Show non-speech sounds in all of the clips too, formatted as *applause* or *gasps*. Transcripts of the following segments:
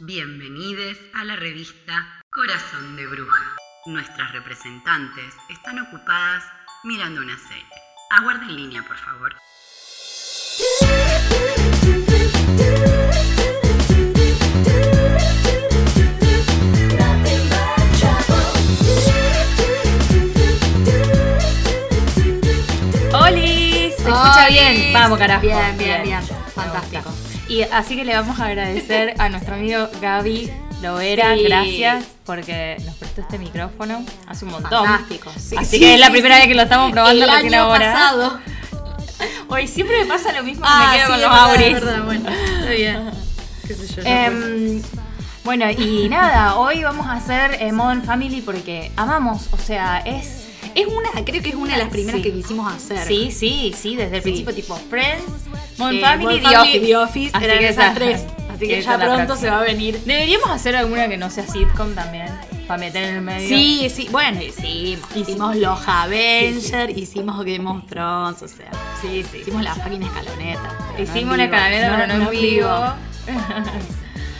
Bienvenidos a la revista Corazón de Bruja. Nuestras representantes están ocupadas mirando una serie. Aguarden línea, por favor. ¡Oli! Se escucha ¡Olis! bien. Vamos, carajo. Bien, bien, bien. Me Fantástico. gusta. Y así que le vamos a agradecer a nuestro amigo Gaby Loera. Sí. Gracias porque nos prestó este micrófono hace un montón. Fantástico. Sí, así sí, que es la sí, primera sí. vez que lo estamos probando el recién año ahora. *laughs* pasado. Hoy siempre me pasa lo mismo que Ah, me quedo sí, con es los verdad, auris. es verdad, bueno, *laughs* está bien. Eh, Qué sé yo, no puedo. Em, bueno, y nada, hoy vamos a hacer eh, Modern Family porque amamos, o sea, es... es una, creo que es una de las primeras Sí. que quisimos hacer. Eh, Sí, sí, sí, desde el Sí. principio tipo Friends, Modern Eh, Family, Modern The Office. The Office, *laughs* Así eran que esas esa- tres. Así que esa ya es la pronto próxima. se va a venir. Deberíamos hacer alguna que no sea sitcom también, para meter en el medio. Sí, sí, bueno, y sí, hicimos los Avengers, hicimos Game of Thrones, o sea, sí, sí. hicimos la fucking escaloneta. pero no en Hicimos la vivo. escaloneta, pero no, en vivo. *laughs*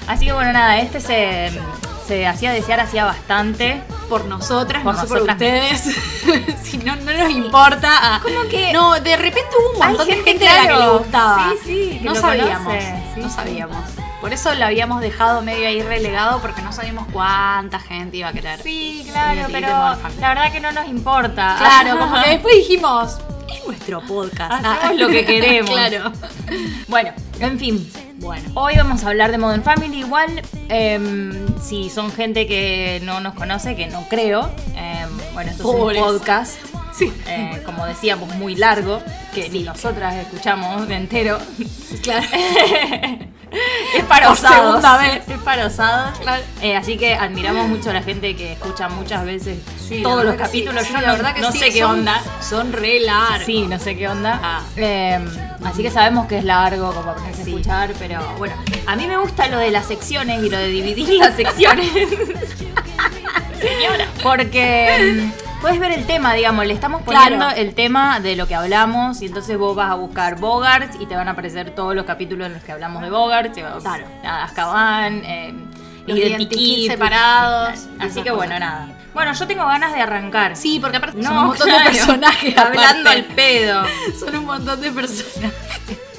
Así que bueno, nada, este se, se hacía desear, hacía bastante. Por nosotras, Por no sé por nosotras. ustedes. *laughs* si no, no nos importa. ah, Como que- No, de repente hubo un Hay montón de gente, gente a la que claro. le gustaba. Sí, sí, que No lo sabíamos. conoce, sí, no sí. sabíamos. Por eso lo habíamos dejado medio ahí relegado porque no sabíamos cuánta gente iba a querer. Sí, claro, Medio pero Modern Family. la verdad que no nos importa. *laughs* Claro, como que después dijimos, es nuestro podcast. Hacemos lo que queremos. claro. Bueno, en fin. Bueno. Hoy vamos a hablar de Modern Family. Igual, em, si son gente que no nos conoce, que no creo. em, bueno, esto Pobres. es un *laughs* podcast. Sí. eh, como decíamos, muy largo, que ni nosotras escuchamos de *laughs* entero. Claro. es para Por osados. segunda vez. Es para osados. Claro. Eh, así que admiramos mucho a la gente que escucha muchas veces *laughs* Sí, todos la los verdad que sí. capítulos. Sí, Yo la no, verdad que no sí, sé qué son- onda. Son re largos. Sí, no sé qué onda. Ah. Eh, así que sabemos que es largo como para Sí. escuchar, pero bueno. A mí me gusta lo de las secciones y lo de dividir las *laughs* secciones. Señora. Porque mm, puedes ver el tema, digamos, le estamos poniendo Claro. el tema de lo que hablamos y entonces vos vas a buscar Bogarts y te van a aparecer todos los capítulos en los que hablamos de Bogarts. y vas- Claro. Nada, Azkaban, eh, Los Identikit, identikit separados, Así esas que bueno, cosas. nada. Bueno, yo tengo ganas de arrancar. Sí, porque aparte son No, un montón claro. de *laughs* personajes. Hablando aparte. al pedo. *laughs* Son un montón de personas.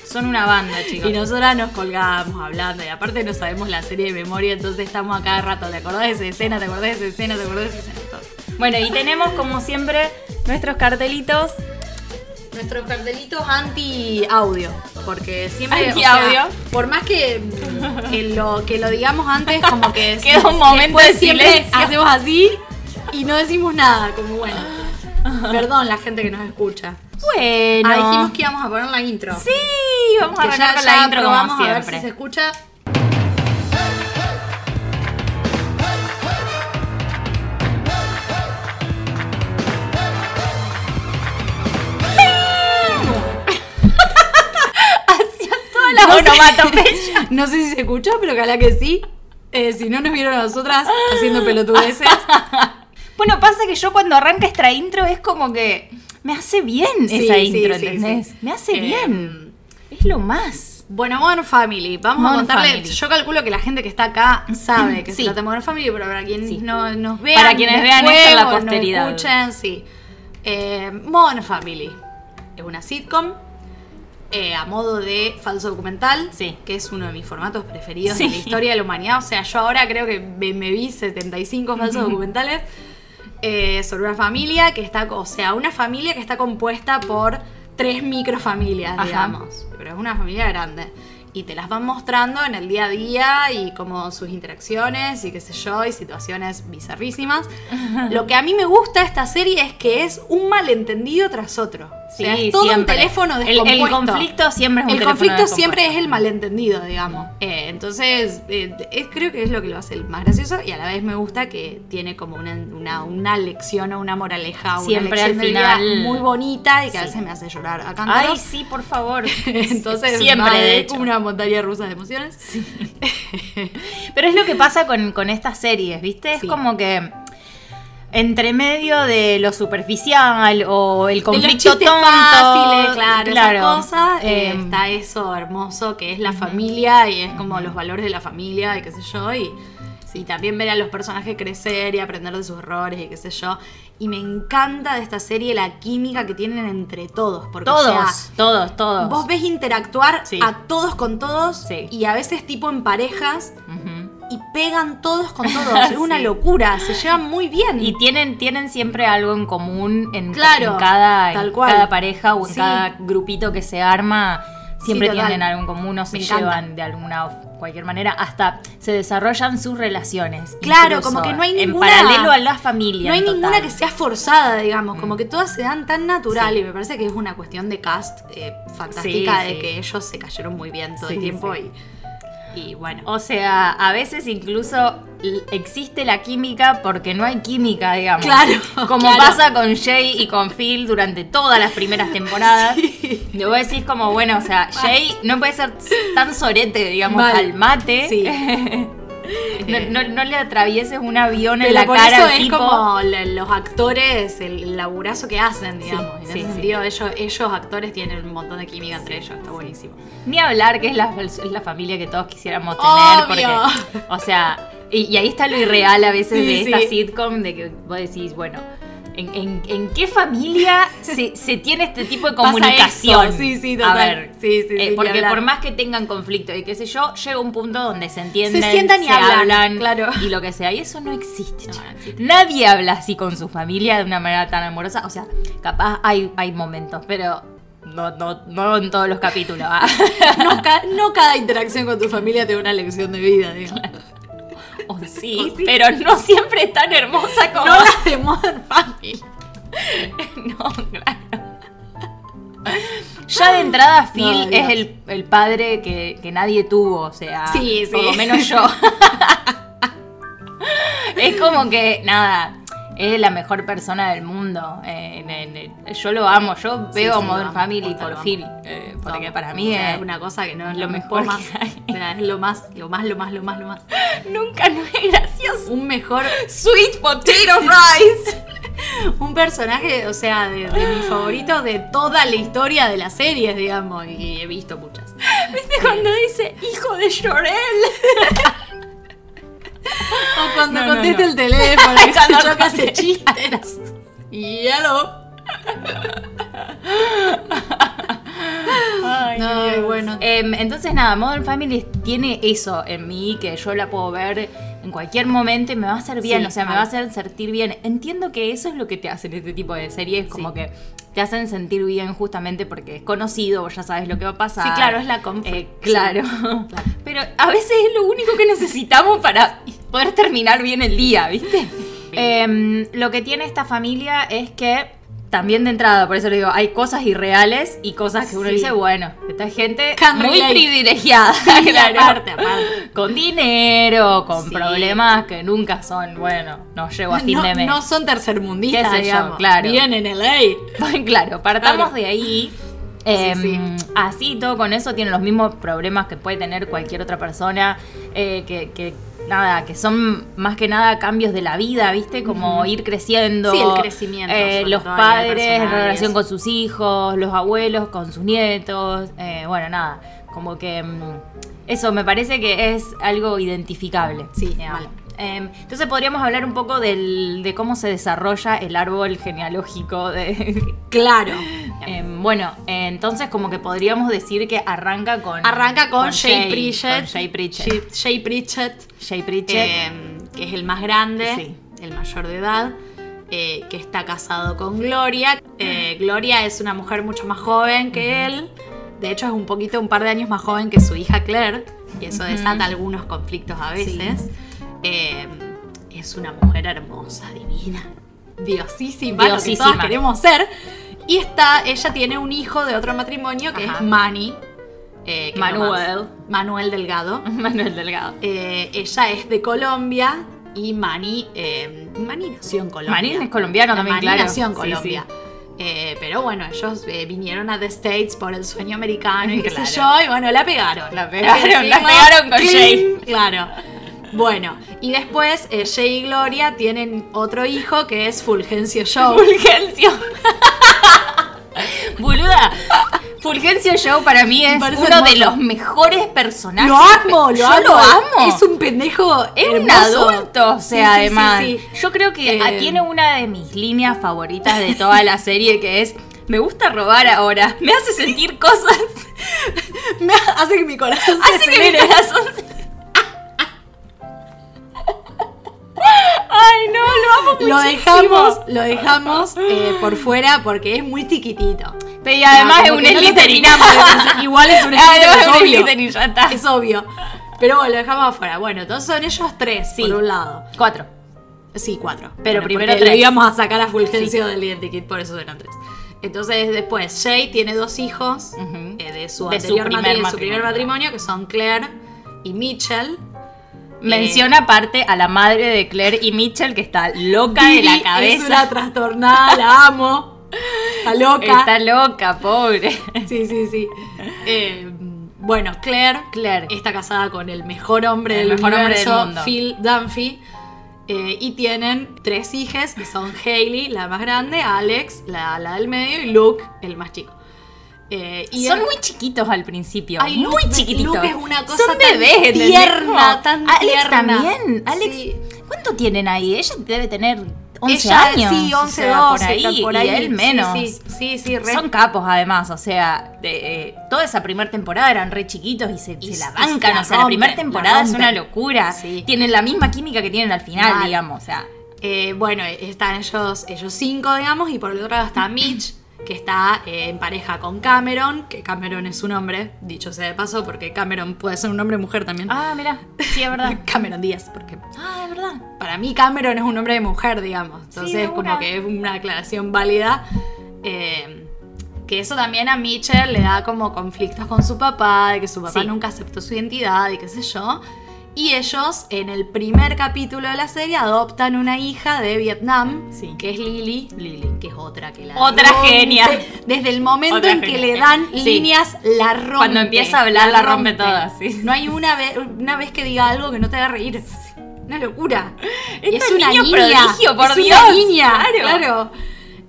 Son una banda, chicos. Y nosotras nos colgábamos hablando. Y aparte no sabemos la serie de memoria, entonces estamos a cada rato. ¿Te acordás de esa escena? ¿Te acordás de esa escena? ¿Te acordás de esa escena? Entonces, Bueno, y tenemos como siempre nuestros cartelitos. Nuestros cartelitos anti-audio. Porque siempre. Anti-audio. o sea, por más que, que lo, que lo digamos antes, como que. *laughs* Queda un momento de después siempre silencio. hacemos así y no decimos nada. Como bueno. *laughs* Perdón, la gente que nos escucha. Bueno. Ah, dijimos que íbamos a poner la intro. Sí, vamos a Que arrancar ya, con ya la intro como probamos a ver si se siempre. escucha. Todas *laughs* las *laughs* onomatopeyas. No sé si se escuchó, pero ojalá que sí. Eh, si no nos vieron a nosotras haciendo *laughs* pelotudeces. Bueno, pasa que yo cuando arranca esta intro es como que me hace bien Sí, esa sí, intro, sí, ¿entendés? sí. Me hace Eh, bien. Es lo más. Bueno, Modern Family, vamos Modern a contarle. Family. Yo calculo que la gente que está acá sabe que Sí. se trata de Modern Family, pero para quienes Sí. no nos vean. Para quienes vean después esto en la o nos posteridad. escuchen, sí. Eh, Modern Family es una sitcom eh, a modo de falso documental, Sí. que es uno de mis formatos preferidos Sí. de la historia de la humanidad. O sea, yo ahora creo que me, me vi *laughs* 75 falsos documentales eh, sobre una familia que está, o sea, una familia que está compuesta por tres microfamilias, Ajá. digamos. Pero es una familia grande. Y te las van mostrando en el día a día y como sus interacciones y qué sé yo, y *laughs* situaciones bizarrísimas. Lo que a mí me gusta de esta serie es que es un malentendido tras otro. O sea, es todo siempre. un teléfono El- descompuesto. El, conflicto siempre es un El teléfono conflicto descompuesto. siempre es el malentendido, digamos. Eh, entonces, eh, es- creo que es lo que lo hace el más gracioso y a la vez me gusta que tiene como una, una, una lección o una moraleja, una Siempre lección al de vida final- muy bonita y que a Sí. veces me hace llorar a Ay, cántaros. sí, por *laughs* favor. *laughs* Entonces, siempre va de de hecho. una montaña rusa de emociones. Pero es lo que pasa con, con estas series, ¿viste? Es Mm. Sí. como que entre medio de lo superficial o el conflicto de los chistes tonto. fáciles, eh, claro, claro, esas cosas, eh, em, está eso hermoso que es la familia y es como los valores de la familia y qué sé yo y, y también ver a los personajes crecer y aprender de sus errores y qué sé yo y me encanta de esta serie la química que tienen entre todos porque o todos, sea, todos, todos. vos ves interactuar Sí. a todos con todos Sí. y a veces tipo en parejas Ujú. y pegan todos con *laughs* todos es una Sí. locura se llevan muy bien Y tienen, tienen siempre algo en común en, Claro, en cada, en tal cual. cada pareja o en Sí. cada grupito que se arma. Siempre Sí, total. tienen algo en común o se Me encanta. llevan de alguna o cualquier manera. Hasta se desarrollan sus relaciones. Claro, incluso, como que no hay ninguna- En paralelo a la familia. No hay en ninguna total. Mm. que sea forzada, digamos, como que todas se dan tan natural y me parece que es una cuestión de cast eh, fantástica, Sí, de sí. que ellos se cayeron muy bien todo Sí, el tiempo sí. Oh, y, y bueno. O sea, a veces incluso l- existe la química porque no hay química, digamos. Claro, *laughs* Como claro. pasa con Jay y con Phil durante todas las primeras temporadas. Y vos decís como, bueno, o sea, Jay no puede ser tan sorete, digamos, Mal. al mate. Sí. *laughs* No, no- no le atravieses un avión en Pero la por cara eso al es tipo. como la- los actores, el laburazo que hacen, digamos. en sí, ese sí. sentido, ellos, ellos actores tienen un montón de química entre ellos, está buenísimo. Ni hablar que es la, es la familia que todos quisiéramos tener. Obvio. Porque, o sea, y, y ahí está lo irreal a veces Sí, de esta sí. sitcom, de que vos decís, bueno, ¿en, en- en qué familia *laughs* se, se tiene este tipo de Pasa comunicación? esto, sí, sí, A total. ver, Sí, sí, eh, sí, ni porque hablar. por más que tengan conflicto y qué sé yo, llega un punto donde se entienden, Se sientan y hablan, claro. y lo que sea. Y eso no existe. No, no chicos. existe. Nadie habla así con su familia de una manera tan amorosa. O sea, capaz hay, hay momentos, pero no, no, no en todos los capítulos. ¿ah? *laughs* *laughs* No, ca- no cada interacción con tu familia te da una lección de vida, digamos. O Oh, *laughs* sí, O sí. pero no siempre es tan hermosa como. No las de Modern Family. *laughs* No, claro. Ya de entrada, Phil No, Dios. es el, el padre que, que nadie tuvo, o sea, Sí, por sí. lo menos *laughs* yo. es como que, nada, es la mejor persona del mundo. eh, en- en- yo lo amo, yo Sí, veo sí, lo Modern amo, Family posta, lo por amo. Phil, eh, porque Vamos. para mí O sea, es una cosa que no es lo lo mejor mejor más. que hay. *laughs* O sea, es lo más, lo más, lo más, lo más, lo más. Nunca no es gracioso. Un *laughs* mejor, Sweet *laughs* potato rice. un personaje, o sea, de, de mis favoritos de toda la historia de las series, digamos, y he visto muchas. ¿Viste *laughs* cuando dice hijo de Shorel? O cuando No, no, contesta no. el *laughs* teléfono, que se Cuando choca hace contesta. chistes. Y ya *laughs* lo. Ay, Ay, bueno. Em, entonces nada, Modern Family tiene eso en mí que yo la puedo ver en cualquier momento y me va a hacer bien, Sí, o sea, me ay. va a hacer sentir bien. Entiendo que eso es lo que te hacen este tipo de series, como que te hacen sentir bien justamente porque es conocido, vos ya sabes lo que va a pasar. Sí, claro, es la compra. Ah. Eh, claro. *laughs* *laughs* claro. Pero a veces es lo único que necesitamos para poder terminar bien el día, ¿viste? Em, lo que tiene esta familia es que también de entrada, por eso le digo, hay cosas irreales y cosas que uno Sí. dice, bueno, esta es gente Can muy relate. privilegiada, *laughs* Y claro. aparte, aparte. Con dinero, con Sí. problemas que nunca son, bueno, no llego *laughs* a fin *laughs* No, de mes. no son tercermundistas, Qué sé yo, digamos. claro. Vienen en LA. *laughs* claro, partamos Claro. de ahí. Sí, Eh, sí. Así todo con eso tiene los mismos problemas que puede tener cualquier otra persona, eh, que, que, nada, que son más que nada cambios de la vida, ¿viste? Como ir creciendo. eh, Sí, el crecimiento, sobre los todo a nivel padres en personal y relación eso. con sus hijos, los abuelos con sus nietos, eh, bueno, nada, como que mm, eso me parece que es algo identificable. Sí, digamos. mal. Em, entonces podríamos hablar un poco del- de cómo se desarrolla el árbol genealógico. *laughs* De, *gasps* Claro. Em, bueno, entonces como que podríamos decir que arranca con... Arranca con, Jay Jay, Pritchett. con Jay Pritchett. Jay- Jay Pritchett. Jay Pritchett. eh, que es el más grande, Sí. el mayor de edad, eh, que está casado con Gloria. Eh, Gloria es una mujer mucho más joven que él. De hecho, es un poquito, un par de años más joven que su hija Claire. Y eso Ujú. desata algunos conflictos a veces. Eh, es una mujer hermosa, divina, diosísima, lo que Diosísima. todas queremos ser. Y está, ella tiene un hijo de otro matrimonio que Ajá. es Manny. eh, que no más. Manuel. Manuel Delgado. *laughs* Manuel Delgado. Eh, ella es de Colombia y Mani, eh, Mani nació en Colombia. Marín es colombiano también, Mani claro. nació en Sí, Colombia. sí. Eh, pero bueno, ellos eh, vinieron a The States por el sueño americano y qué Claro. sé yo, y bueno, la pegaron. La pegaron, Decirlo, la pegaron con ¡cling! Jay. Claro. Bueno, y después eh, Jay y Gloria tienen otro hijo que es Fulgencio *laughs* Joe. Fulgencio. Boluda. Fulgencio Joe para mí es Parece uno hermoso. de los mejores personajes. Lo amo, lo Yo amo. lo amo. Es un pendejo Es un hermoso. adulto, o Sí, sea, sí, sí, además. sí. *laughs* Yo creo que ah, Eh, tiene una de mis líneas favoritas de toda la serie que es. Me gusta robar ahora. Me hace sentir cosas. Me *laughs* hace que mi corazón se Hace que mi acelere. corazón se- *laughs* Ay, no, lo amo muchísimo. Lo dejamos, lo dejamos eh, por fuera porque es muy chiquitito. Pero y además Ah, es como un que no lo slithering. terminamos de pensar. Igual *laughs* es un Además es Slytherin, un es obvio. Slytherin, ya está. Es obvio. Pero bueno, lo dejamos afuera. Bueno, entonces son ellos tres, Sí. por un lado. Cuatro. Sí, cuatro. Pero primero porque tres. Le íbamos a sacar a Fulgencio del Identikit, por eso eran tres. Entonces, después, Jay tiene dos hijos Ujú. eh, de su De su anterior primer matri- de su matrimonio. primer matrimonio, que son Claire y Mitchell. Menciona aparte a la madre de Claire y Mitchell que está loca de Vivi la *laughs* Es una cabeza. trastornada, la amo. Está loca. Está loca, pobre. *laughs* Sí, sí, sí. Eh, bueno, Claire, Claire. está casada con el mejor hombre El del mejor hombre del universo, mundo. Phil Dunphy. eh, y tienen tres hijas que son Hailey, la más grande, Alex, la, la del medio, y Luke, el más chico. Eh, y son el- muy chiquitos al principio. Ay, muy Luke- chiquititos. Luke es una cosa son tan bebés, ¿entendés? tierna, Como- tan Alex tierna. también. Alex, Sí. ¿cuánto tienen ahí? Ella debe tener 11 Ella, años. Sí, 11, o sea, 12, por ahí, por ahí. Y él menos. Sí, sí, sí, sí, re- Son capos además, o sea, de, eh, toda esa primera temporada eran re chiquitos y se, Y se la se- bancan, y se o sea, la la primera rompen, temporada es la una rompen. locura. Sí. Tienen la misma química que tienen al final, Mal. digamos, o sea, Eh, bueno, eh, están ellos, ellos cinco, digamos, y por el otro lado está Mitch, que está eh, en pareja con Cameron, que Cameron es un hombre, dicho sea de paso, porque Cameron puede ser un hombre o mujer también. Ah, mira, sí, es verdad. *laughs* Cameron Díaz, porque ah, es verdad. para mí Cameron es un hombre de mujer, digamos. de Entonces, una. como que es una aclaración válida. Eh, que eso también a Mitchell le da como conflictos con su papá, de que su papá Sí. nunca aceptó su identidad y qué sé yo. Y ellos, en el primer capítulo de la serie, adoptan una hija de Vietnam, Sí. que es Lily. Lily, que es otra que la. Otra genia. Desde el momento Otra en que genia. le dan Sí. líneas, la rompe. Cuando empieza a hablar, la rompe toda, sí. No hay una, ve- una vez que diga algo que no te haga reír. *laughs* Una locura. Y Estos es una niños niña. prodigio, por es Dios. Una niña, Claro. claro.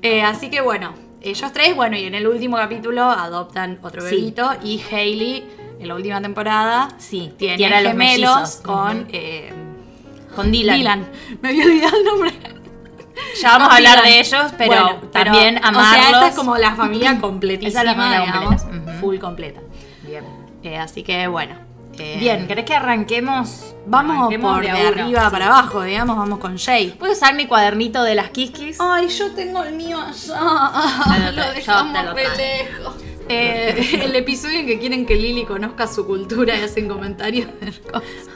Eh, así que bueno, ellos tres, bueno, y en el último capítulo adoptan otro Sí. bebito y Hailey, en la última temporada, *laughs* Sí, tiene, tiene a los gemelos mellizos. con Ujú. eh, Con Dylan. Dylan. Me había olvidado el nombre. Ya vamos a Con hablar Dylan. de ellos, pero Bueno, también o sea, amarlos. esta es como la familia completísima, Esa es la familia digamos, completa. Ujú. full completa. Bien. Eh, así que bueno. eh, Bien, ¿querés que arranquemos? Vamos Arranquemos por de ahora. arriba para abajo, digamos, vamos con Jay. Voy a usar mi cuadernito de las kiskis. Ay, yo tengo el mío Te *laughs* allá. lo tra- yo te lo traigo. lejos. Eh, el episodio en que quieren que Lili conozca su cultura y hacen comentarios de *laughs* cosas.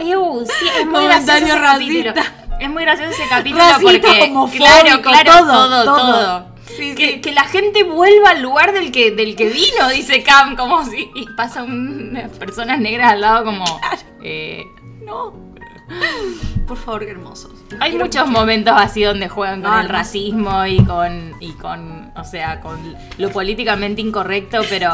Ew, sí, es muy Comentario gracioso ese racista. capítulo. Es muy gracioso ese capítulo Racista, porque homofóbico, claro, claro, todo, todo, todo. todo. Sí, que, sí. que la gente vuelva al lugar del que del que vino, dice Cam, como si y pasa un- unas personas negras al lado como eh, No. Por favor, qué hermosos. hay muchos momentos así donde juegan con Ah, el no. racismo y con y con, o sea, con lo políticamente incorrecto, pero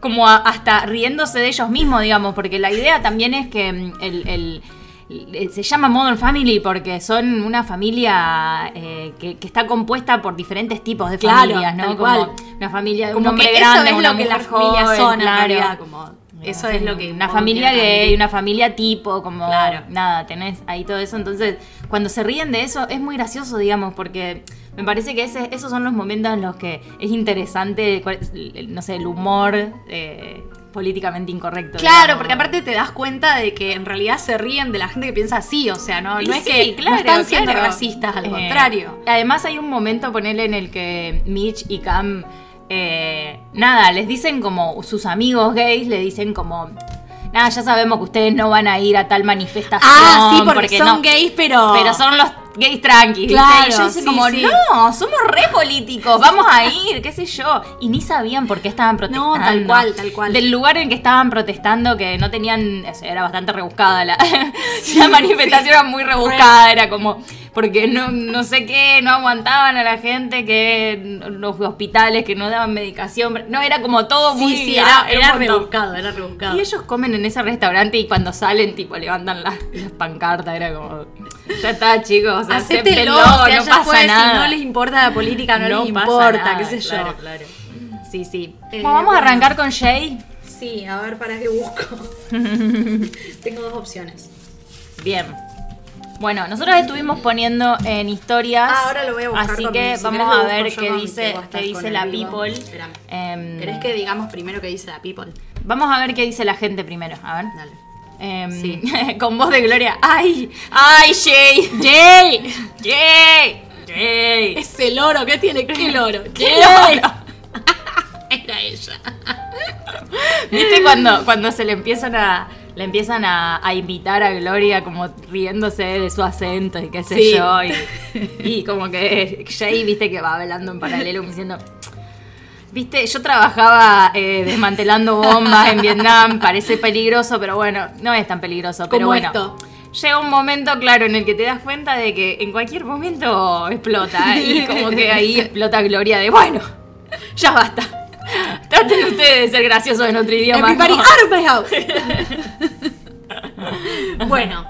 como a- hasta riéndose de ellos mismos, digamos, porque la idea también es que mm, el, el- el- se llama Modern Family porque son una familia eh, que, que está compuesta por diferentes tipos de Claro, familias, ¿no? tal Como cual. una familia de un Como hombre que grande, eso es una lo que mujer las familias joven, son, en claro. realidad, como eso es lo que Una familia que gay, una familia tipo, como Claro. nada, tenés ahí todo eso. Entonces, cuando se ríen de eso, es muy gracioso, digamos, porque me parece que ese, esos son los momentos en los que es interesante, cuál es el- no sé, el humor eh, políticamente incorrecto. Claro, digamos. porque aparte te das cuenta de que en realidad se ríen de la gente que piensa así, o sea, no, Y no es sí, que claro, no están siendo claro. racistas, al Eh, contrario. Además hay un momento, ponele, en el que Mitch y Cam, eh, nada, les dicen como, sus amigos gays le dicen como, nada, ya sabemos que ustedes no van a ir a tal manifestación. Ah, sí, porque, son no- gays, pero. Pero son los gays tranquis, ¿viste? Claro, Y yo dicen sí, como, sí. no, somos re políticos, vamos a ir, qué sé yo. Y ni sabían por qué estaban protestando. tal cual, tal cual. Del lugar en que estaban protestando, que no *laughs* tenían, o sea, era bastante rebuscada la, la manifestación, era muy rebuscada, era como, porque no, no sé qué, no aguantaban a la gente, que los hospitales que no daban medicación. No, era como todo muy. ah, Sí, sí, ah, era era, era rebo- rebuscado, era rebuscado. Y ellos comen en ese restaurante y cuando salen, tipo, levantan las, las pancartas. Era como. Ya está, chicos. Acéptenlo, Acéptenlo, o sea, no ya pasa fue, nada. si no les importa la política, no, les pasa importa, nada, qué sé yo. Eh, claro, claro. Sí, sí. Bueno, vamos a arrancar con Shay. Sí, a ver, para qué *laughs* busco. Tengo dos opciones. Bien. Bueno, nosotros estuvimos poniendo en historias. Ah, ahora lo voy a buscar Así con que mi- si querés vamos lo a busco ver yo qué con- dice, que vos qué estás dice con la el vivo. people. Espérame. Em, ¿Querés que digamos primero qué dice la people? Vamos a ver qué dice la gente primero. A ver. Dale. Em, Sí. *laughs* con voz de Gloria. ¡Ay! ¡Ay, Jay! ¡Jay! *laughs* ¡Jay! ¡Jay! Es el oro, ¿qué tiene? ¿Qué el *laughs* oro? ¿Qué Jay. el oro? Era ella. *laughs* ¿Viste cuando, cuando se le empiezan a. Le empiezan a, a invitar a Gloria como riéndose de su acento y qué sé Sí. yo. Y, y como que Jay, viste que va hablando en paralelo como diciendo. Viste, yo trabajaba eh, desmantelando bombas en Vietnam, parece peligroso, pero bueno, no es tan peligroso. Pero Como bueno, esto. llega un momento, claro, en el que te das cuenta de que en cualquier momento *laughs* explota. Y como que ahí explota Gloria de, bueno, ya *laughs* basta. Traten ustedes de ser graciosos en otro idioma. Everybody ¿no? out of my house. *laughs* bueno,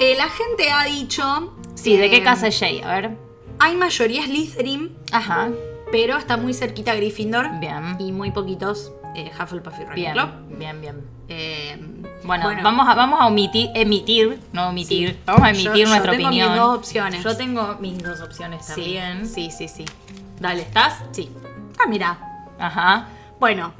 eh, la gente ha dicho. Sí, ¿de qué eh, casa es Jay? A ver. Hay mayoría Slytherin, Ajá. pero está muy cerquita Gryffindor. Bien. Y muy poquitos eh, Hufflepuff y Bien. Ravenclaw. Bien, bien. Eh, Bueno, Vamos, a, vamos a omitir, emitir, no omitir, Sí. vamos a Yo- emitir yo nuestra tengo mis opinión. dos opciones. Yo tengo mis dos opciones Sí, también. sí, sí, sí. Dale, ¿estás? Sí. Ah, mira. Ajá. Bueno,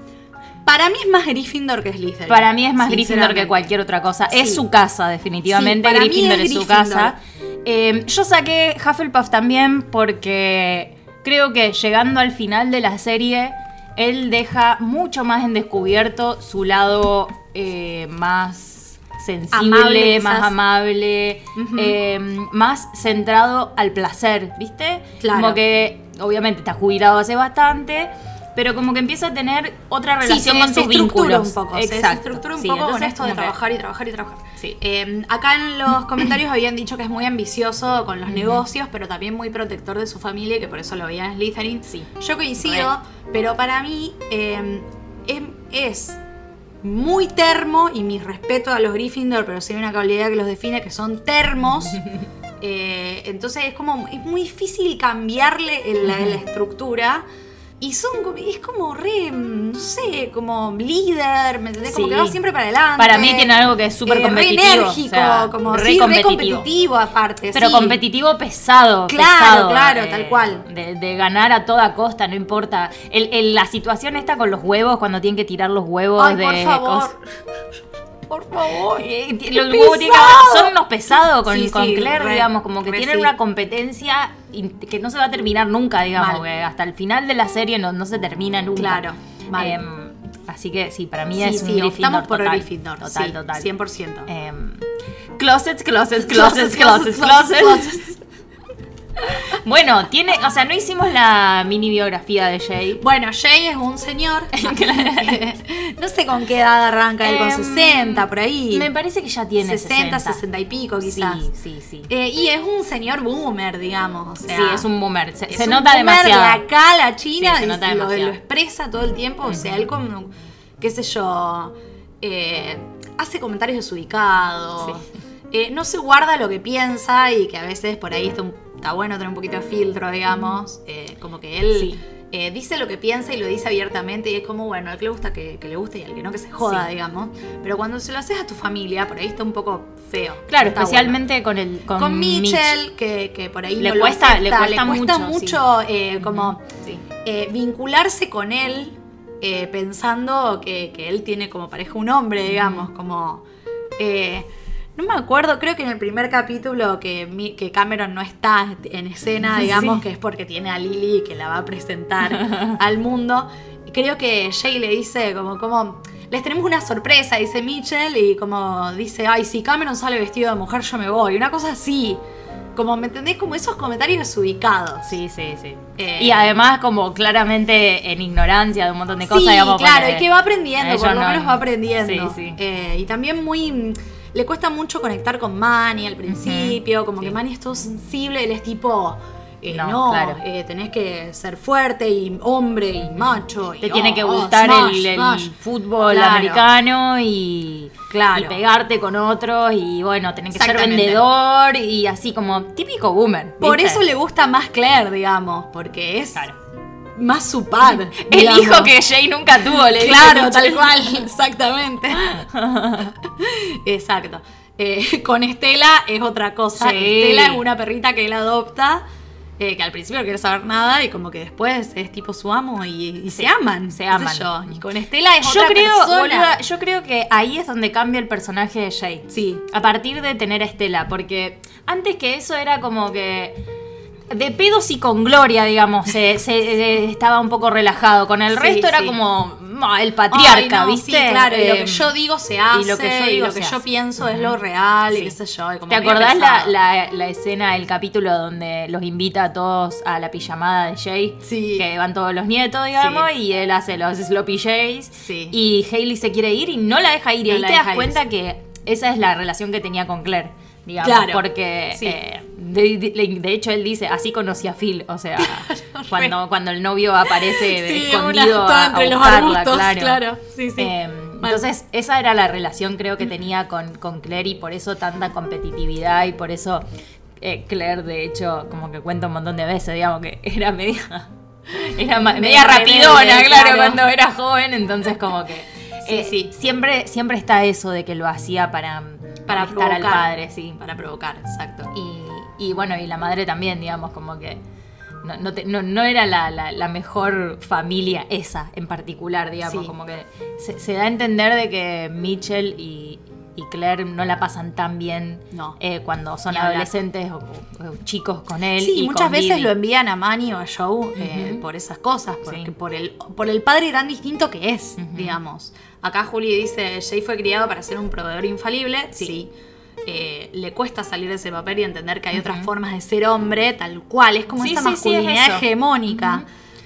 para mí es más Gryffindor que Slytherin. Para mí es más Gryffindor que sinceramente. cualquier otra cosa. Sí. Es su casa, definitivamente. Sí, para mí Gryffindor es es, su Gryffindor. casa. Eh, yo saqué Hufflepuff también porque creo que llegando al final de la serie, él deja mucho más en descubierto su lado eh, más sensible, Amable, más quizás. amable, Ujú. eh, más centrado al placer, ¿viste? Claro. Como que obviamente está jubilado hace bastante, pero como que empieza a tener otra Sí, relación se- con se sus estructura vínculos. un poco. Se estructura un Sí, poco con entonces esto de como que- trabajar y trabajar y trabajar. Sí. Eh, acá en los comentarios habían dicho que es muy ambicioso con los negocios, pero también muy protector de su familia, y que por eso lo veía en Slytherin. Sí. Yo coincido, pero para mí eh, es, es muy termo, y mi respeto a los Gryffindor, pero sí hay una cualidad que los define, que son *laughs* termos. Eh, entonces es como, es muy difícil cambiarle el- la, la estructura. Y son, como- es como re, mm, no sé, como líder, ¿me entendés? Como Sí. que va siempre para adelante. Para mí tiene algo que es súper eh, competitivo. Re o enérgico, sea, como re sí, competitivo. re competitivo aparte. Pero sí. competitivo pesado. Claro, pesado, eh, claro, tal cual. De, de ganar a toda costa, no importa. El- el- la situación está con los huevos, cuando tienen que tirar los huevos Ay, de por favor. cos- *laughs* Por favor. Eh, ti- Qué los huevos tienen que- pesado. son unos pesados con, Sí, con sí, Claire, re, digamos, como que re tienen sí. una competencia in- que no se va a terminar nunca, digamos, Mal. que hasta el final de la serie no, no se termina nunca. Claro, mal. Em, así que sí, para mí Sí, es un sí, Gryffindor optamos por total, Gryffindor. Total, sí, total. 100%. Em, closets, closets, *laughs* closets, closets, closets. *laughs* Bueno, tiene, o sea, no hicimos la mini biografía de Jay. Bueno, Jay es un *laughs* señor. *laughs* no sé con qué edad arranca él, con Em, 60, por ahí. Me parece que ya tiene 60, 60, 60 y pico quizás. Sí, sí, sí. Eh, y es un señor boomer, digamos. o sea, sí, es un boomer. Se, es se un nota boomer demasiado. De acá a la China, Sí, se y nota lo, demasiado. lo expresa todo el tiempo. O sea, él como, qué sé yo, eh, hace comentarios desubicados. eh, no se guarda lo que piensa y que a veces por ahí está, un- está bueno tener un poquito de filtro, digamos. eh, como que él Sí. eh, dice lo que piensa y lo dice abiertamente. Y es como, bueno, al que le gusta que, que le guste y al que no que se joda, Sí. digamos. Pero cuando se lo haces a tu familia, por ahí está un poco feo. Claro, Está bueno especialmente con el con, con Mitch. Mitchell, que, que por ahí Le no lo cuesta- acepta, le cuesta mucho, eh, como Sí. eh, vincularse con él eh, pensando que, que él tiene como pareja un hombre, digamos, como... eh, no me acuerdo, creo que en el primer capítulo que, mi- que Cameron no está en escena, digamos, que es porque tiene a Lily que la va a presentar al mundo. Y Creo que Jay le dice como, como, les tenemos una sorpresa, dice Mitchell, y como dice, ay, si Cameron sale vestido de mujer, yo me voy. Una cosa así. Como, ¿me entendés? Como esos comentarios desubicados. Sí, sí, sí. Eh, y además como claramente en ignorancia de un montón de cosas. sí, digamos, claro, porque- y que va aprendiendo, ellos por lo no- menos va aprendiendo. Sí, sí. Eh, y también muy. mm, le cuesta mucho conectar con Manny al principio, como que sí. Manny es todo sensible, él es tipo, eh, No, no, claro. eh, tenés que ser fuerte y hombre y macho. y Te oh, tiene que oh, gustar smash, el, el smash". fútbol Claro. americano y, Claro. y pegarte con otros y bueno, tener que ser Exactamente. vendedor y así como típico boomer. Por ¿viste? eso le gusta más Claire, digamos, porque es Claro. más su par. *laughs* El digamos. hijo que Jay nunca tuvo, le dice Claro, Mitchell. *laughs* tal cual, exactamente. *laughs* Exacto. Eh, con Estela es otra cosa. Sí. Estela es una perrita que él adopta, eh, que al principio no quiere saber nada y como que después es tipo su amo y, y se aman. se qué sé aman. yo. Y con Estela es Yo otra creo, persona. boluda, yo creo que ahí es donde cambia el personaje de Jay. Sí. A partir de tener a Estela, porque antes que eso era como que. De pedos y con gloria, digamos, se, *laughs* se- se- estaba un poco relajado. Con el Sí, resto era sí. como "Ma, el patriarca, Ay, no, ¿viste? sí, claro, y lo que Eh, yo digo se hace, y lo que yo digo y lo que se yo hace. pienso es lo real, Sí. y qué sé yo. y como ¿Te medio acordás la, pesado. la- la escena, el capítulo donde los invita a todos a la pijamada de Jay? Sí. Que van todos los nietos, digamos, Sí. y él hace los sloppy Jays. Sí. Y Hailey se quiere ir y no la deja ir. Y No ahí la te deja das ir. cuenta que esa es la relación que tenía con Claire. Digamos, Claro. porque Sí. eh, de, de- de hecho él dice, así conocí a Phil, o *laughs* sea, cuando, cuando el novio aparece de- Sí, escondido una- todo a, a entre los buscarla, arbustos, claro. claro, sí, sí. Eh, Mal. entonces, esa era la relación creo que tenía con, con Claire y por eso tanta competitividad y por eso eh, Claire, de hecho, como que cuenta un montón de veces, digamos, que *laughs* era media, era ma- media Media rapidona, rebelde, claro, claro. cuando era joven, entonces como que... Sí, eh, sí. Siempre, siempre está eso de que lo hacía para, molestar Para provocar. al padre, sí. Para provocar, exacto. Y, y bueno, y la madre también, digamos, como que no, no, te- no- no era la, la- la mejor familia esa en particular, digamos, Sí. como que se, se da a entender de que Mitchell y, y Claire no la pasan tan bien No. eh, cuando son Ni hablar. adolescentes o, o- o chicos con él. Sí, y muchas con veces Didi. lo envían a Manny o a Joe eh, Ujú. por esas cosas, porque Sí. por, el, por el padre tan distinto que es, Ujú. digamos. Acá Juli dice, Jay fue criado para ser un proveedor infalible, sí. Eh, le cuesta salir de ese papel y entender que hay otras formas de ser hombre, tal cual. Es como Sí, esa sí, sí, es masculinidad eso. hegemónica.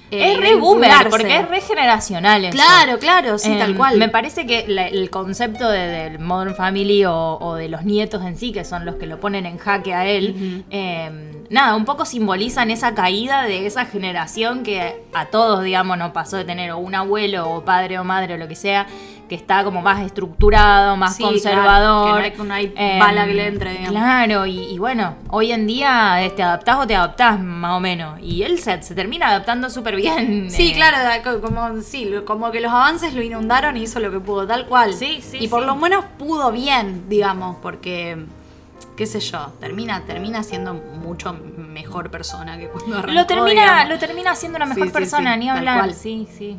eh, Es de re boomer, vincularse. porque es re generacional eso. Claro, claro, sí, Em, tal cual. Me parece que la- el concepto de, del Modern Family o, o de los nietos en sí, que son los que lo ponen en jaque a él, Ujú. em, nada, un poco simbolizan esa caída de esa generación que a todos, digamos, nos pasó de tener o un abuelo o padre o madre o lo que sea, que está como más estructurado, más Sí, conservador. claro, que no hay- que no hay em, bala que le entre, digamos. Claro, y, y bueno, hoy en día eh, te adaptás o te adaptás, más o menos. Y él se, se termina adaptando súper bien. Sí, eh, claro, da- co- como, sí, lo- como que los avances lo inundaron y hizo lo que pudo, tal cual. Sí, sí, Y por sí. lo menos pudo bien, digamos, porque, qué sé yo, termina, termina siendo mucho mejor persona que cuando arrancó. lo termina digamos. lo termina siendo una Sí, mejor sí, persona sí, ni tal hablar cual. sí sí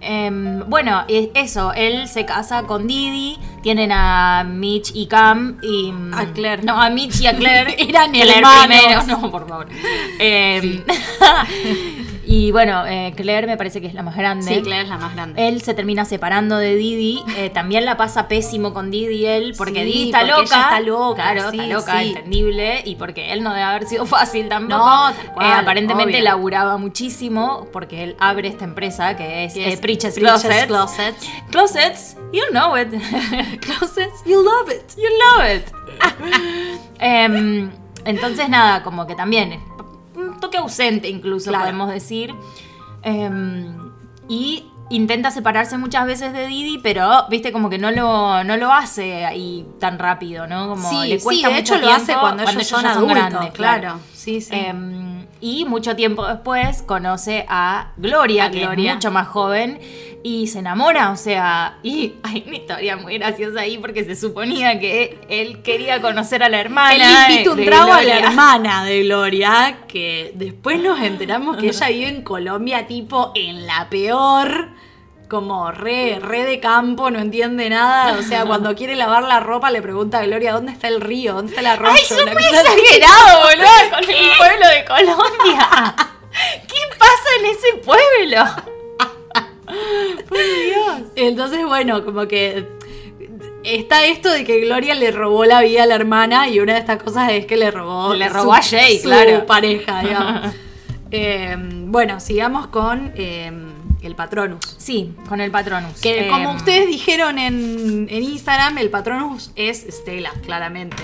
Em, bueno e- eso él se casa con Didi tienen a Mitch y Cam y mm, A Claire. no a Mitch y a Claire *laughs* Eran Claire hermanos. primero *laughs* no por favor Em, *laughs* y bueno eh, Claire me parece que es la más grande Sí, Claire es la más grande. él se termina separando de Didi. eh, también la pasa pésimo con Didi él, porque Sí, Didi está porque loca. ella está loca, Claro, sí, está loca, sí. entendible. Y porque él no debe haber sido *laughs* fácil tampoco. Eh, No, tal cual, aparentemente obvio. laburaba muchísimo porque él abre esta empresa que es, Que eh, es Preacher's Preacher's Closets. Closets. Closets, you know it. *laughs* Closets, you love it. you love it. *laughs* Em, entonces, nada, como que también. Un toque ausente, incluso Claro. podemos decir. Em, y intenta separarse muchas veces de Didi, pero viste, como que no lo, no lo hace ahí tan rápido, ¿no? Como sí, le cuesta sí, de mucho hecho lo hace tiempo cuando, ellos son ya adultos, grandes, claro. Sí, sí. Em, y mucho tiempo después conoce a Gloria, A que Gloria. es mucho más joven, y se enamora, o sea, y *laughs* hay una historia muy graciosa ahí porque se suponía que él quería conocer a la Él hermana. le invita de- un de trago a la Gloria. *laughs* hermana de Gloria, que después nos enteramos que ella vive en Colombia, tipo en la peor, como re, re de campo, no entiende nada. O sea, cuando quiere lavar la ropa le pregunta a Gloria dónde está el río, dónde está el arroyo. ¡Ay, son Una muy cosa así. exagerado, boludo! Con el pueblo de Colombia. *laughs* ¿Qué pasa en ese pueblo? Entonces, bueno, como que está esto de que Gloria le robó la vida a la hermana y una de estas cosas es que le robó Le robó a Jay, claro. *laughs* pareja, digamos. Eh, Bueno, sigamos con eh, el Patronus. Sí, con el Patronus. Que como Em, ustedes dijeron en, en Instagram, el Patronus es Estela, claramente.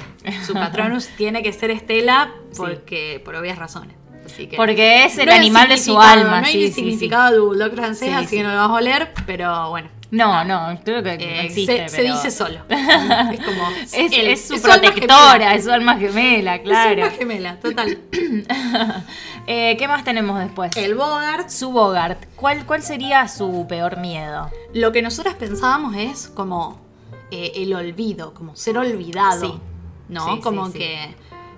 *laughs* Su Patronus tiene que ser Estela porque, por obvias razones. Así que, Porque es el No hay animal de su significado, alma. No hay sí, ni sí, sí. significado de Bulldog francés, Sí, así sí. que no lo vas a oler, pero bueno. No, no, creo que eh, no existe. se, se pero- *laughs* dice solo. Es como. Es, él, es su alma protectora, es su alma gemela, gemela. Es su claro. alma gemela, total. Eh, ¿Qué más tenemos después? El Bogart Su Bogart. ¿Cuál, ¿Cuál sería su peor miedo? Lo que nosotras pensábamos es como eh, el olvido, como ser olvidado. Sí. ¿No? Sí, como sí, sí. que,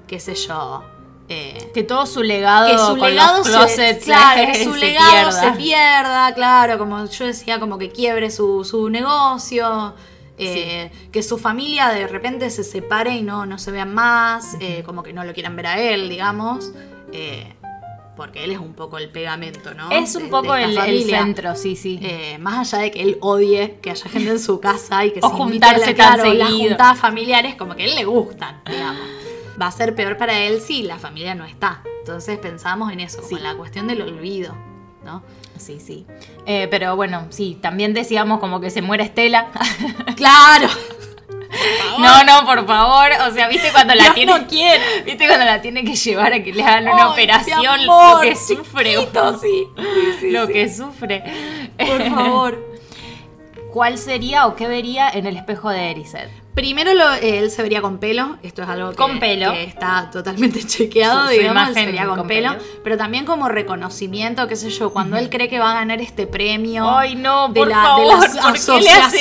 qué sé yo. eh, Que todo su legado, que su con legado, los se, closets *laughs* *laughs* claro, que se su legado pierda. se pierda, claro, como yo decía, como que quiebre su, su negocio, eh, que su familia de repente se separe y no, no se vean más, eh, como que no lo quieran ver a él, digamos, eh, porque él es un poco el pegamento, ¿no? Es un De- poco de esta el, el familia. centro, sí, sí. Eh, más allá de que él odie que haya gente en su casa y que O se invite a la- juntarse tan claro, las seguido. juntadas familiares como que a él le gustan, digamos. Va a ser peor para él si la familia no está. Entonces pensamos en eso, Sí. como en la cuestión del olvido, ¿no? Sí, sí. Eh, pero bueno, sí, también decíamos como que se muere *laughs* Estela. *laughs* ¡Claro! No, no, por favor. O sea, viste cuando la Dios tiene. no quiere. Viste cuando la tiene que llevar a que le hagan Ay, una mi operación. amor, lo que sufre. chiquito, sí. Sí, sí, lo sí. que sufre. *laughs* Por favor. ¿Cuál sería o qué vería en el espejo de Erised? Primero lo- eh, él se vería con pelo, esto es algo que, Con pelo. que está totalmente *laughs* chequeado, Su- su digamos, él se imagen vería con, con pelo, pelo. pero también como reconocimiento, qué sé yo, cuando él cree que va a ganar este premio Ay, no, de, por la, de favor, la ¿por qué le hacen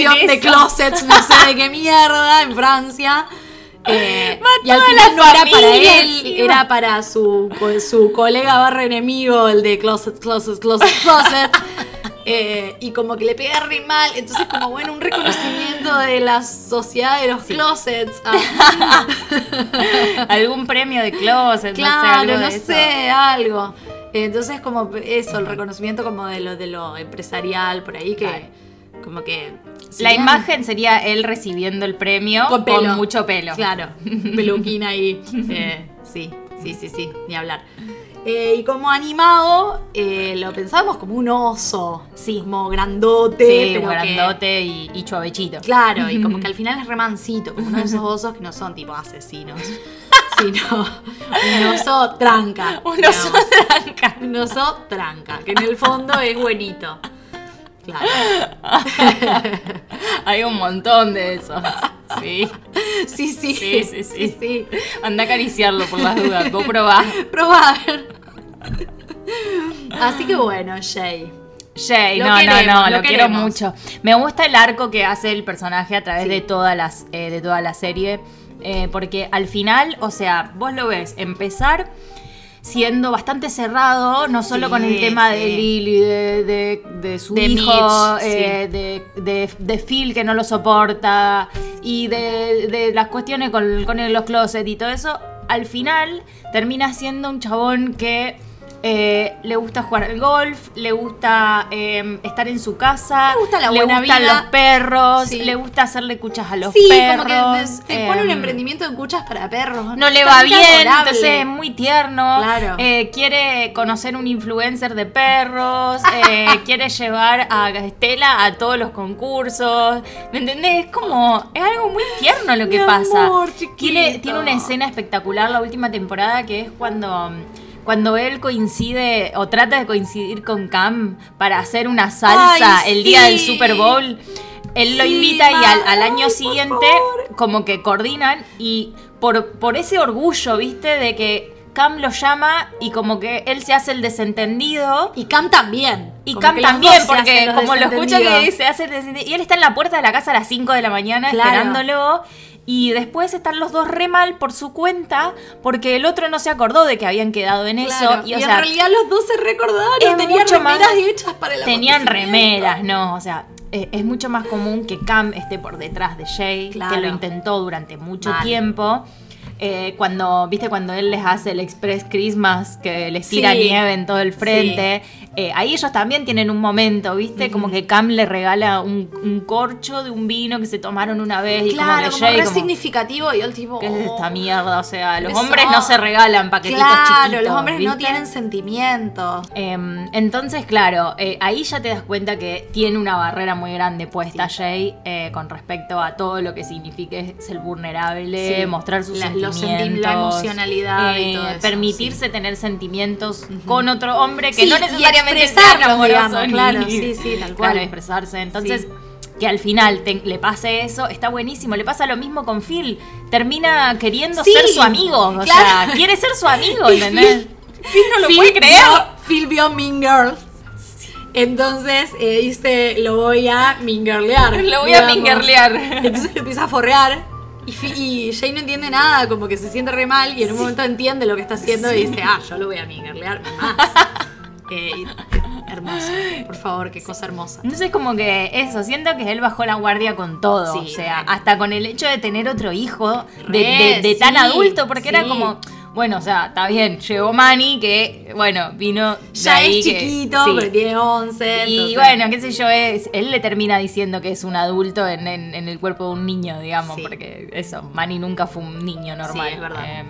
asociación de eso? closets, no sé de qué mierda, en *laughs* Francia. eh, y al a final la no era para familia él, encima. era para su, co- su colega barra enemigo, el de closet, *laughs* closet, closet, closet. Eh, y como que le pega re mal, entonces como bueno, un reconocimiento de la sociedad de *laughs* los closets. Ah, *laughs* ¿Algún premio de closet? claro, no no sé. algo de eso. sé, algo. Entonces como eso, el reconocimiento como de lo, de lo empresarial por ahí que Claro. como que... si La bien- imagen sería él recibiendo el premio con, mucho pelo. Claro, *laughs* peluquín ahí. Eh, sí, sí, sí, sí, ni hablar. Eh, y como animado, eh, lo pensábamos como un oso. Sí. Como grandote. Sí, pero un que- grandote y, y chuavechito. claro, *laughs* y como que al final es remancito, como uno de esos osos que no son *laughs* tipo asesinos, sino un oso tranca. Un oso digamos. tranca. Un oso tranca, que en el fondo es buenito. *laughs* Claro. *laughs* Hay un montón de *laughs* eso. Sí. Sí, sí. Sí, sí, sí. sí. Anda a acariciarlo por las dudas. Vos probá. *laughs* probar. Así que bueno, Shay. Jay, Lo no, queremos, no, no, lo lo, quiero queremos. mucho. Me gusta el arco que hace el personaje a través Sí. de, todas las, eh, de toda la serie. eh, porque al final, o sea, vos lo ves empezar siendo bastante cerrado, no solo Sí, con el tema de sí. Lily, de, de- de su De hijo, Mitch, eh, de, de- de Phil que no lo soporta, y de, de las cuestiones con, con los closets y todo eso, al final termina siendo un chabón que eh, le gusta jugar al golf, le gusta eh, estar en su casa, Le gusta la le buena gustan vida. los perros, Sí. le gusta hacerle cuchas a los sí, perros. como que se pone un em, emprendimiento de cuchas para perros. no le Está va muy bien, adorable. entonces es muy tierno. Claro. Eh, quiere conocer un influencer de perros, *laughs* eh, quiere llevar a Estela a todos los concursos. ¿Me entendés? Es como. Es algo muy tierno lo que Mi pasa. amor, tiene, chiquito. tiene una escena espectacular la última temporada que es cuando. Cuando él coincide o trata de coincidir con Cam para hacer una salsa Ay, el día del sí. Super Bowl, él lo Sí, invita y al, ma. al Ay, año por siguiente como que coordinan y por, por ese orgullo, viste, de que Cam lo llama y como que él se hace el desentendido. Y Cam también. Y Como Cam que los también, dos se hacen porque los como lo escucha que desentendidos. dice, hace el desentendido. Y él está en la puerta de la casa a las 5 de la mañana Claro. esperándolo. Y después están los dos re mal por su cuenta, porque el otro no se acordó de que habían quedado en Claro, eso. Y, Y, o en sea, realidad los dos se recordaron. es Tenían mucho remeras más- hechas para el Tenían acontecimiento. remeras, no, o sea, eh, es mucho más común que Cam esté por detrás de Jay, Claro. que lo intentó durante mucho Mal. tiempo. Eh, cuando, viste, cuando él les hace el Express Christmas, que les tira Sí. nieve en todo el frente, eh, ahí ellos también tienen un momento, ¿viste? Como que Cam le regala un, un corcho de un vino que se tomaron una vez y claro, como como, que Jay re como, significativo y el tipo. ¿qué es esta "Oh". mierda? O sea, los Eso. hombres no se regalan paquetitos Claro, chiquitos. los hombres no ¿viste? tienen sentimientos. Em, entonces, claro, eh, ahí ya te das cuenta que tiene una barrera muy grande puesta Jay eh, con respecto a todo lo que signifique ser vulnerable, Sí, mostrar sus la- los senti- la sentimientos, eh, emocionalidad y todo eso, permitirse tener sentimientos con otro hombre que Sí, no y necesariamente sea expresarlos, amoroso, digamos, ni- claro, sí, sí, tal cual. Claro, expresarse. Entonces, que al final te- le pase eso, está buenísimo. Le pasa lo mismo con Phil. Termina queriendo Sí, ser su amigo. O claro. sea, quiere ser su *laughs* amigo, Y ¿entendés? Phil no lo Phil puede creer. vio- Phil vio Mean Girls. Entonces eh, dice, lo voy a mingerlear. *laughs* Lo voy a digamos. mingerlear. Entonces lo empieza a forrear. Y, Fi- y Jay no entiende nada, como que se siente re mal. Y en un momento entiende lo que está haciendo y dice, ah, yo lo voy a mingerlear *laughs* más. Eh, y- hermoso. Por favor, qué cosa hermosa. Entonces como que eso, siento que él bajó la guardia con todo, Sí, o sea, re. hasta con el hecho de tener otro hijo de, Re, de- de tan sí, adulto, porque era sí. como, bueno, o sea, está bien, llegó Manny, que bueno, vino... de Ya ahí es que- chiquito, sí. pero tiene 11. Y entonces- bueno, qué sé yo, es, él le termina diciendo que es un adulto en, en- en el cuerpo de un niño, digamos, Sí. porque eso, Manny nunca fue un niño normal. Sí, es verdad. Eh,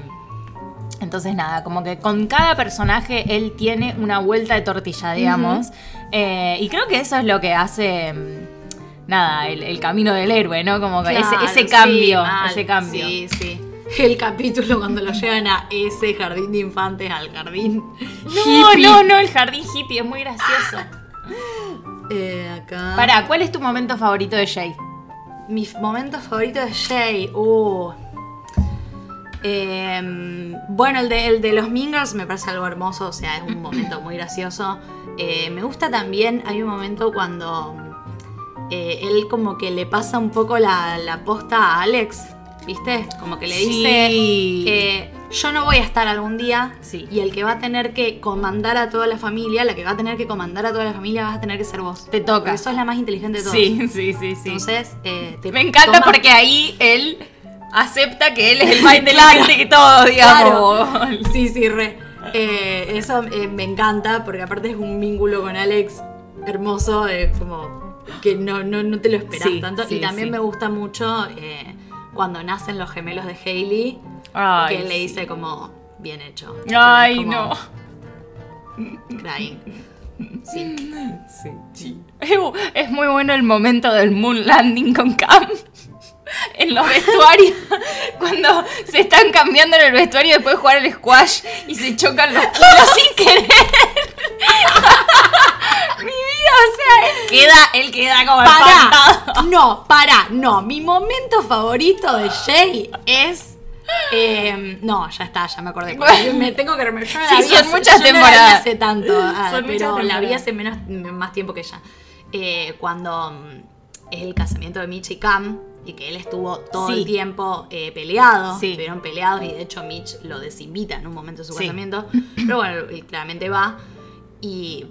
entonces nada, como que con cada personaje él tiene una vuelta de tortilla, digamos. Eh, y creo que eso es lo que hace, mm, nada, el, el camino del héroe, ¿no? Como que Claro, ese, ese sí, cambio, mal, ese cambio. Sí, sí. El capítulo cuando lo llevan a ese jardín de infantes, al jardín. No, hippie. Ah, no, no, el jardín hippie es muy gracioso. Eh, acá. Pará, ¿cuál es tu momento favorito de Jay? Mi f- momento favorito de Jay. Uh. Em, bueno, el de, el de los Mingers me parece algo hermoso, o sea, es un momento muy gracioso. Eh, me gusta también, hay un momento cuando eh, él como que le pasa un poco la, la posta a Alex, ¿viste? Como que le dice, Sí. que Eh, yo no voy a estar algún día Sí. y el que va a tener que comandar a toda la familia, la que va a tener que comandar a toda la familia vas a tener que ser vos. Te toca. Porque sos la más inteligente de todos. Sí, sí, sí, sí. Entonces, eh, te Me encanta toma- porque ahí él acepta que él es el *laughs* mind del arte que todo, digamos. Claro. *laughs* Sí, sí, re. Eh, eso eh, me encanta porque aparte es un vínculo con Alex hermoso, eh, como que no, no, no te lo esperas Sí, tanto. sí, y también sí. me gusta mucho eh, cuando nacen los gemelos de Hailey, que Ay, él le sí. dice como, bien hecho. Ay, Como no. Crying. Sí. Ew, Es muy bueno el momento del moon landing con Cam. *laughs* En los vestuarios, *laughs* cuando se están cambiando en el vestuario después de jugar al squash y se chocan los kilos sin querer. *laughs* Mi vida, o sea, él queda, él queda como espantado. Pará, no, pará, no. Mi momento favorito de Jay es. eh, no, ya está, ya me acordé. Me tengo que rememorar. Yo no la Sí, vi son hace- muchas yo no la vi temporadas. hace tanto, ah, Son muchas pero la vi temporadas. hace menos, más tiempo que ella. Eh, cuando mm, es el casamiento de Mitch y Cam. Y que él estuvo todo Sí. el tiempo eh, peleado, Sí. estuvieron peleados y de hecho Mitch lo desinvita en un momento de su Sí. casamiento. Pero bueno, él claramente va y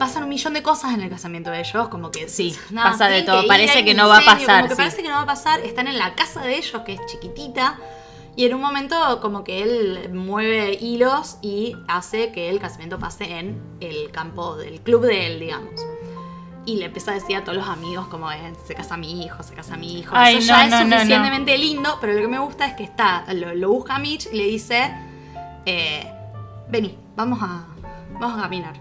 pasan un millón de cosas en el casamiento de ellos, como que Sí, nada, pasa de tienen todo, ir, parece hay que un no va a incendio, pasar, Como que sí. parece que no va a pasar, están en la casa de ellos, que es chiquitita, y en un momento como que él mueve hilos y hace que el casamiento pase en el campo del club de él, digamos. Y le empieza a decir a todos los amigos como eh, se casa mi hijo, se casa mi hijo. Ay, Eso no, ya no, es no, no. suficientemente lindo, pero lo que me gusta es que está, lo, lo busca Mitch y le dice, eh, vení, vamos a, vamos a caminar.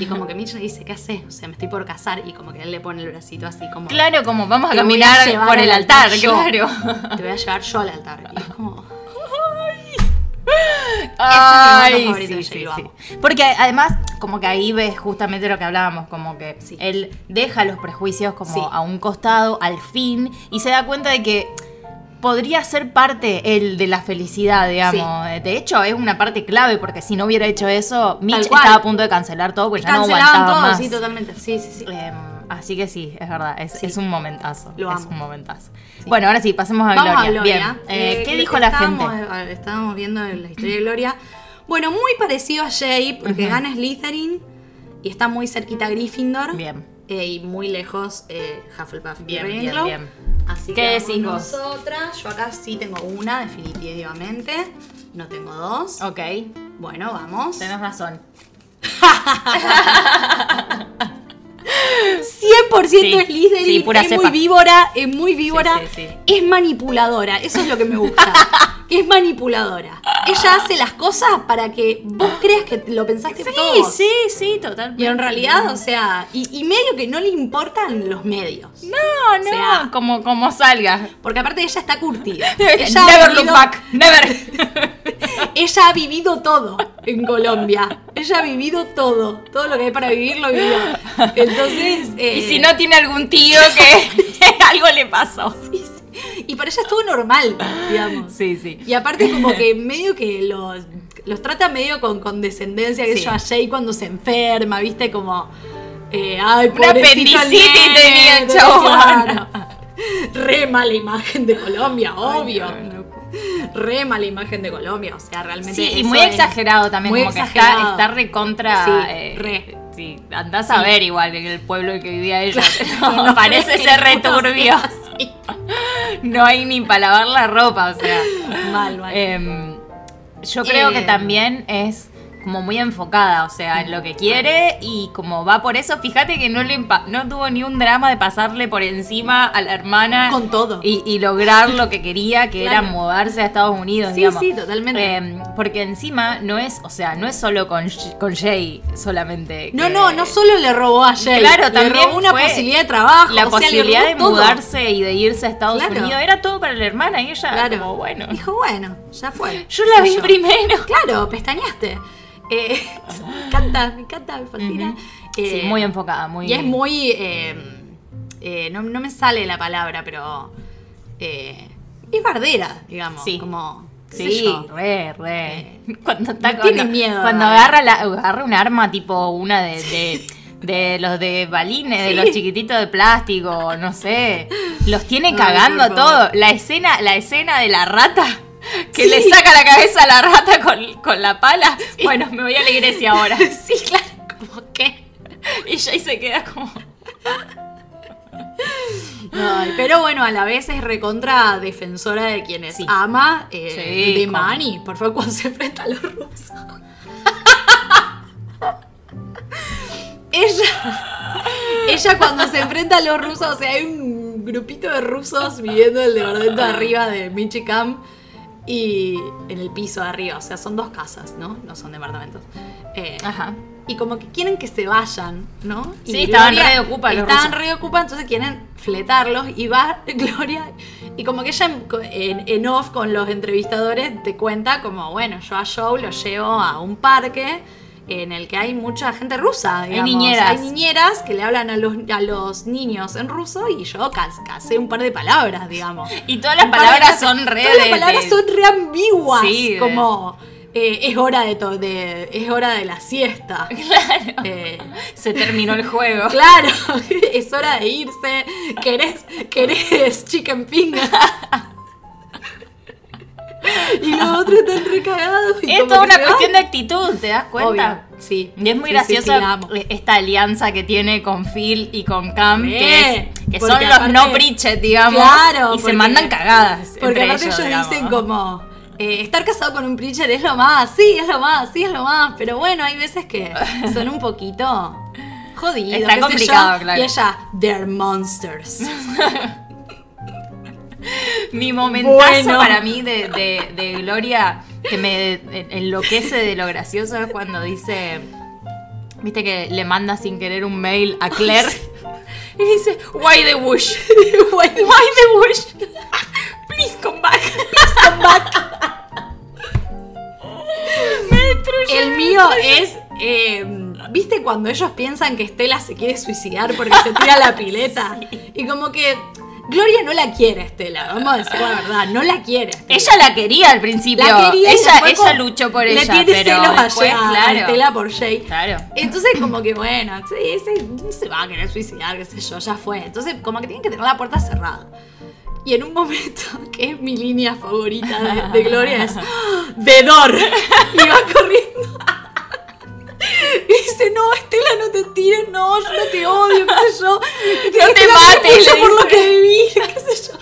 Y como que Mitch le dice, ¿qué haces? O sea, me estoy por casar. Y como que él le pone el bracito así como... Claro, como vamos a "Te voy caminar llevar por al el altar, yo. claro. Te voy a llevar yo al altar. Y es como... Ay, favorito de sí, Jay, sí, lo sí. amo. Porque además, como que ahí ves justamente lo que hablábamos, como que Sí. él deja los prejuicios como Sí. a un costado, al fin, y se da cuenta de que podría ser parte él de la felicidad, digamos. De hecho, es una parte clave, porque si no hubiera hecho eso, Mitch cual. estaba a punto de cancelar todo, porque ya no Cancelaban aguantaba todo, más. sí, totalmente. Sí, sí, sí. Em, así que sí, es verdad, es, Sí. es un momentazo. Lo Es amo. un momentazo. Bueno, ahora sí, pasemos a Gloria. Vamos a Gloria. Bien. eh, Eh, ¿Qué que dijo la gente? estábamos, eh, Estábamos viendo la historia de Gloria. Bueno, muy parecido a Jay, porque Ujú. gana Slytherin y está muy cerquita a Gryffindor. Bien. Eh, y muy lejos eh, Hufflepuff Bien, y bien, Ravenclaw. bien. Así ¿Qué que decís vos? nosotras. Yo acá sí tengo una, Oh. definitivamente. No tengo dos. Ok, Bueno, vamos. tenés razón. 100% Sí, es Liz sí, pura es cepa. muy víbora, es muy víbora, sí, es manipuladora, eso es lo que *laughs* me gusta. que es manipuladora. Ella hace las cosas para que vos creas que lo pensaste Sí, todos. sí, sí, totalmente. Y en realidad, o sea, y, y medio que no le importan los medios. No, no, O sea- como, como salga. Eh, Porque aparte ella está curtida. Ella *laughs* ha Never look vivido- back. Never. *laughs* Ella ha vivido todo en Colombia. Ella ha vivido todo. Todo lo que hay para vivir lo vivió. Entonces. eh, Y si no tiene algún tío que *laughs* algo le pasó. Y para ella estuvo normal, digamos. Sí, sí. Y aparte, como que medio que los, los trata medio con condescendencia, que Sí. yo a Jay cuando se enferma, viste, como. eh, ay, Una pobrecito el apendicitis nene, tenía el entonces, chabón. claro. Re mala imagen de Colombia, obvio. Re mala imagen de Colombia, o sea, realmente. Sí, y eso muy es- exagerado también, muy como que exagerado. está, está recontra. Sí, eh, re. sí, andás a ver igual en el pueblo en que vivía ella. *laughs* No, pero parece re, ser no, returbio. sí, No hay ni para lavar la ropa, o sea. Mal, mal. Em, yo creo que Em. también es como muy enfocada, o sea, en lo que quiere y como va por eso. Fíjate que no le empa- no tuvo ni un drama de pasarle por encima a la hermana con todo. y, y lograr lo que quería, que era Claro. mudarse a Estados Unidos, sí, digamos. sí, totalmente. Em, porque encima no es, o sea, no es solo con, Sh- con Jay solamente. no, que- no, no solo le robó a Jay. Claro, le también robó una fue posibilidad de trabajo. La o sea, le posibilidad robó de todo. mudarse y de irse a Estados Claro. Unidos era todo para la hermana y ella, Claro. como bueno. Dijo, bueno, ya fue. Yo la Soy vi primero. Claro, pestañaste. *laughs* Eh, me encanta, me encanta, me fascina. Eh, Sí, muy enfocada, muy. Y es muy. eh, eh, no, no me sale la palabra, pero. eh, es bardera, digamos. Sí. Como. qué sé Sí, yo. Eh, re, re. *laughs* Cuando está no cuando, tiene miedo, cuando ¿no? agarra, la, agarra un arma tipo una de, de, de los de balines, de Sí. los chiquititos de plástico, no sé. Los tiene Ay, cagando por favor. todo. La escena, la escena de la rata. Que Sí. le saca la cabeza a la rata con, con la pala. Bueno, me voy a la iglesia ahora. *laughs* Sí, claro, como que. Y Jay se queda como. Ay, pero bueno, a la vez es recontra defensora de quienes Sí. ama eh, Sí, de como- Manny. Por favor, cuando se enfrenta a los rusos. ella, ella cuando se enfrenta a los rusos, o sea, hay un grupito de rusos viviendo en el departamento de arriba de Michicam y en el piso de arriba. O sea, son dos casas, ¿no? No son departamentos. Eh, Ajá. y como que quieren que se vayan, ¿no? Y Sí, estaban re de ocupa los Estaban rusos. re de ocupa, entonces quieren fletarlos y va *laughs* Gloria y como que ella en, en- en off con los entrevistadores te cuenta como, bueno, yo a Joe lo llevo a un parque en el que hay mucha gente rusa, digamos. niñeras. Hay niñeras que le hablan a los, a los niños en ruso y yo cas- casé un par de palabras, digamos. Y todas las Un par de palabras frases. son re. Todas las de- palabras de- son re ambiguas. Sí, de- como eh, es hora de, to- de- es hora de la siesta. *laughs* *laughs* Claro. Eh, Se terminó el juego. *laughs* claro, es hora de irse. Querés, querés chicken *laughs* fingers. Y los otros están recagados. y Es como toda que una se van. cuestión de actitud, ¿te das cuenta? Obvio, sí. Y es muy Sí, sí, sí, graciosa la amo. esta alianza que tiene con Phil y con Cam, Sí, que, es- que son porque los aparte- no Pritchett, digamos. Claro, y se porque- mandan cagadas. Porque *laughs* entre aparte ellos, digamos. dicen como, eh, estar casado con un preacher es lo más, sí, es lo más, sí, es lo más, pero bueno, hay veces que son un poquito jodidos. Está qué sé yo. complicado, claro. Y ella, they're monsters. Mi momentazo Bueno. para mí de, de- de Gloria, que me enloquece de lo gracioso, es cuando dice. Viste que le manda sin querer un mail a Claire. Y dice, why the *laughs* wish? why the wish? *laughs* Please come back. Please come back. me destruye. El mío es, eh, ¿viste cuando ellos piensan que Estela se quiere suicidar porque se tira *laughs* a la pileta? Y como que... Gloria no la quiere, Estela, vamos a decir la verdad, no la quiere. Estela. Ella la quería al principio. La quería y ella después ella como- luchó por Le ella. tiene pero celos después, a, Jay- a claro. Estela por Jay. Claro. Entonces, como que bueno, sí, ese no se va a querer suicidar, qué sé yo, ya fue. Entonces, como que tienen que tener la puerta cerrada. Y en un momento, *laughs* que es mi línea favorita de, de Gloria, es ¡Ah! ¡Vedor! *laughs* Y va corriendo. Y dice, no, Estela, no te tires, no, yo no te odio, qué sé yo. No te Estela, mates, mucho le por lo dice. que viví, qué sé yo.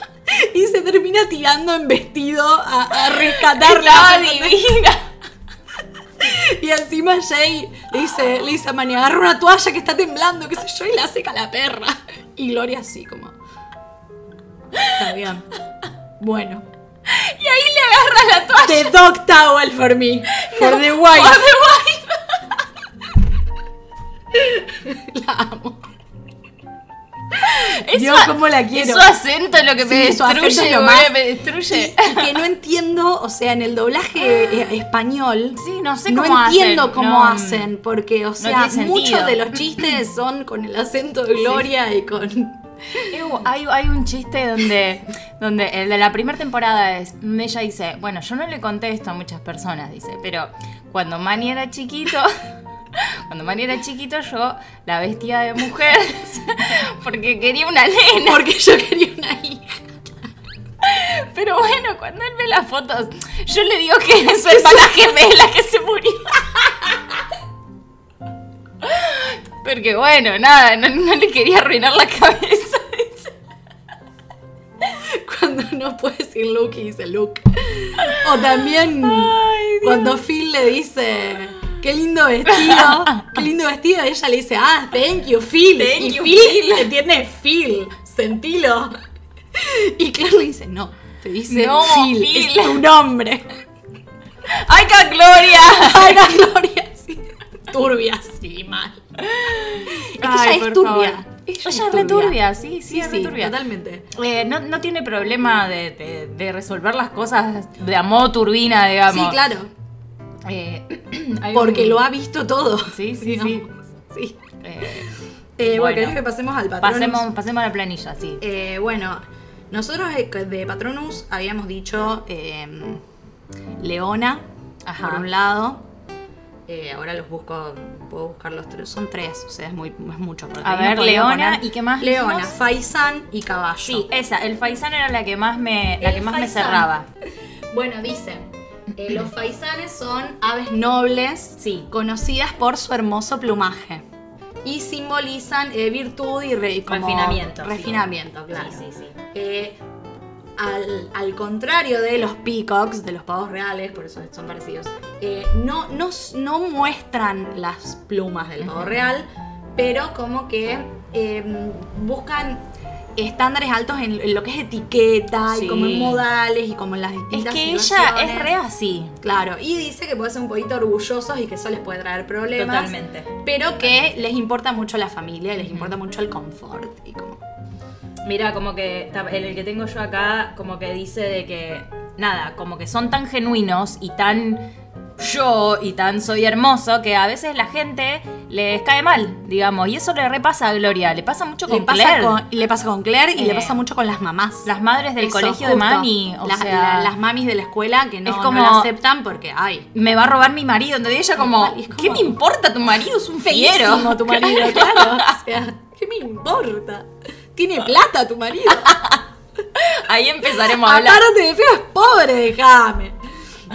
Y se termina tirando en vestido a, a rescatarla. Estaba divina. Y encima Jay Le dice, le dice a Manny, agarra una toalla que está temblando, qué sé yo, y la seca a la perra. Y Gloria así como... Está bien. Bueno. Y ahí le agarra la toalla. The dog towel for me. For the wife. por debajo. La amo. Eso- Yo como la quiero. Su acento es lo que me Sí, su acento destruye, es lo boludo, más. me destruye. Y que no entiendo, o sea, en el doblaje eh, español. *laughs* Sí, no sé no cómo hacen, entiendo cómo no. hacen, porque, o sea, tiene muchos sentido. de *laughs* los chistes son con el acento de Gloria y con. Ew, Eh, hay, hay un chiste donde, donde el de la primera temporada es, donde ella dice, bueno, yo no le contesto a muchas personas, dice, pero cuando Manny era chiquito, *laughs* cuando Manny era chiquito yo la vestía de mujer *laughs* porque quería una nena. *laughs* Porque yo quería una hija. Pero bueno, cuando él ve las fotos, yo le digo que es *laughs* su hermana gemela que se murió. Porque bueno, nada, no, no le quería arruinar la cabeza. Cuando no puede decir Luke y dice Luke. O también cuando Phil le dice. Qué lindo vestido, qué lindo vestido. Y ella le dice, ah, thank you, Phil. Thank y you, Phil, ¿entiendes? Phil, sentilo. Y Claire le dice, no, te dice No, Phil, Phil. es tu nombre. ¡Ay, qué gloria! Ay, *laughs* la Gloria, sí. Turbia, sí, mal. Es que Ay, ella por es turbia. favor. Ella es returbia, sí, sí, Sí, es sí, returbia. totalmente. Eh, no, no tiene problema de, de- de resolver las cosas de a modo turbina, digamos. Sí, claro. Eh, *clears throat* hay Porque un- lo ha visto todo. Sí, sí, digamos. sí. eh, Eh, bueno, Bueno. ¿querés que pasemos al patrón. pasemos, pasemos a la planilla, sí. Eh, bueno, nosotros de- de Patronus habíamos dicho eh, Leona, Ajá. por un lado. Eh, ahora los busco, puedo buscar los tres. Son tres, o sea, es, muy, es mucho. porque A no ver, podía Leona, poner- ¿y qué más Leona, dijimos? Faisán y Caballo. Sí, esa, el faisán era la que más me, la El que más me faisán. cerraba. Bueno, dicen, eh, los faisanes son aves nobles, Sí. conocidas por su hermoso plumaje. Y simbolizan eh, virtud y re- como- Refinamiento, sí. Refinamiento, claro. Sí, sí, sí. Eh, al, al contrario de los peacocks, de los pavos reales, por eso son parecidos, eh, no, no, s- no muestran las plumas del pavo Ujú. real, pero como que eh, buscan estándares altos en, en lo que es etiqueta y Sí. como en modales y como en las Es distintas que ella es situaciones. re así. Claro, y dice que pueden ser un poquito orgullosos y que eso les puede traer problemas. Totalmente. Pero que les importa mucho la familia, les importa mucho el confort y como... Mira, como que ta- el que tengo yo acá, como que dice de que, nada, como que son tan genuinos y tan yo y tan soy hermoso que a veces la gente les cae mal, digamos. Y eso le repasa a Gloria, le pasa mucho con Le pasa, Claire. con, le pasa con Claire y le Eh, pasa mucho con las mamás. Las madres del Eso, colegio de justo. Mami, o La- sea, la- las mamis de la escuela que no, es no como- la aceptan porque, ay, me va a robar mi marido. Entonces ella como, Ay, es como- ¿qué me importa? Tu marido es un feísimo fiero. tu marido, claro. O sea, ¿qué me importa? Tiene plata tu marido. Ahí *laughs* empezaremos a hablar. Aparte de feo es pobre, déjame.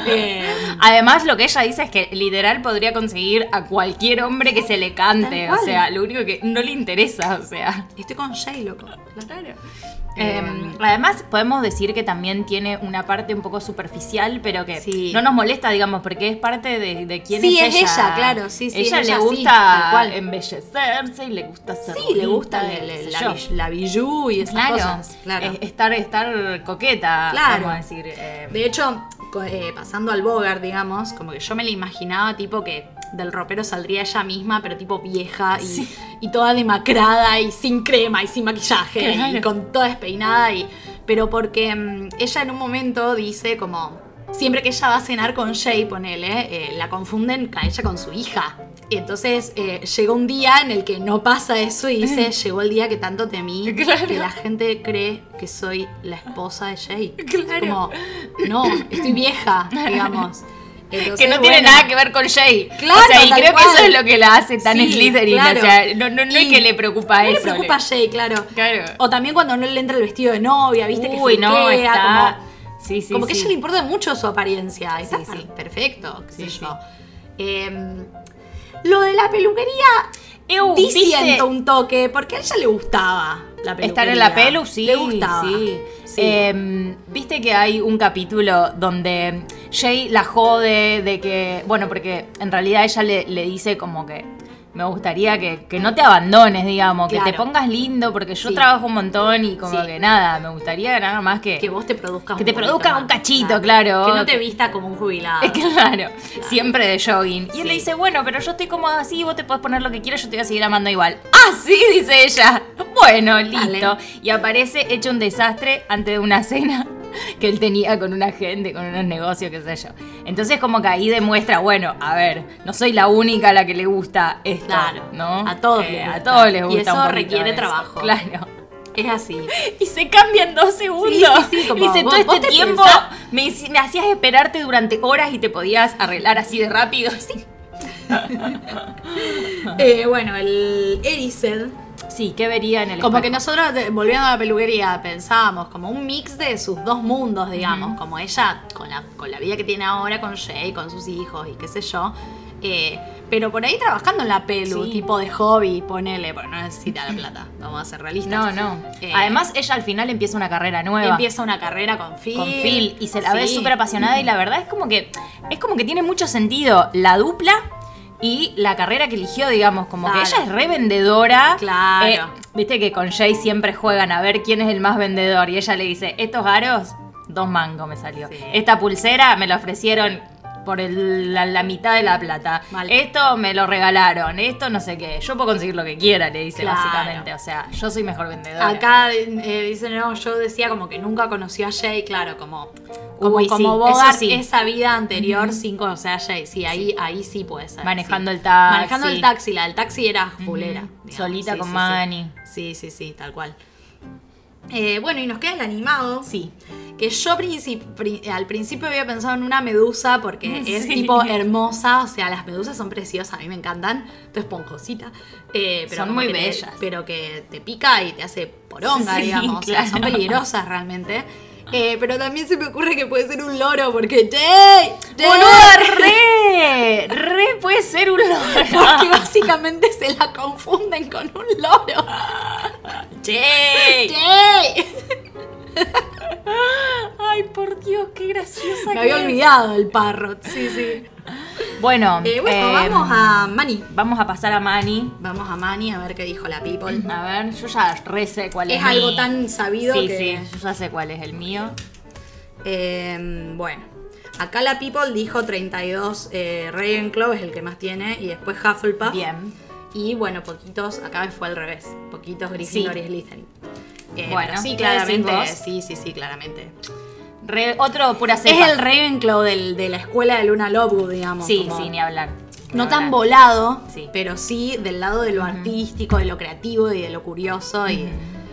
Eh, Además, lo que ella dice es que literal podría conseguir a cualquier hombre que se le Tal cante. cual. O sea, lo único que no le interesa, o sea. estoy con Jay, loco. Claro. Eh, Em, además, podemos decir que también tiene una parte un poco superficial, pero que Sí. no nos molesta, digamos, porque es parte de, de quién Sí, es es ella. ella, claro, sí, sí, Ella es le ella, sí, tal gusta cual. embellecerse y le gusta ser Sí, le bonita, gusta y el- qué sé el- yo. la, bi- la bijú y esas Claro, cosas. Claro. eh, estar, estar coqueta, Claro. vamos a decir. eh, De hecho, co- eh, pasando al Bogart, digamos, como que yo me la imaginaba tipo que del ropero saldría ella misma, pero tipo vieja y, y toda demacrada y sin crema y sin maquillaje y Claro. con toda despeinada. Y, pero porque mm, ella en un momento dice como, siempre que ella va a cenar con Jay, ponele, eh, la confunden a ella con su hija. Y entonces eh, llega un día en el que no pasa eso y dice, llegó el día que tanto temí, Mm. Claro. que la gente cree que soy la esposa de Jay. Claro. Como, no, estoy vieja, digamos. Entonces, que no tiene bueno, nada que ver con Jay. Claro, o sea, y tal creo cual. que eso es lo que la hace tan Sí, Slytherin. claro. O sea, no, no, no Y es que le preocupa no le eso. preocupa a Jay, claro. Claro. O también cuando no le entra el vestido de novia, viste que Uy, no, friquea, está. como, sí, sí, como que a sí. ella le importa mucho su apariencia. Está Sí, sí. perfecto, qué sé Sí, yo. Em, lo de la peluquería Ew, sí ¿viste? siento un toque, porque a ella le gustaba la peluquería. Estar en la pelu, sí. Em, Le gustaba. Sí. Sí. Eh, Viste que hay un capítulo donde Jay la jode de que, bueno, porque en realidad ella le, le dice como que me gustaría que, que no te abandones, digamos, que te Claro. pongas lindo, porque yo Sí. trabajo un montón y como Sí. que nada, me gustaría nada más que... Eh, Que vos te produzcas Que te poquito produzca más, un cachito, claro. Que no te vista como un jubilado. Es que, claro, siempre de jogging. Y él le Sí. dice, bueno, pero yo estoy cómoda así, vos te podés poner lo que quieras, yo te voy a seguir amando igual. ¡Ah, sí! *laughs* dice ella. Bueno, listo. Y aparece hecho un desastre antes de una cena *laughs* que él tenía con una gente, con unos negocios, qué sé yo. Entonces como que ahí demuestra, bueno, a ver, no soy la única a la que le gusta esto, Claro. ¿no? Eh, A todos les a gusta. todos les Y gusta. eso un poquito requiere de eso. trabajo. Claro. Es *laughs* así. Y se cambia en dos segundos. sí, sí, como Dice, vos- todo vos este te tiempo pensás- me, hici- me hacías esperarte durante horas y te podías arreglar así de rápido. *laughs* Sí, Eh, bueno, el Ericel. sí ¿qué vería en el Como que espejo? nosotros, de- volviendo a la peluquería, pensábamos como un mix de sus dos mundos, digamos. Como ella, con la, con la vida que tiene ahora, con Jay, con sus hijos y qué sé yo. eh, pero por ahí trabajando en la pelu, Sí. tipo de hobby, ponele, porque no necesita la plata. Vamos a ser realistas. No, no. Eh, Además, ella al final empieza una carrera nueva. Empieza una carrera con Phil. con Phil y se la ve Sí. súper apasionada y la verdad es como que es como que tiene mucho sentido la dupla y la carrera que eligió, digamos, como Claro. que ella es revendedora. eh, Claro. Viste que con Jay siempre juegan a ver quién es el más vendedor y ella le dice, estos aros, dos mangos me salió. Sí. Esta pulsera me la ofrecieron por el- la, la mitad de la plata. Mal. Esto me lo regalaron, esto no sé qué. Yo puedo conseguir lo que quiera, le dice Claro. básicamente. O sea, yo soy mejor vendedora. Acá eh, dice, no, yo decía como que nunca conoció a Jay, claro, como, como, Uy, sí, como eso Bogart, sí. esa vida anterior sin conocer a Jay. Sí, ahí sí, ahí sí puede ser. Manejando sí. el taxi. Manejando el taxi, la del taxi era fulera. digamos, Solita sí, con sí, Manny. Sí. sí, sí, sí, tal cual. Eh, bueno, y nos queda el animado. Sí. Que yo princi- pri- al principio había pensado en una medusa porque *laughs* es Sí. tipo hermosa, o sea, las medusas son preciosas, a mí me encantan, tu esponjosita, eh, pero Son como muy que te- bellas. pero que te pica y te hace poronga, Sí, digamos, o sea, son claro. *laughs* peligrosas realmente. Eh, pero también se me ocurre que puede ser un loro porque ¡Jay! ¡Jay! ¡Boluda, re! ¡Re puede ser un *laughs* Porque *laughs* loro! básicamente se la confunden con *laughs* un loro. ¡Che! ¡Jay! ¡Ay, por Dios, qué graciosa Me había que es. olvidado el parrot, sí, sí. Bueno, Eh, mm. bueno, eh, vamos a Manny. vamos a pasar a Manny. Vamos a Manny a ver qué dijo la people. A ver, yo ya re sé cuál es Es algo mi- tan sabido Sí, que. sí, yo ya sé cuál es el mío. Eh, bueno, acá la People dijo 32. Eh, Ravenclaw es el que más tiene. Y después Hufflepuff. Bien. Y bueno, poquitos. Acá fue al revés. Poquitos Gryffindor y Slytherin. Eh, Bueno, pero sí, ¿qué decís claramente. vos? Sí, sí, sí, claramente. Re- otro pura Es cepa. el Ravenclaw del- de la escuela de Luna Lovegood, digamos. Sí, como- sí, ni hablar. No Ni tan hablar. volado, Sí. pero sí del lado de lo artístico, de lo creativo y de lo curioso y,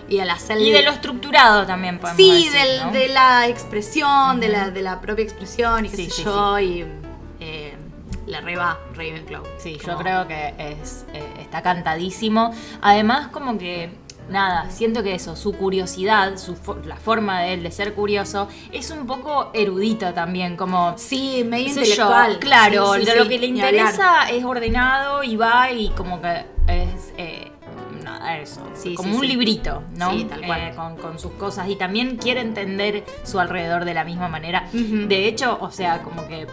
y de la celda. Y de lo estructurado también podemos Sí, decir, del- ¿no? de la expresión, de, la, de la propia expresión y qué Sí, sé sí, yo, y eh, la reba Ravenclaw. Sí, yo Como- creo que es, eh, está cantadísimo. Además, como que, nada, siento que eso, su curiosidad, su fo- la forma de él de ser curioso, es un poco erudito también, como... Sí, medio qué sé yo, intelectual. claro, Sí, sí, lo, sí, lo que le ni hablar. interesa es ordenado y va y como que es... eh, nada, eso, Sí, como sí, un sí. librito, ¿no? Eh, Sí, tal cual. con, con sus cosas y también quiere entender su alrededor de la misma manera. Ujú. De hecho, o sea, como que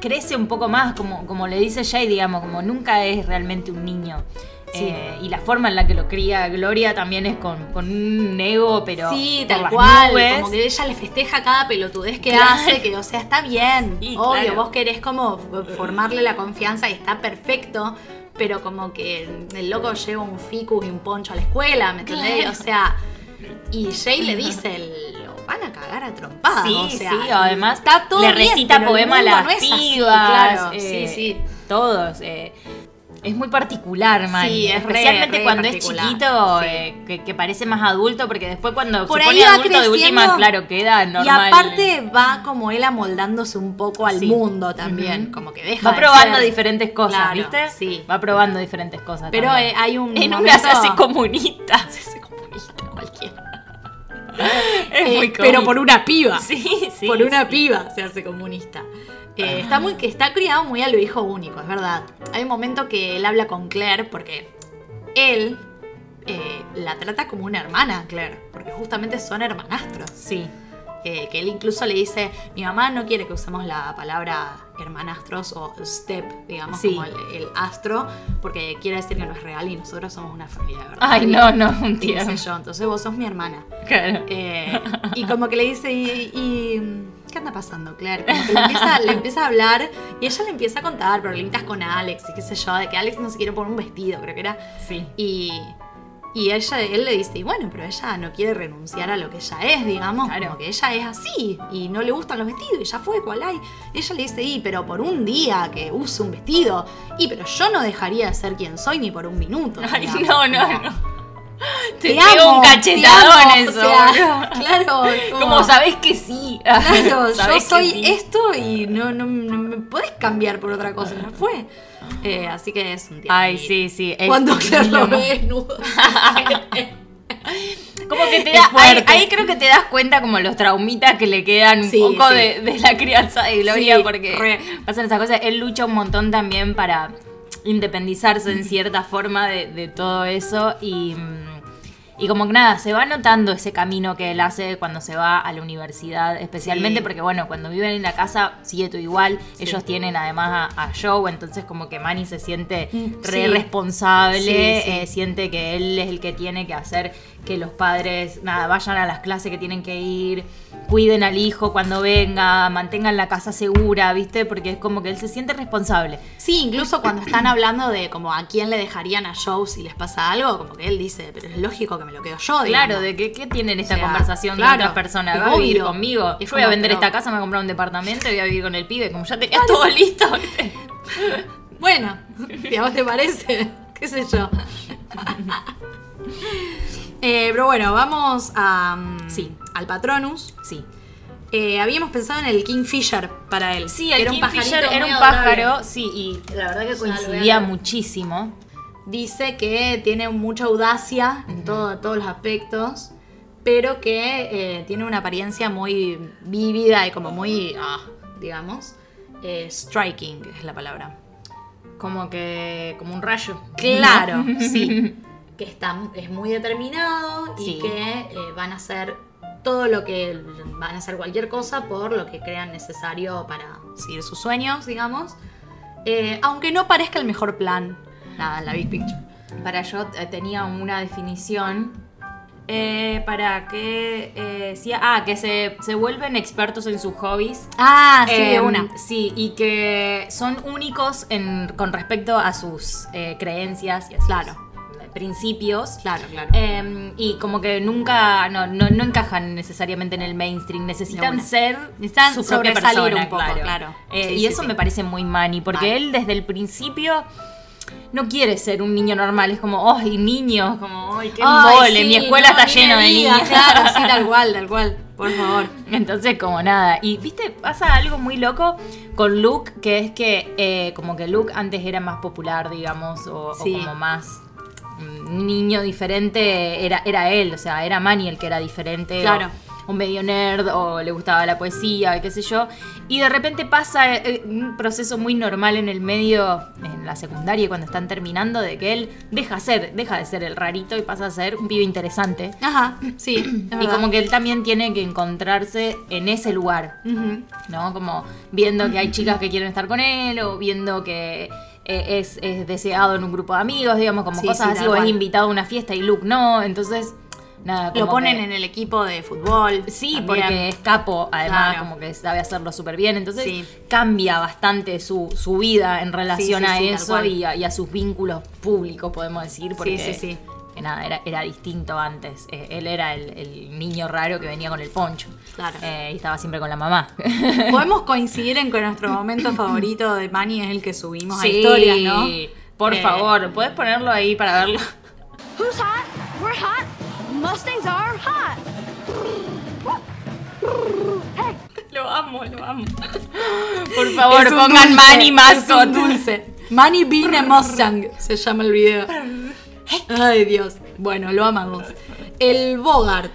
crece un poco más, como, como le dice Jay, digamos, como nunca es realmente un niño. Sí. Eh, y la forma en la que lo cría Gloria también es con, con un ego, pero Sí, por tal las cual. nubes. Como que ella le festeja cada pelotudez que Claro. hace, que, o sea, está bien. Sí, Obvio, claro. vos querés como formarle la confianza y está perfecto, pero como que el loco lleva un ficus y un poncho a la escuela, ¿me entendés? Claro. O sea, y Jay le dice, lo van a cagar a trompadas. Sí, o sea, sí, además está todo le bien, recita pero el poema a mundo las no es así, pibas, claro, eh, sí, sí. Todos. eh, es muy particular, man. Sí, es re, Especialmente re cuando particular, es chiquito, sí. eh, que, que parece más adulto, porque después cuando Por se ahí pone va adulto de última, creciendo. claro, queda normal. eh, Y aparte va como él amoldándose un poco al Sí. mundo también, Ujú. como que deja Va de probando ser- diferentes cosas, Claro, ¿viste? sí. Va probando diferentes cosas. Pero también. eh, hay un en una momento- *laughs* se hace comunista. Se hace comunista cualquiera. Es Eh, muy pero cómico. por una piba. Sí, sí. por una sí. piba se hace comunista. Eh, está muy que está criado muy a lo hijo único, es verdad. Hay un momento que él habla con Claire porque él eh, la trata como una hermana, Claire, porque justamente son hermanastros. Sí. eh, que él incluso le dice, mi mamá no quiere que usemos la palabra hermanastros o step, digamos, Sí. como el, el astro, porque quiere decir que no es real y nosotros somos una familia, de ¿verdad? Ay, no, no, un Y qué tío. sé yo, entonces vos sos mi hermana. Claro. Eh, y como que le dice, y, y, ¿qué anda pasando, Claire? Como que le empieza, le empieza a hablar y ella le empieza a contar problemitas con Alex y qué sé yo, de que Alex no se quiere poner un vestido, creo que era. Sí. Y, y ella, él le dice, y bueno, pero ella no quiere renunciar a lo que ella es, digamos, Claro. como que ella es así y no le gustan los vestidos y ya fue, cual hay? Y ella le dice, y pero por un día que use un vestido, y pero yo no dejaría de ser quien soy ni por un minuto. Ay, digamos, no, no, como, no. Te, Te pego amo, un te cachetadón amo", eso. o sea, *laughs* claro, Como sabés que sí. *laughs* Claro, Sabés yo que soy este sí. esto y no, no, no me podés cambiar por otra cosa, ya fue. Eh, así que es un día. Ay, sí, sí. el- Cuando Claire lo lo más- *laughs* ve desnudo. *laughs* Como que te Es da, ahí, fuerte. ahí creo que te das cuenta como los traumitas que le quedan un Sí, poco sí. de, de la crianza de Gloria Sí, porque re. pasan esas cosas. Él lucha un montón también para independizarse en cierta forma de, de todo eso y, mm, y como que nada, se va notando ese camino que él hace cuando se va a la universidad, especialmente Sí. porque bueno, cuando viven en la casa sigue todo igual, Sí. ellos tienen además a, a Joe, entonces como que Manny se siente Mm, re sí. responsable Sí, sí. eh, siente que él es el que tiene que hacer que los padres, nada, vayan a las clases que tienen que ir, cuiden al hijo cuando venga, mantengan la casa segura, ¿viste? Porque es como que él se siente responsable. Sí, incluso cuando están hablando de como a quién le dejarían a Joe si les pasa algo, como que él dice, pero es lógico que me lo quedo yo. Claro, de digamos. que, qué tienen esta O sea, conversación claro, con otras personas. es Va a vivir obvio. conmigo. Es Yo voy a como, vender pero- esta casa, me voy a comprar un departamento y voy a vivir con el pibe, como ya tenías todo listo. ¿viste? *laughs* Bueno, si a vos te parece, qué sé yo. Eh, pero bueno, vamos a, mm, Sí. al Patronus. Sí. Eh, habíamos pensado en el Kingfisher para él. Sí, que el era un pajarito Kingfisher era muy un adorable. pájaro, sí, y la verdad que lo voy a coincidía ver. muchísimo. Dice que tiene mucha audacia en todo- todos los aspectos, pero que eh, tiene una apariencia muy vívida y como muy, ah, digamos, eh, striking es la palabra. Como que, como un rayo. *laughs* Claro, ¿No? sí. Que está, es muy determinado y Sí. que eh, van a hacer todo lo que van a hacer cualquier cosa por lo que crean necesario para seguir sus sueños, digamos. Eh, aunque no parezca el mejor plan, nada, en la big picture. Para yo eh, tenía una definición eh, para que eh, decía, ah, que se, se vuelven expertos en sus hobbies. Ah, sí, Eh, de una. Sí, y que son únicos en, con respecto a sus eh, creencias y a sus eh, Claro. principios. Claro, claro. Eh, y como que nunca, no, no, no encajan necesariamente en el mainstream, De necesitan una. ser Necesitan su propia sobresalir persona, un poco, claro. Eh, Sí, y sí, eso sí. me parece muy Manny, porque Mal. él desde el principio no quiere ser un niño normal, es como, ¡ay, niños! Como, ¡ay, qué Ay, embole! sí, Mi escuela no, está ni llena me de digas, niños. Claro, sí, tal cual, tal cual. Por favor. *laughs* Entonces, como nada. Y viste, pasa algo muy loco con Luke, que es que eh, como que Luke antes era más popular, digamos, o, o Sí. como más mm, niño diferente, era, era él, o sea, era Manny el que era diferente. o- Claro. O medio nerd, o le gustaba la poesía, y qué sé yo. Y de repente pasa eh, un proceso muy normal en el medio, en la secundaria, cuando están terminando, de que él deja ser, deja de ser el rarito y pasa a ser un pibe interesante. Ajá, sí. Y como que él también tiene que encontrarse en ese lugar, ¿no? Como viendo que hay chicas que quieren estar con él o viendo que eh, es, es deseado en un grupo de amigos, digamos, como Sí, cosas sí, así, tal o es cual. invitado a una fiesta y Luke no, entonces, nada. Lo como ponen que- en el equipo de fútbol. Sí, también. porque *laughs* es capo, además, Claro. como que sabe hacerlo súper bien, entonces Sí. cambia bastante su, su vida en relación Sí, sí, a sí, tal eso cual. y a, y a sus vínculos públicos, podemos decir, porque sí, sí. que nada, era, era distinto antes. Eh, él era el, el niño raro que venía con el poncho. Claro. Eh, y estaba siempre con la mamá. *laughs* Podemos coincidir en que nuestro *laughs* momento favorito de Manny es el que subimos a Sí, historias, ¿no? Por Eh, favor, ¿puedes ponerlo ahí para verlo? *laughs* Who's hot? We're hot. Mustangs are hot. Hey, Lo amo, lo amo. Por favor, Es un pongan dulce, Manny es un Mascot. dulce. Manny Bean and Mustang se llama el *laughs* video. Ay, Dios. Bueno, lo amamos. El Bogart.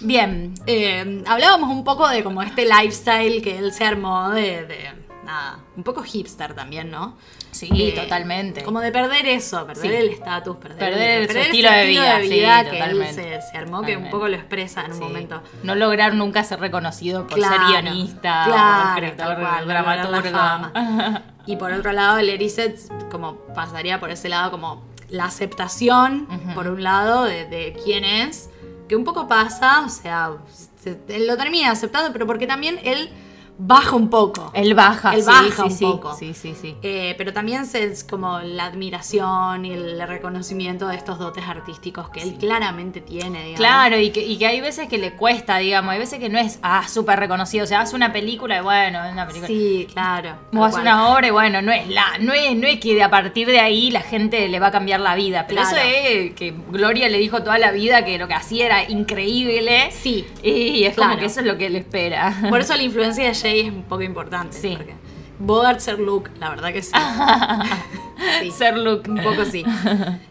Bien. Eh, hablábamos un poco de como este lifestyle que él se armó de, de, nada, un poco hipster también, ¿no? Sí, Eh, totalmente. Como de perder eso, perder Sí. el estatus, perder, Perder su ese estilo de vida, sí, que él totalmente. se, se armó, que un Totalmente. poco lo expresa en un Sí. momento. No lograr nunca ser reconocido por Claro, ser guionista, claro, o escritor, tal cual, lograr la *laughs* dramaturgo. Y por otro lado, el Erised como pasaría por ese lado como la aceptación, Ujú. por un lado, de, de quién es, que un poco pasa, o sea, se- él lo termina aceptando, pero porque también él baja un poco. Él baja, Él sí, baja sí, un sí, poco. Sí, sí, sí. Eh, pero también se- es como la admiración y el reconocimiento de estos dotes artísticos que él claramente tiene, digamos. Claro, y que, y que hay veces que le cuesta, digamos, hay veces que no es, ah, súper reconocido, o sea, hace una película y bueno, es una película. Sí, claro. O hace tal cual. una obra y bueno, no es la, no es, no es que de a partir de ahí la gente le va a cambiar la vida. Pero Claro. eso es que Gloria le dijo toda la vida que lo que hacía era increíble. Sí. Y es Claro. como que eso es lo que él espera. Por eso la influencia de Jay es un poco importante. Sí. Porque Bogart ser Luke, la *laughs* verdad que sí. Sí. Ser Luke. Un poco sí.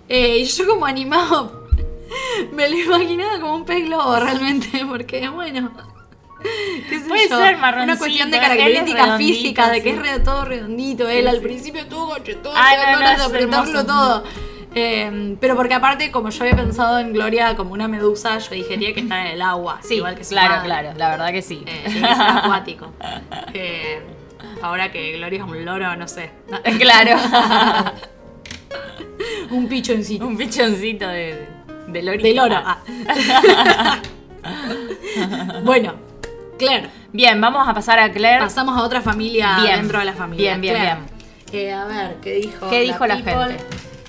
Eh, y yo como animado *laughs* me lo imaginaba como un pez globo realmente, porque bueno. *laughs* qué sé Puede yo, ser Una marroncito, cuestión de él es características redondito, físicas, de que sí. es re- todo redondito. Él al sí. principio tuvo todo Ay, tenía no, no, ganas de es apretarlo hermoso. todo. Eh, pero porque aparte, como yo había pensado en Gloria como una medusa, yo dije, tiene que estar en el agua. Sí, igual que su claro, madre. claro, la verdad que sí. Eh, tiene que ser acuático. Eh, ahora que Gloria es un loro, no sé. *laughs* *laughs* *laughs* claro. Un pichoncito. Un pichoncito de, de lorito. Del oro. Ah, *laughs* bueno, Claire, Bien, vamos a pasar a Claire. pasamos a otra familia Bien. dentro de la familia. Bien, bien, Claire. Eh, a ver, ¿qué dijo? ¿Qué dijo la people? gente?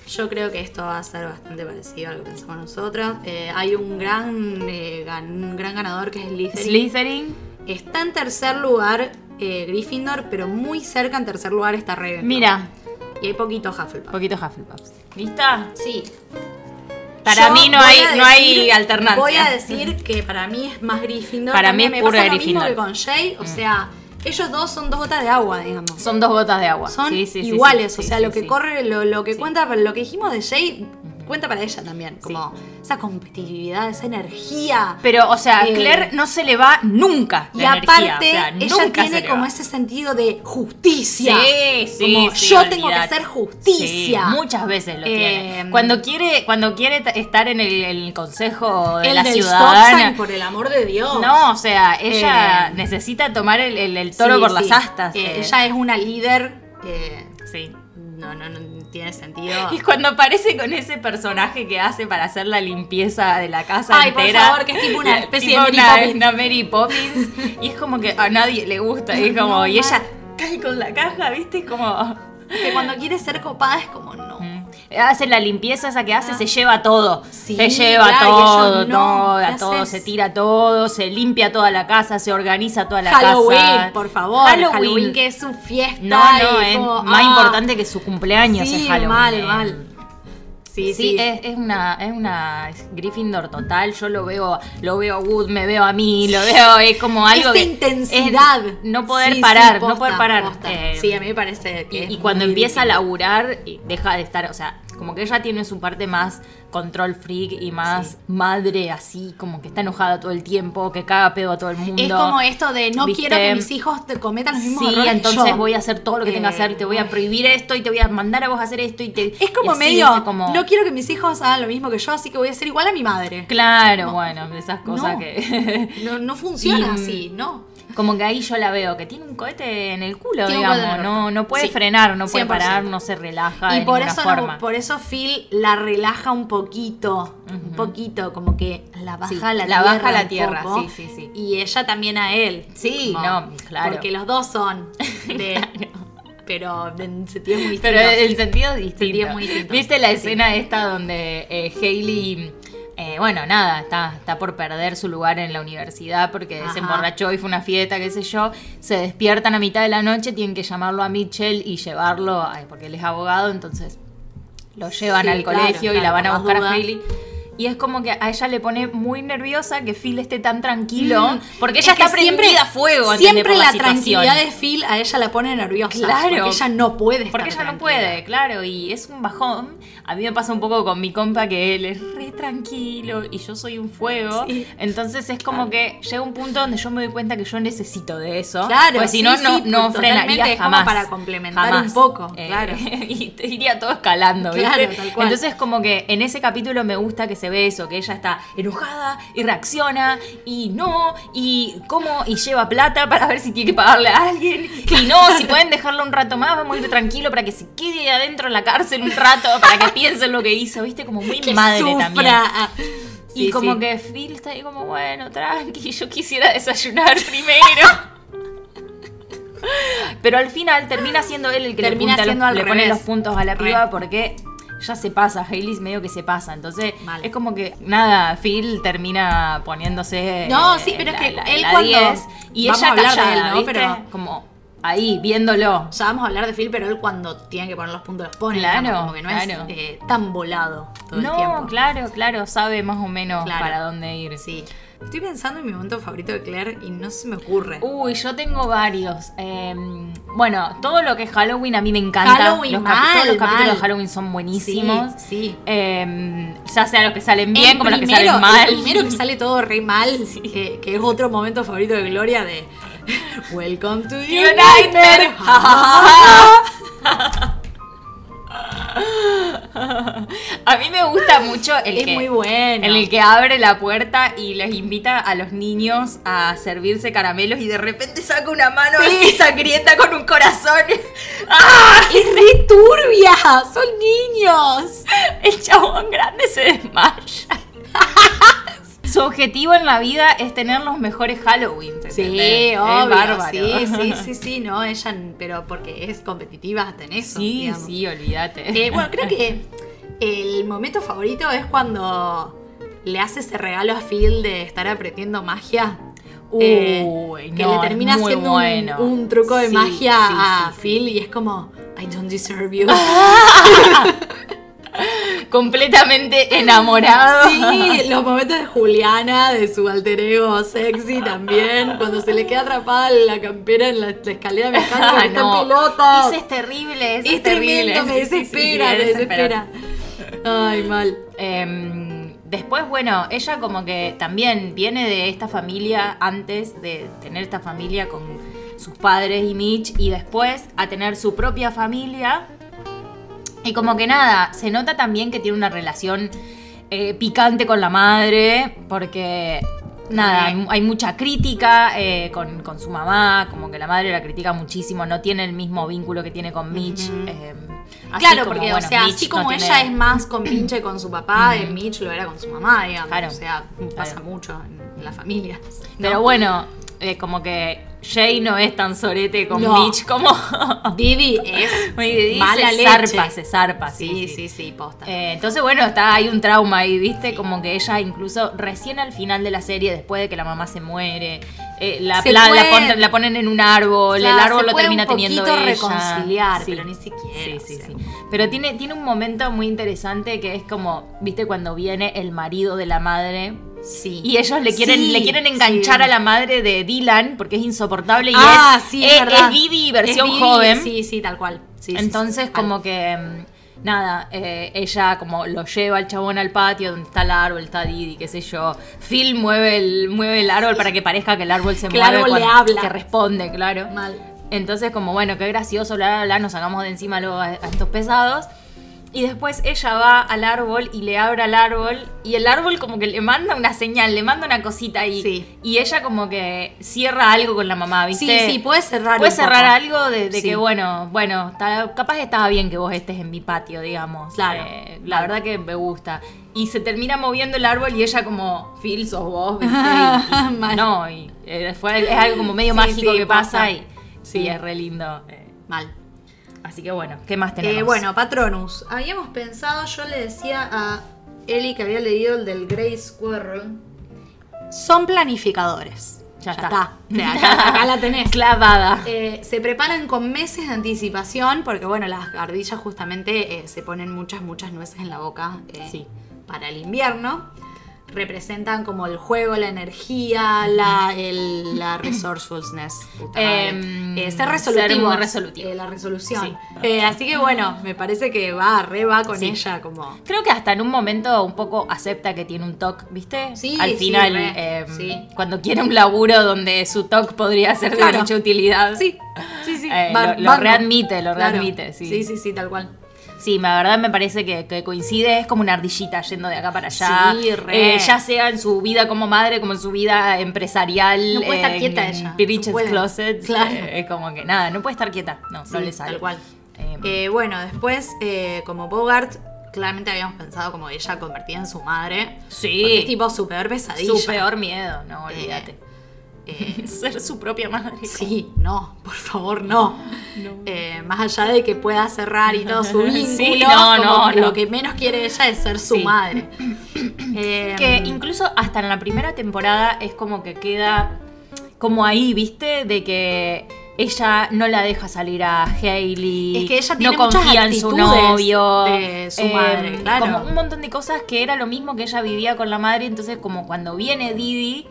Yo creo que esto va a ser bastante parecido a lo que pensamos nosotros. Eh, hay un gran, eh, gan- un gran ganador que es Slytherin. Slytherin. Está en tercer lugar eh, Gryffindor, pero muy cerca en tercer lugar está Ravenclaw. Mira, Y hay poquito Hufflepuff. poquito Hufflepuff. ¿Lista? Sí. Para Yo mí no voy hay, a no hay decir- alternancia. Voy a decir que para mí es más Gryffindor. Para También mí me es puro pasa Gryffindor. Mm. lo mismo que con Jay, o sea, ellos dos son dos gotas de agua, digamos. Son dos gotas de agua. Son Sí, sí, sí, iguales, sí, o sea, sí, lo que sí. corre, lo, lo que cuenta, para lo que dijimos de Jay, cuenta para ella también. Como esa competitividad, esa energía. Pero, o sea, Eh, Claire no se le va nunca. y la aparte, energía, o sea, ella nunca se tiene le como va. ese sentido de justicia. Sí, sí, Como, sí, yo tengo que olvídate. hacer justicia. Sí, muchas veces lo Eh, tiene. Cuando quiere, cuando quiere t- estar en el, el consejo de el la del stop ciudadana. sign, por el amor de Dios. No, o sea, ella Eh, necesita tomar el, el- el toro Sí, por sí. las astas. Eh, eh. Ella es una líder. eh, Sí. no, no, no *laughs* tiene sentido. Y cuando aparece con ese personaje que hace para hacer la limpieza de la casa Ay, por entera. favor, que es tipo *laughs* una especie de Mary una- Poppins. una Mary Poppins. Y es como que a nadie le gusta. Y es como, y ella cae con la caja, ¿viste? Es como. Que cuando quiere ser copada es como no. Mm, Hace la limpieza esa que hace, se lleva todo. Ah. Sí, se lleva claro, y todo, ellos no, todo, ¿qué a todo, haces? se tira todo, se limpia toda la casa, se organiza toda la Halloween, casa. por favor. Halloween. Halloween. que es su fiesta. No, no, y es como, más ah, importante que su cumpleaños Sí, es Halloween. mal, eh. mal. Sí, Sí, sí. Es, es una es una es Gryffindor total. Yo lo veo, lo veo a Wood, me veo a mí, lo veo es como algo Esa que intensidad. es no poder Sí, sí, parar, no posta, poder parar. posta. Eh, sí, a mí me parece que y, es y cuando muy empieza a difícil. laburar, eh, deja de estar, o sea, como que ella tiene su parte más control freak y más Sí. madre así, como que está enojada todo el tiempo, que caga pedo a todo el mundo. Es como esto de no ¿viste? quiero que mis hijos te cometan los mismos Sí, errores que entonces yo. voy a hacer todo lo que tenga que hacer, Eh, te voy a prohibir esto y te voy a mandar a vos a hacer esto y te... Es y como así, medio, ¿viste? Como- no quiero que mis hijos hagan lo mismo que yo, así que voy a ser igual a mi madre. Claro, bueno, de esas cosas No. que... *laughs* No, no funciona Y- así, ¿no. Como que ahí yo la veo, que tiene un cohete en el culo, Tiene un cohete en digamos, el orto. no, no puede Sí. frenar, no puede 100%. parar, no se relaja Y de por ninguna eso, no- forma. por eso Phil la relaja un poquito, un poquito, como que la baja Sí, a la, la baja a la un tierra, poco, sí, sí, sí. Y ella también a él. Sí, como- no, claro. Porque los dos *laughs* son de... Pero en sentidos muy Pero distintos. el sentido es distinto. es muy distinto. ¿Viste la Sí. escena esta donde eh, Hailey, eh, bueno, nada, está, está por perder su lugar en la universidad porque Ajá. se emborrachó y fue una fiesta, qué sé yo. Se despiertan a mitad de la noche, tienen que llamarlo a Mitchell y llevarlo, ay, porque él es abogado, entonces lo llevan Sí, al claro, colegio y claro, la van a por las buscar dudas. a Hailey. Y es como que a ella le pone muy nerviosa que Phil esté tan tranquilo, porque ella Mm, Es que está prendida a fuego. ¿entendés? Siempre por la, situación. tranquilidad de Phil a ella la pone nerviosa. Claro. Porque ella no puede Porque estar ella no tranquila. puede, claro, y es un bajón. A mí me pasa un poco con mi compa que él es re re tranquilo y yo soy un fuego. Sí. Entonces es como que llega un punto donde yo me doy cuenta que yo necesito de eso. Claro, Pues si sí, no, sí, no, to- no totalmente, frenaría es como jamás. para complementar Jamás. Eh, un poco, claro. *laughs* Y te iría todo escalando, ¿viste? Claro, tal cual. Entonces como que en ese capítulo me gusta que se ve eso, que ella está enojada y reacciona y no, y cómo, y lleva plata para ver si tiene que pagarle a alguien. Y no, si pueden dejarlo un rato más, vamos a ir tranquilo para que se quede adentro en la cárcel un rato, para que piensen lo que hizo, ¿viste? Como muy madre también. Y como que Phil está ahí como, bueno, tranqui, yo quisiera *laughs* desayunar primero. Pero al final termina siendo él el que Termina le, apunta los- siendo al le pone revés. los puntos a la Re. piba porque ya se pasa, Hailey medio que se pasa. Entonces Mal. es como que, nada, Phil termina poniéndose No, eh, sí, pero es que él la cuando- 10, y vamos ella a hablar de callada, él, ¿no? ¿viste? Pero- como ahí, viéndolo. Ya vamos a hablar de Phil, pero él cuando tiene que poner los puntos los pone. Claro, digamos, como que no claro. es eh, tan volado todo el tiempo. No, claro, claro, sabe más o menos Claro. para dónde ir. Sí. Estoy pensando en mi momento favorito de Claire y no se me ocurre. Uy, yo tengo varios. Eh, bueno, todo lo que es Halloween a mí me encanta. Halloween, los capi- todos mal, los capítulos mal. de Halloween son buenísimos. Sí, sí. Eh, ya sea los que salen bien El como los que primero- salen mal. El *laughs* primero que sale todo re mal, eh, que es otro momento favorito de Gloria de *laughs* Welcome to Ah, your Your nightmare. *laughs* nightmare. Ja, ja, ja, ja. *laughs* a mí me gusta mucho el es que, muy en bueno. el que abre la puerta y les invita a los niños a servirse caramelos y de repente saca una mano así sangrienta con un corazón. ¡Ah! Es re turbia, son niños. *laughs* El chabón grande se desmaya. *laughs* Su objetivo en la vida es tener los mejores Halloween. ¿se Sí, entiende? Es obvio, bárbaro. sí, *laughs* sí, sí, sí, no, ella, pero porque es competitiva hasta en eso, Sí, digamos. sí, olvídate. Eh, bueno, creo que el momento favorito es cuando le hace ese regalo a Phil de estar aprendiendo magia. Eh, Uy, que no, le es termina muy haciendo un- bueno. un, truco de Sí, magia sí, a sí, sí. Phil y es como, I don't deserve *laughs* you. *laughs* *laughs* Completamente enamorado. *laughs* Sí, los momentos de Juliana, de su alter ego sexy también, cuando se le queda atrapada la campera en la, la *laughs* escalera mecánica que Ah, está no. en pelotas. Ese es terrible, ese es, terrible. tremendo, me Sí, sí, sí, sí, desespera, me es desesperante. desespera. Ay, mal. Em, después, bueno, ella como que también viene de esta familia antes de tener esta familia con sus padres y Mitch y después a tener su propia familia. Y como que nada, se nota también que tiene una relación eh, picante con la madre porque... Nada, hay, hay mucha crítica eh, con, con su mamá, como que la madre la critica muchísimo, no tiene el mismo vínculo que tiene con Mitch. Ujú. em, así Claro, como, porque, bueno, o sea, Mitch así no como tiene- ella es más compinche con su papá, eh, Mitch lo era con su mamá, digamos. Claro, O sea, pasa claro. mucho en las familias. Pero bueno, eh, como que Jay no es tan sorete con No. Mitch *laughs* como. *laughs* Didi es Dice, mala se leche. zarpa, se zarpa, sí. Sí, sí. sí, sí, posta. Eh, entonces, bueno, está hay un trauma ahí, ¿viste? Como que ella incluso recién al final de la serie, después de que la mamá se muere, eh, la, Se la- la puede- ponen, la ponen en un árbol, Claro, el se árbol lo puede termina un teniendo poquito ella. reconciliar, Sí. pero ni Sí, siquiera. sí, o sea. sí. Pero tiene, tiene un momento muy interesante que es como, viste, cuando viene el marido de la madre Sí. Y ellos le quieren, Sí, le quieren enganchar sí. a la madre de Dylan porque es insoportable y Ah, es, sí, es, es verdad. es Didi versión Es Didi, joven. Sí, sí, tal cual. Sí, sí, sí, Entonces, tal como que mm, nada, eh, ella como lo lleva al chabón al patio donde está el árbol, está Didi, qué sé yo. Phil mueve el, mueve el árbol para que parezca que el árbol se Que el mueve. árbol le cuando- habla. Que responde, claro. Mal. Entonces, como bueno, qué gracioso, bla, bla, bla, nos sacamos de encima luego a, a estos pesados. Y después ella va al árbol y le abre al árbol. Y el árbol, como que le manda una señal, le manda una cosita ahí. Sí. Y ella, como que cierra algo con la mamá, ¿viste? Sí, sí, puede cerrar. Puede un cerrar poco. algo de, de Sí. que, bueno, bueno, ta- capaz estaba bien que vos estés en mi patio, digamos. Claro. Eh, la verdad que me gusta. Y se termina moviendo el árbol y ella como, Phil, sos *laughs* vos, ¿viste? Y- y- Mal. no, y, eh, fue- es algo como medio Sí, mágico sí, que pasa, pasa. y Sí. sí, es re lindo. eh. Mal. Así que bueno, ¿qué más tenemos? Eh, bueno, Patronus. Habíamos pensado, yo le decía a Eli que había leído el del Grey Squirrel. Son planificadores. Ya está. *laughs* O sea, acá, acá la tenés. clavada. Eh, se preparan con meses de anticipación porque, bueno, las ardillas justamente eh, se ponen muchas, muchas nueces en la boca eh, Sí. para el invierno. representan como el juego, la energía, la, *coughs* el- la resourcefulness. Puta Em, madre. Eh, ser resolutivo. ser muy resolutivo. Eh, la resolución. Sí. Eh, así que bueno, me parece que va, re va con Sí. ella como... Creo que hasta en un momento un poco acepta que tiene un TOC, ¿viste? Sí, Al sí, final, re, eh, sí. cuando quiere un laburo donde su TOC podría ser de Claro. mucha utilidad. Sí, sí, sí. Eh, ban- lo- lo banco. readmite, lo readmite, sí. Sí, sí, sí, tal cual. Sí, la verdad me parece que, que coincide, es como una ardillita yendo de acá para allá. Sí, re. Eh, ya sea en su vida como madre, como en su vida empresarial. No puede estar en quieta ella, Piriches no puede. Closet. Claro. eh, como que nada, no puede estar quieta. No, no Sí, le sale. tal cual. Eh, Eh, bueno, después, eh, como Bogart, claramente habíamos pensado como ella convertida en su madre. Porque es sí, tipo su peor pesadilla. su peor miedo, no, Eh, olvídate. Eh, *laughs* Ser su propia madre. sí, no, por favor, no. No. Eh, más allá de que pueda cerrar y todo su vínculo, *laughs* Sí, no, como no, que no. lo que menos quiere ella es ser su Sí. *coughs* madre. Eh, Que incluso hasta en la primera temporada es como que queda como ahí, ¿viste? De que ella no la deja salir a Hailey. Es que ella tiene no confía muchas en su actitudes novio. em, de su madre, claro. Como un montón de cosas que era lo mismo que ella vivía con la madre. Entonces, como cuando viene Didi.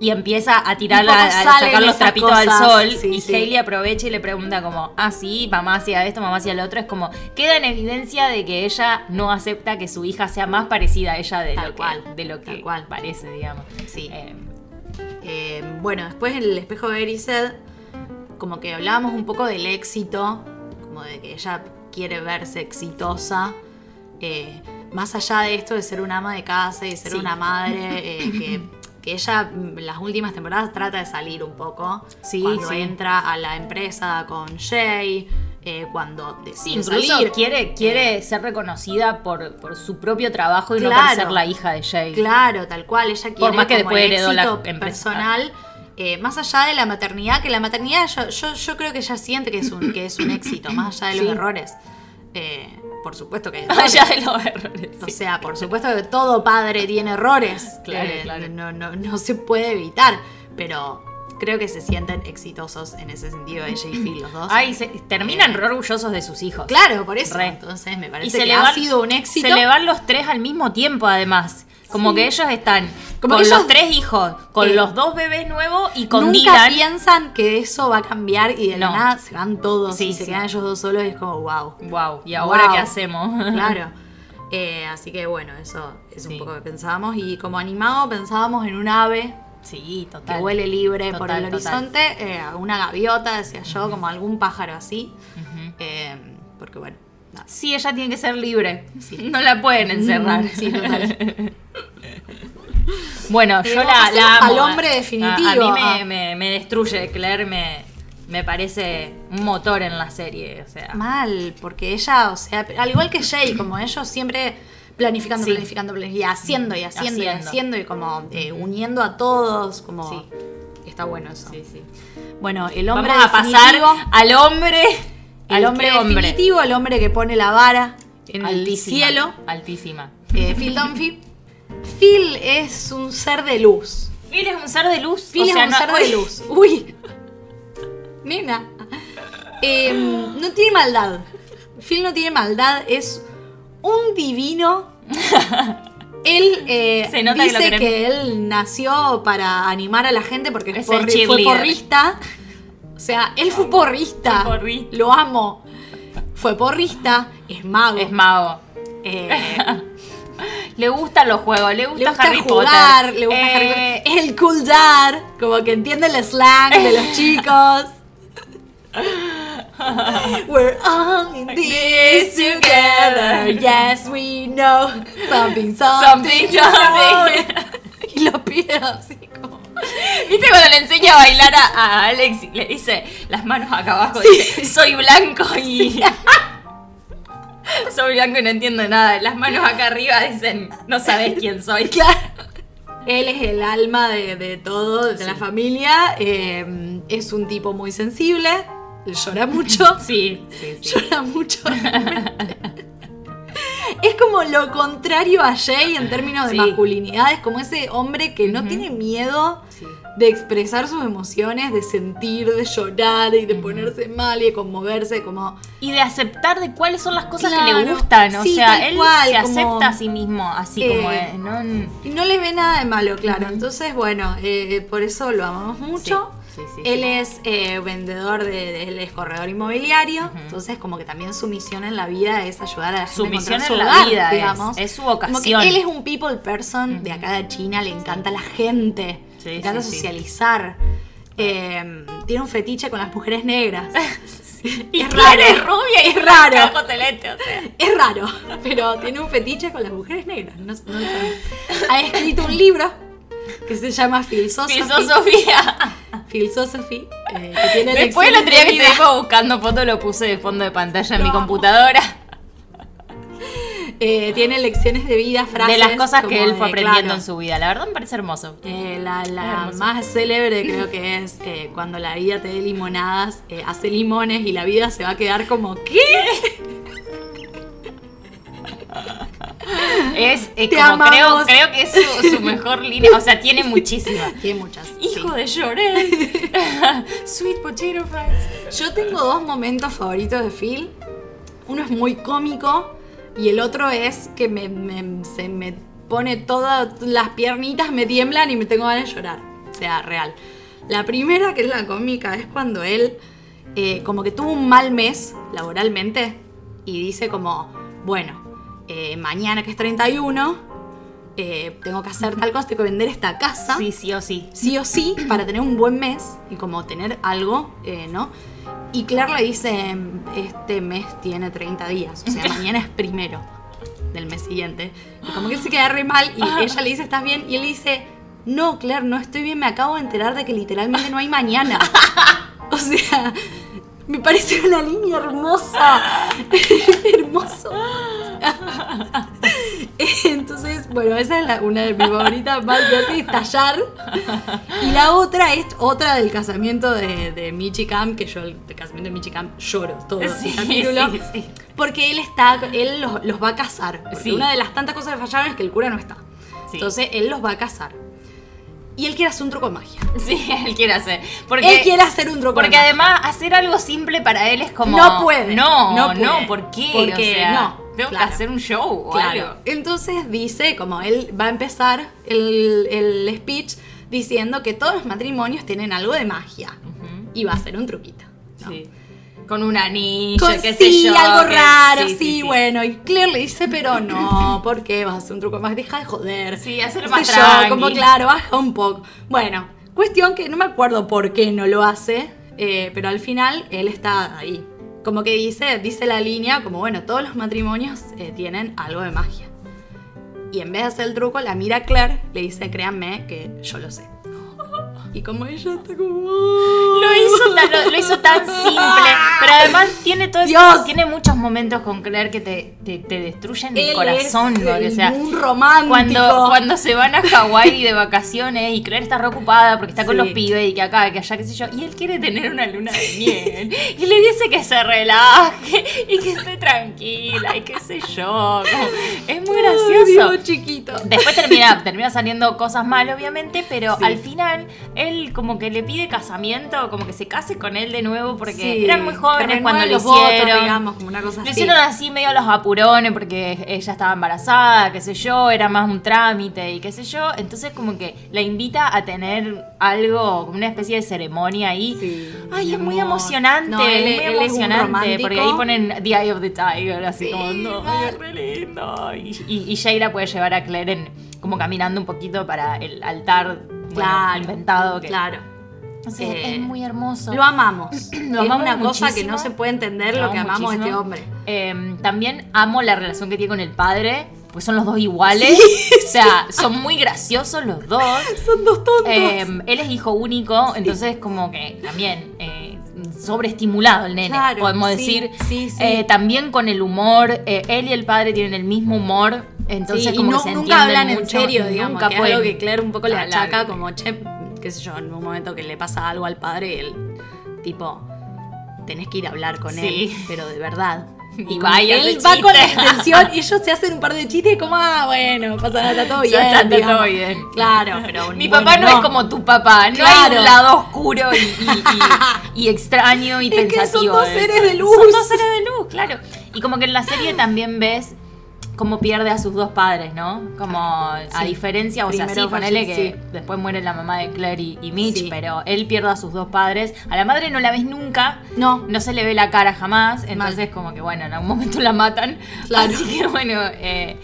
Y empieza a tirar, Un poco a, a salen sacar los esas trapitos cosas, al sol. sí, y sí. Hailey aprovecha y le pregunta como, ah, sí, mamá hacía esto, mamá hacía lo otro. Es como, queda en evidencia de que ella no acepta que su hija sea más parecida a ella de Tal lo que, cual, de lo que tal cual. parece, digamos. sí. Eh, Eh, bueno, después en el espejo de Erised, como que hablábamos un poco del éxito, como de que ella quiere verse exitosa. eh, más allá de esto de ser una ama de casa y de ser Sí. una madre, *laughs* eh, que, que ella mm, las últimas temporadas trata de salir un poco. Sí, cuando sí. entra a la empresa con Jay, eh, cuando decide sí, incluso salir. quiere, quiere ser reconocida por, por su propio trabajo y no por eh, Claro. ser la hija de Jay. *laughs* Claro, tal cual. Ella quiere más que como el después heredó la éxito empresa. personal. eh, más allá de la maternidad, que la maternidad yo, yo, yo creo que ella siente que es un, que es un éxito, más allá de los Sí. errores. Eh, por *laughs* supuesto que hay errores. Allá de los errores. O sí. sea, por supuesto que todo padre tiene errores. *laughs* Claro, Eh, claro. No, no, no se puede evitar, pero creo que se sienten exitosos en ese sentido ella y Phil, los dos. Ay, se- terminan re orgullosos de sus hijos. claro, por eso. Re. Entonces me Y parece se que le ha van- sido un éxito. Se le van los tres al mismo tiempo, además. Como que ellos están Como con que los ellos- tres hijos, con Eh, los dos bebés nuevos y con Nunca Dylan. piensan que eso va a cambiar y de la No. nada se van todos Sí, y se sí. quedan ellos dos solos y es *laughs* como, wow. Wow, ¿y ahora Wow. qué hacemos? Claro. Eh, así que bueno, eso es Sí. un poco lo que pensábamos. Y como animado pensábamos en un ave *laughs* Sí, que total. huele libre por Total, el total. horizonte, eh, a una gaviota, decía yo, como algún pájaro así. Ujú. Eh, porque bueno, nada. Sí, ella tiene que ser libre. *laughs* No la pueden encerrar. Mm, sí, total. *laughs* Bueno, Pero yo la, pasemos la amo. al hombre A- definitivo. A, mí Ah. me, me- me destruye. Claire me, me parece un motor en la serie. O sea, Mal, porque ella, o sea, al igual que Jay, como ellos siempre planificando, Sí. planificando, planificando, y haciendo y haciendo, y Haciendo. haciendo y como eh, uniendo a todos, como Sí. está bueno eso. sí, sí. Bueno, el hombre Vamos a pasar definitivo, al hombre. el hombre definitivo, el hombre que pone la vara en Altísima, el cielo, Altísima. eh, Phil Dunphy. Phil es un ser de luz. Phil es un ser de luz. Phil o sea, es un no- ser de luz. Uy. *laughs* Nena. Em, no tiene maldad. Phil no tiene maldad, es un divino. *laughs* Él eh, Se nota que lo dice que, queremos. él nació para animar a la gente porque es Es el porri- fue cheerleader. porrista. O sea, él fue porrista. Fue porrista. Lo amo. Fue porrista, es mago. Es mago. *laughs* Eh, Le gustan los juegos, le gusta, le gusta Harry jugar, Potter. le gusta Harry Eh, Potter. Es el cool dad, como que entiende el slang de *laughs* los chicos. We're all in this together. Yes, we know something, something, *laughs* Something, you something. know. *laughs* Y lo pido así como. ¿Viste cuando le enseña a bailar a, a Alex y le dice las manos acá abajo? Dice, soy blanco y. *laughs* soy blanco y no entiendo nada. Las manos acá arriba dicen, no sabes quién soy. *laughs* Claro. Él es el alma de, de todo, de la familia. Eh, es un tipo muy sensible. *laughs* Llora mucho. Sí, sí, sí. Llora mucho. realmente. Es como lo contrario a Jay en términos de Sí. masculinidad. Es como ese hombre que no tiene miedo Sí. de expresar sus emociones, de sentir, de llorar y de ponerse mal y de conmoverse. Como Y de aceptar de cuáles son las cosas que le Claro. gustan. O Sí, tal sea, él cual, se como- acepta a sí mismo así como Eh, es. ¿no? Mm, y no le ve nada de malo, claro. Entonces, bueno, eh, por eso lo amamos mucho. sí, sí, sí. Él es eh, vendedor, de, él es corredor inmobiliario, entonces como que también su misión en la vida es ayudar a la gente Su a misión encontrar su en la hogar, vida es- digamos. es su Como que vocación. él es un people person de acá de China, le encanta la gente, Sí, le encanta sí, Ah. sí. socializar. Eh, tiene un fetiche con las mujeres negras. *laughs* Y *laughs* es claro, raro. es rubia y Es es raro. raro. o sea. Es raro, pero tiene un fetiche con las mujeres negras. No, no lo sabemos. ha escrito un libro que se llama Philosophy. Pisó Sofía. Philosophy, eh, que tiene Después el lecciones otro día que de te vida. dejo buscando fotos lo puse de fondo de pantalla en mi No. computadora. Eh, tiene lecciones de vida, frases. de las cosas que como él fue de, aprendiendo claro, en su vida. La verdad me parece hermoso. eh, la la Hermoso. más célebre creo que es eh, cuando la vida te dé limonadas, eh, hace limones y la vida se va a quedar como ¿qué? Es, *laughs* eh, Te como creo, amamos. creo que es su, su mejor línea. O sea, tiene muchísima. *laughs* Tiene muchas. sí. de *laughs* lloré. Sweet potato fries. Yo tengo dos momentos favoritos de Phil. Uno es muy cómico y el otro es que me, me- se me pone todas las piernitas, me tiemblan y me tengo ganas de llorar. O sea, real. La primera, que es la cómica, es cuando él eh, como que tuvo un mal mes laboralmente y dice como, bueno, eh, mañana que es 31, eh, tengo que hacer tal cosa, tengo que vender esta casa Sí, sí o sí. sí o sí para tener un buen mes y como tener algo, eh, ¿no? Y Claire le dice, este mes tiene 30 días, o sea, mañana es primero del mes siguiente. Y como que él se queda re mal y ella le dice, ¿estás bien? Y él le dice, no, Claire, no estoy bien, me acabo de enterar de que literalmente no hay mañana. O sea, me parece una línea hermosa. *laughs* Hermoso. Entonces, bueno, esa es la- una de mis favoritas más que hace estallar. Y la otra es otra del casamiento de, de Michi Camp, que yo el casamiento de Michi Camp lloro todo el Sí, capítulo. sí, sí. Porque él está, él los, los va a casar. Porque Sí. Una de las tantas cosas que fallaron es que el cura no está. Sí. Entonces, él los va a casar. Y él quiere hacer un truco de magia. *laughs* Sí, él quiere hacer. Porque, él quiere hacer un truco de porque magia. además hacer algo simple para él es como. No puede. No, No no, puede. ¿por qué? Porque O sea, no, Tengo claro. que hacer un show o Claro. algo. Entonces dice, como él va a empezar el, el speech diciendo que todos los matrimonios tienen algo de magia. Ujú. Y va a ser un truquito. ¿no? Sí. Con un anillo, Con qué sé sí, yo. algo que- raro, sí, sí. bueno. Y Claire le dice, pero no, ¿por qué vas a hacer un truco más? Deja de joder. Sí, hacerlo No sé más yo, tranqui. Como claro, baja un poco. Bueno, cuestión que no me acuerdo por qué no lo hace, eh, pero al final él está ahí. Como que dice, dice la línea, como bueno, todos los matrimonios eh, tienen algo de magia. Y en vez de hacer el truco, la mira a Claire, le dice, créanme que yo *laughs* lo sé. Y como ella está como... Lo hizo, tan, lo, lo hizo *laughs* tan simple. Pero además tiene todo ese- Dios. Tiene muchos momentos con Claire que te, te, te destruyen el Él corazón. es boludo, o sea, un romántico. cuando, cuando se van a Hawái de vacaciones y Claire está reocupada porque está con Sí. los pibes y que acá, que allá, qué sé yo, y él quiere tener una luna de miel. Y le dice que se relaje y que esté tranquila y qué sé yo. como- es *laughs* muy gracioso. Dios, chiquito. Después termina, termina saliendo cosas mal, obviamente, pero Sí. al final él como que le pide casamiento, como que se case con él de nuevo, porque Sí, eran muy que jóvenes renueven cuando lo los votos, hicieron. digamos, como una cosa lo así. hicieron así medio a los apurones porque ella estaba embarazada, qué sé yo, era más un trámite y qué sé yo. Entonces como que la invita a tener algo, como una especie de ceremonia ahí. Sí, Ay, mi es muy amor. emocionante, No, él- es muy él es un emocionante. porque ahí romántico. ponen The Eye of the Tiger, así Sí, como, no, mal. es re lindo. Y, y, y Shayla puede llevar a Claire en- como caminando un poquito para el altar bueno, Claro, inventado. Que, Claro. O sea, Eh, es muy hermoso. *clears throat* Lo amamos. Lo es amamos una cosa que muchísimo. no se puede entender lo, Lo que amo amamos de este muchísimo. hombre. Eh, también amo la relación que tiene con el padre, pues son los dos iguales. o sea, son muy graciosos los dos. *laughs* Son dos tontos. Eh, él es hijo único, entonces como que también eh, sobreestimulado el nene, Claro, podemos sí, decir. sí, sí. Eh, también con el humor, eh, él y el padre tienen el mismo humor, entonces y como no- que se nunca entienden hablan en mucho, serio, digamos. nunca que es pueden algo que Claire un poco le hablar. achaca, como, che, qué sé yo, en un momento que le pasa algo al padre, y él, tipo, tenés que ir a hablar con Sí. él, pero de verdad. *laughs* Y Como vaya, él ese va con la chiste. intención y ellos se hacen un par de chistes como, ah, bueno, pasa nada, está todo *laughs* bien. Ya está, está digamos. todo bien. Claro, pero Mi bueno, papá no, es como tu papá, no hay Claro. un lado oscuro y, y- y- y extraño y *laughs* Es que son pensativo. dos eh. seres de luz. Son dos seres de luz, claro. Y como que en la serie también ves cómo pierde a sus dos padres, ¿no? Como a Sí. diferencia, o sea, sí, Primero ponele que fallece- sí. después muere la mamá de Claire y, y Mitch, Sí. pero él pierde a sus dos padres. A la madre no la ves nunca, No, no se le ve la cara jamás, entonces como que bueno, en algún momento la matan. Claro. Así que bueno, eh,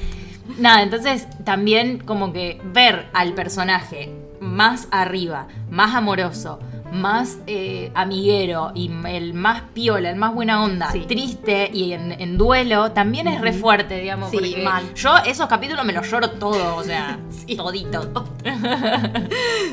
nada, entonces también como que ver al personaje más arriba, más amoroso, más eh, amiguero y m- el más piola, el más buena onda, Sí. triste y en, en duelo, también es re fuerte, digamos. Sí, porque mal. Yo esos capítulos me los lloro todo, o *laughs* sea, todito.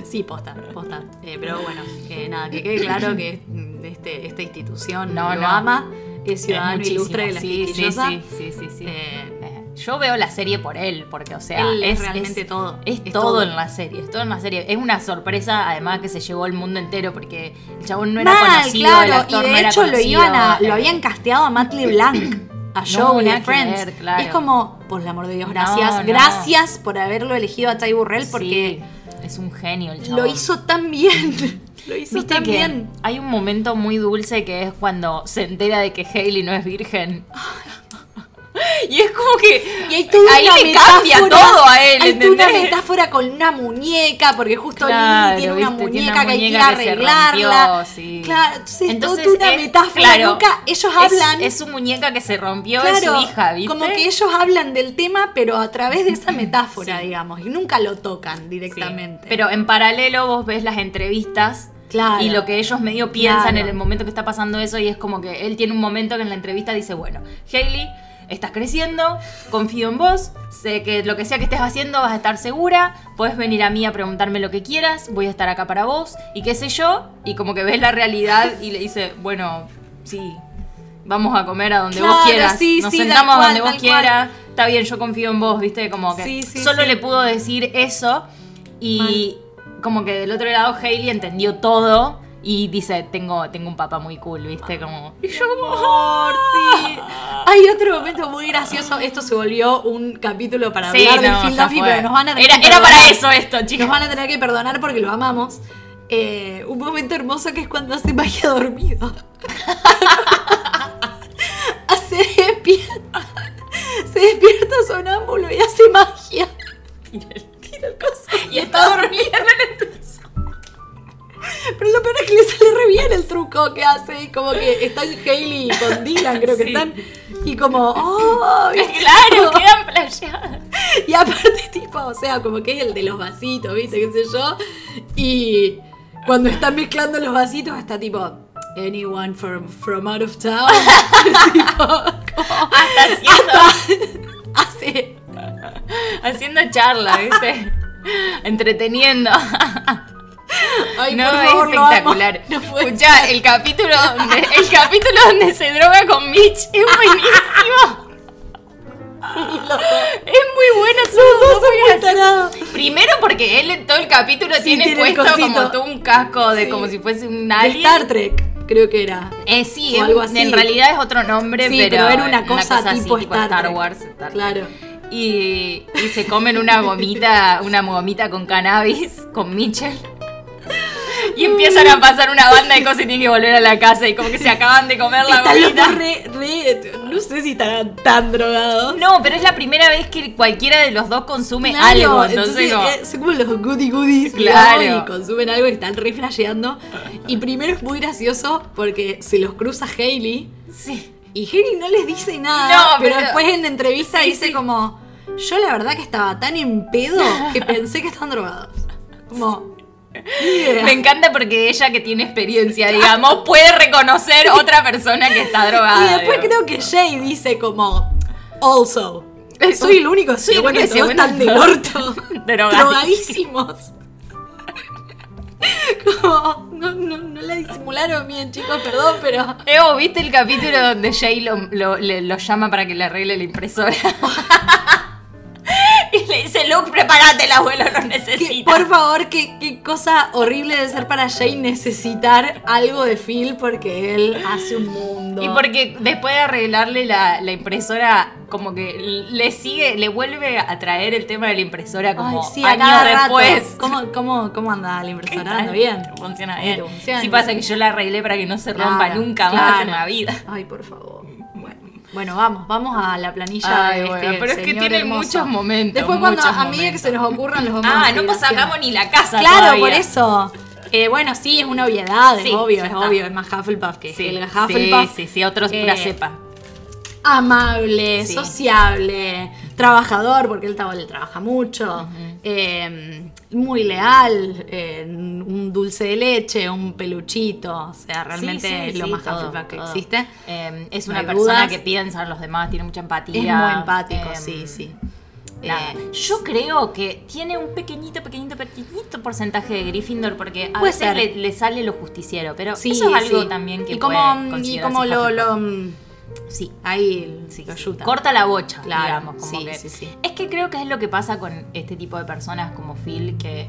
sí, posta, posta. Eh, pero bueno, que nada, que quede claro que mm, este, esta institución No, no, no. lo ama, es Es ciudadano muchísimo. ilustre de la sí, sí, quisquillosa. sí, sí, sí, sí. Eh, Eh, Yo veo la serie por él, porque, o sea, él es, es, realmente es- todo. Es, todo, en la serie, es todo en la serie. Es una sorpresa, además, que se llevó el mundo entero porque el chabón no era Mal, conocido, claro, el actor y de no era hecho lo conocido, iban a, eh, lo habían casteado a Matt LeBlanc, a No, Joe nada de que Friends. ver, claro. Y es como, por el amor de Dios, gracias, No, no. gracias por haberlo elegido a Ty Burrell sí, porque es un genio el chabón. lo hizo tan bien. *laughs* Lo hizo Viste tan que bien. hay un momento muy dulce que es cuando se entera de que Hailey no es virgen. *laughs* Y es como que Y hay toda ahí una le cambia metáfora- todo a él, Hay toda una ¿entendés? metáfora con una muñeca, porque justo Claro, Lily tiene una viste, tiene muñeca una que hay que ir a muñeca que se arreglarla. rompió, sí. Claro, entonces, es toda Entonces una es- metáfora claro, loca. Ellos es- hablan. Es, su muñeca que se rompió, es su hija, ¿viste? Como que ellos hablan del tema, pero a través de esa metáfora, *clears throat* Sí. digamos, y nunca lo tocan Sí. directamente. Pero en paralelo vos ves las entrevistas claro. y lo que ellos medio piensan Claro. en el momento que está pasando eso y es como que él tiene un momento que en la entrevista dice, bueno, Hailey, estás creciendo, confío en vos, sé que lo que sea que estés haciendo vas a estar segura, puedes venir a mí a preguntarme lo que quieras, voy a estar acá para vos y qué sé yo, y como que ves la realidad y le dice, bueno, sí. Vamos a comer a donde vos Claro, quieras. sí, Nos sí, tal sentamos cual, donde vos tal cual. quieras. Está bien, yo confío en vos, ¿viste? Como que Sí, sí, solo sí. le pudo decir eso y como que del otro lado Hailey entendió todo y dice, tengo, tengo un papá muy cool, ¿viste? Como... Ah. Y yo como... *laughs* Sí. "Ah". Hay otro momento muy gracioso. Esto se volvió un capítulo para Sí, hablar no, de Phil ya Duffy, fue. pero nos van a tener era, que era para perdonar. eso esto, chicos. Nos van a tener que perdonar porque lo amamos. Eh, un momento hermoso que es cuando hace magia dormido. *laughs* hace despierta. Se despierta sonámbulo y hace magia. Tira el coso. Y está dormida en el piso. Pero lo peor es que le sale re bien el truco que hace. Y como que están Hailey y con Dylan, creo que Sí. están. Y como, ¡oh! *laughs* *laughs* Claro, quedan playadas. Y aparte, *laughs* tipo, o sea, como que es el de los vasitos, ¿viste? ¿Qué sé yo? Y cuando están mezclando los vasitos, está tipo, anyone from, from out *laughs* of town. Haciendo, Hace. *laughs* haciendo charla, ¿viste? Entreteniendo. *laughs* Ay, no, por favor, es lo amo. espectacular. *laughs* No *laughs* puede Escuchá, el capítulo, donde, el capítulo donde se droga con Mitch *laughs* es buenísimo. es muy bueno, son dos muy ser, graciosos. tarado. Primero porque él en todo el capítulo tiene, tiene el puesto cosito. como todo un casco de Sí. como si fuese un De alien. Star Trek, creo que era. Eh, sí, o es- algo así. en realidad es otro nombre, Sí, pero, pero era una cosa así, tipo Star Star Trek. Wars. Star Trek. Claro. Y, y se comen una gomita, una gomita con cannabis, con Mitchell. Y empiezan a pasar una banda de cosas y tienen que volver a la casa y como que se acaban de comer la Están los gomita. dos re, re- No sé si estarán tan drogados. No, pero es la primera vez que cualquiera de los dos consume Claro, algo. Entonces, como- eh, son como los goody goodies, Claro. claro. Y consumen algo y están re flasheando. Y primero es muy gracioso porque se los cruza Hailey. sí. Y Hailey no les dice nada. No, pero, pero- después en la entrevista Sí, dice sí. como. Yo la verdad que estaba tan en pedo *laughs* que pensé que estaban drogados. Como. ni idea. Me encanta porque ella que tiene experiencia, digamos, puede reconocer otra persona que está drogada. y después digamos. creo que Jay dice como. Also. Soy el único Soy el seguro que único todos están del seguro. *laughs* orto. Drogadísimo. drogadísimos. *laughs* Como, no, no, no la disimularon bien, chicos, perdón, pero. Evo, ¿viste el capítulo donde Jay lo, lo- le- lo llama para que le arregle la impresora? *laughs* y le dice, lo Luke, prepárate, el abuelo lo Que, necesita. por favor, qué, qué cosa horrible de ser para Jay necesitar algo de Phil porque él hace un mundo. Y porque después de arreglarle la, la impresora, como que le sigue, le vuelve a traer el tema de la impresora como Ay, sí, a años cada rato. después. ¿Cómo, cómo, cómo anda la ¿Qué impresora? tal? ¿Anda bien? Funciona bien. Te funciona. Sí pasa que yo la arreglé para que no se rompa Claro, nunca más claro. en la vida. Ay, por favor. Bueno, bueno, vamos, vamos a la planilla Ay, de este bueno, pero es que señor tiene hermoso. muchos momentos, Después cuando muchos a medida que momentos. se nos ocurran los vamos Ah, a no seguir pues haciendo. sacamos ni la casa Claro, todavía. por eso. Eh, bueno, sí, es una obviedad, es Sí, obvio, ya es está. obvio, es más Hufflepuff que Sí, el Hufflepuff. sí, sí, sí, otro Eh, pura cepa. Amable, Sí. sociable, trabajador, porque él tab- trabaja mucho, eh, muy leal, eh, un dulce de leche, un peluchito, o sea, realmente Sí, sí, es lo sí, más todo, Hufflepuff que todo. existe. Eh, es No una hay persona dudas. que piensa en los demás, tiene mucha empatía. Es muy empático, eh, sí, sí. nada. Eh, yo creo que tiene un pequeñito, pequeñito, pequeñito porcentaje de Gryffindor porque a Puede veces ser. le, le sale lo justiciero, pero sí, eso es algo sí. también que y como, mm, puede y considerarse como lo, Hufflepuff. lo mm, sí, ahí sí, lo sí. yuta. corta la bocha, Claro, digamos, como sí, que- sí, sí. Es que creo que es lo que pasa con este tipo de personas como Phil que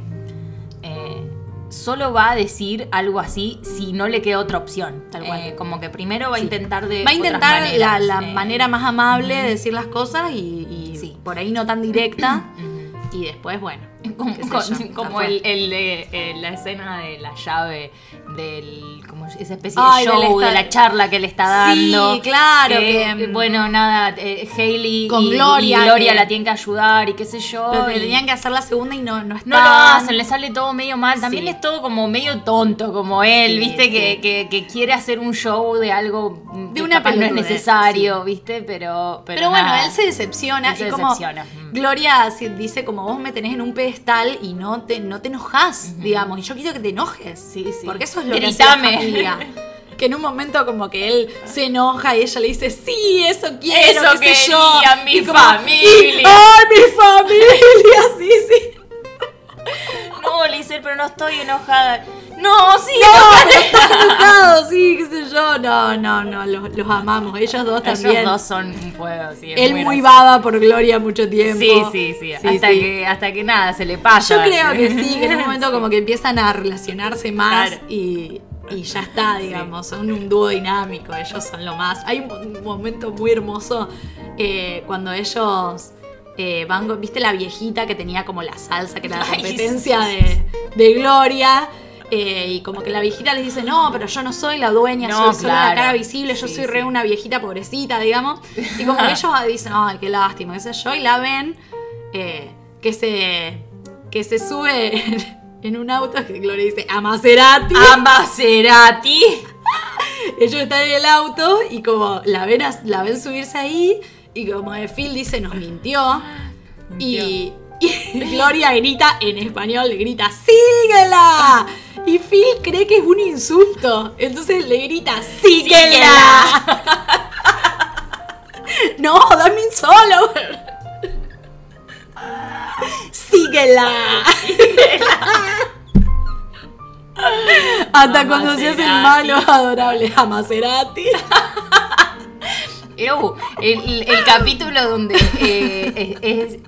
eh, solo va a decir algo así si no le queda otra opción. Tal cual. Eh, como que primero va a Sí. intentar de Va a intentar otras la, maneras, la eh. manera más amable de decir las cosas y, y Sí. por ahí no tan directa. *clears throat* Ujú. y después, bueno. Como, qué sé con- *laughs* yo, como ya fue. el, el de- eh, la escena de la llave, del, como esa especie Ay, de del show, de esta- la charla que le está Sí, dando. claro, que, que, mm, bueno, nada, eh, Hailey con y Gloria, y Gloria que- la tienen que ayudar y qué sé yo. Pero y- le tenían que hacer la segunda y no, no No lo estaban. hacen, le sale todo medio mal. También Sí. es todo como medio tonto, como él, Sí, ¿viste? Que, sí. que- que quiere hacer un show de algo mm, De que una capaz no es pelotudez, necesario, ¿viste? Pero. Pero, Pero, bueno, nada. él se decepciona Él se y como decepciona, mm. Gloria si- dice como vos me tenés en un pedestal y no te, no te enojas, digamos, y yo quiero que te enojes, Sí, sí. porque eso es lo Gritame. que hace la *laughs* familia. Que en un momento como que él se enoja y ella le dice, sí, eso quiero, Eso qué sé yo. quería mi Y como, familia. "Y- ¡Ay, mi familia! *laughs* Sí, sí. *laughs* No, le dice, pero no estoy enojada. No, sí, enojado, sí, qué sé yo. No, no, no, los, los amamos. Ellos dos Ellos *laughs* también. dos son un fuego, sí. es Él muy gracioso. baba por Gloria mucho tiempo. Sí, sí, sí. hasta, sí. Que, hasta que nada, se le pasa. ¿eh? Yo creo que sí, que en un *laughs* momento Sí. como que empiezan a relacionarse más Claro. y, y ya está, digamos. Son un dúo dinámico, ellos son lo más. Hay un, un momento muy hermoso eh, cuando ellos eh, van, con- viste la viejita que tenía como la salsa, que era la Ay, competencia de, de Gloria. eh, y como que la viejita les dice, no, pero yo no soy la dueña, No, soy solo la claro. cara visible, yo Sí, soy re sí. una viejita pobrecita, digamos. Y *laughs* como que ellos dicen, ay, qué lástima, qué sé yo, y la ven eh, que se que se sube en, en un auto que Gloria dice a Maserati. A Maserati. Ellos están en el auto y como la ven, a- la ven subirse ahí y como el Phil dice nos mintió y, y *laughs* Gloria grita en español, le grita síguela. Y Phil cree que es un insulto, entonces le grita síguela. *laughs* no, dame un solo. síguela. Hasta A cuando se hacen Maserati. malos adorables a Maserati. Pero, uh, el, el capítulo donde eh, es, es-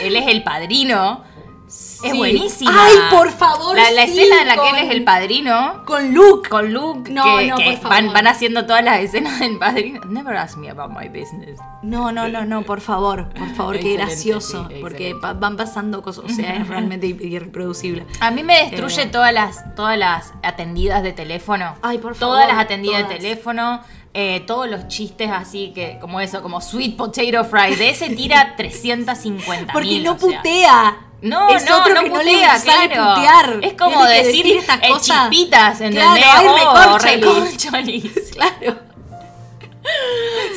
él es el padrino es Sí. buenísimo. Ay, por favor, La, la sí, escena en la que él con- es el padrino. Con Luke. Con Luke, No, que, no, que por favor. van, van haciendo todas las escenas del padrino. Never ask me about my business. No, no, no, no, por favor, por favor, qué Excelente, gracioso, sí, porque excelente. pa- van pasando cosas, o sea, *laughs* es realmente ir- irreproducible. A mí me destruye Pero- todas las todas las atendidas de teléfono. Ay, por Todas favor, las atendidas todas. de teléfono, eh, todos los chistes así que como eso, como sweet potato fry, de ese *laughs* tira 350. Porque no putea putea. No, es no, otro no que no putea, le sale claro. putear. Es como Tiene que decir, estas eh, cosas. chispitas, ¿entendés? Claro, ay, Oh, recorcholis. recorcholis. *laughs* Claro.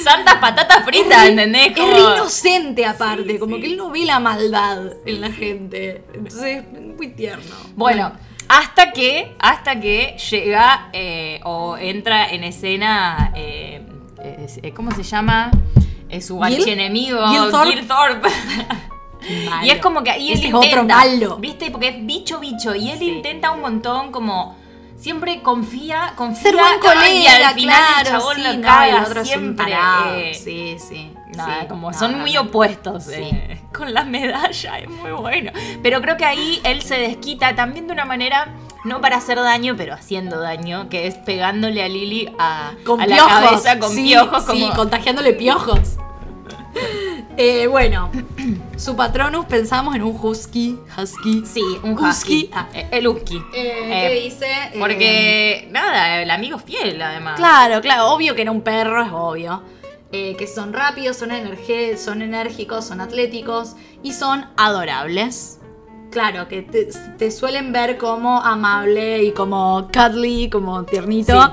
Santas patatas fritas, ¿entendés? Es Como- re inocente aparte, como sí. que él no ve la maldad en la gente. Entonces, es muy tierno. Bueno, hasta que, hasta que llega eh, o entra en escena, eh, es- eh, ¿cómo se llama? Eh, su Gil- archienemigo, Gil Thorpe. Gil Thorpe. Malo. Y es como que ahí él Ese es intenta, otro malo. ¿viste? Porque es bicho bicho y él Sí. intenta un montón como siempre confía, confía Ser buen ay, y colega, al final el claro, chabón sí, lo no, caga el otro es un siempre. tarado, eh, sí, sí. nada, Sí, como no, son muy realmente. opuestos. Sí. eh, con la medalla, es muy bueno. Pero creo que ahí él se desquita también de una manera, no para hacer daño, pero haciendo daño, que es pegándole a Lily a, Con a la piojos. cabeza con sí, piojos. Sí, como- *laughs* contagiándole piojos. Eh, bueno, su patronus pensamos en un husky. Husky. Sí, un Husky. husky. Ah, el husky. ¿Qué Eh, dice? Eh, Porque, nada, el amigo fiel, además. Claro, claro, obvio que era un perro, es obvio. Eh, que son rápidos, son, energe- son enérgicos, son atléticos y son adorables. Claro, que te, te suelen ver como amable y como cuddly, como tiernito. Sí.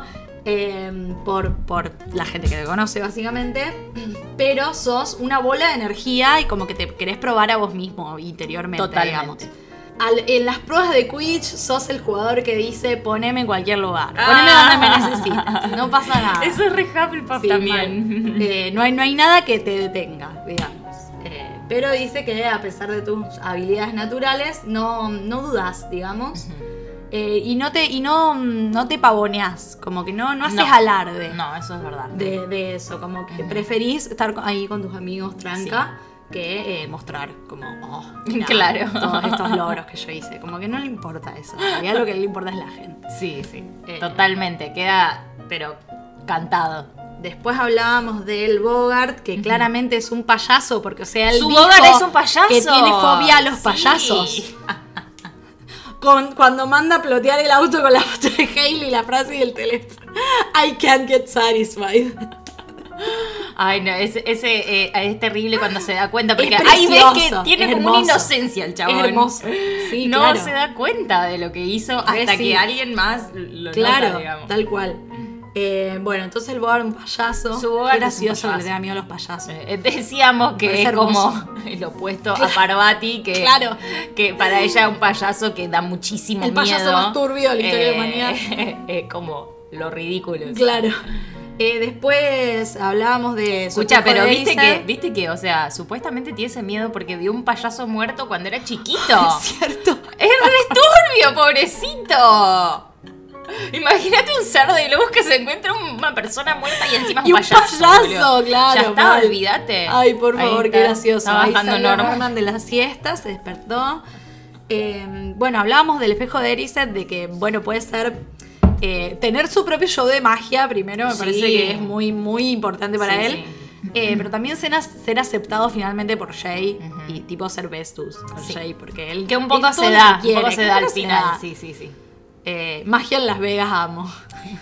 eh, por, por la gente que te conoce, básicamente. *clears throat* Pero sos una bola de energía y como que te querés probar a vos mismo interiormente, Totalmente. digamos. Al- en las pruebas de Quidditch sos el jugador que dice poneme en cualquier lugar, poneme Ah. donde me necesitas, no pasa *laughs* nada. Eso es re Hufflepuff Sí, también. *laughs* mal. Eh, no, hay, no hay nada que te detenga, digamos. Eh, pero dice que a pesar de tus habilidades naturales no, no dudas, digamos. Eh, y no te, y no, no te pavoneás, como que no, no haces No. alarde No, eso es verdad. de, de eso, como que preferís estar co- ahí con tus amigos tranca que eh, mostrar como, oh, mirá, Claro. todos estos logros que yo hice. Como que no le importa eso. En realidad lo que le importa es la gente. Sí, sí. Eh. Totalmente. Queda, pero cantado. Después hablábamos del Bogart, que claramente es un payaso, porque o sea, él Su dijo Bogart es un payaso. que tiene fobia a los Sí. payasos. *laughs* Con, cuando manda a plotear el auto con la foto de Hailey, la frase del teléfono. I can't get satisfied. Ay, no, ese, ese, eh, es terrible cuando se da cuenta, porque Es ahí ves que precioso, tiene es como una hermoso. inocencia el chabón. Es hermoso. Sí, no claro. se da cuenta de lo que hizo hasta Ves, sí. que alguien más lo Claro, nota, digamos. Mm. tal cual. Eh, bueno, entonces el Bogart un payaso. Su Bogart Qué es un gracioso que payaso. le tenga miedo a los payasos. Eh, Decíamos que Parece es hermoso. como *laughs* el opuesto a Parvati, que, Claro. que para ella un payaso que da muchísimo El miedo. payaso más turbio de la historia de la humanidad. *laughs* eh, como lo ridículo. Claro. Eh, después hablábamos de su Escucha, hijo pero de viste Isa. que, viste que, o sea, supuestamente tiene ese miedo porque vio un payaso muerto cuando era *laughs* chiquito. Es *laughs* cierto. Es re turbio, pobrecito. Imagínate un cerdo de lobos que se encuentra una persona muerta y encima es Y un payaso. payaso, boludo. claro, Ya está, mal. olvídate. Ay, por Ahí favor, está, qué gracioso. Está Ahí bajando salió norma. Norman de la siesta, se despertó. Eh, bueno, hablábamos del espejo de Erised, de que, bueno, puede ser. eh, tener su propio show de magia primero me Sí. parece que es muy, muy importante para Sí, él. Eh, pero también ser, as- ser aceptado finalmente por Jay y tipo ser bestus por Sí. Jay, porque él. Que un es poco todo se lo da, que quiere, un poco se que da al todo se final. da. Sí, sí, sí. Eh, magia en Las Vegas amo.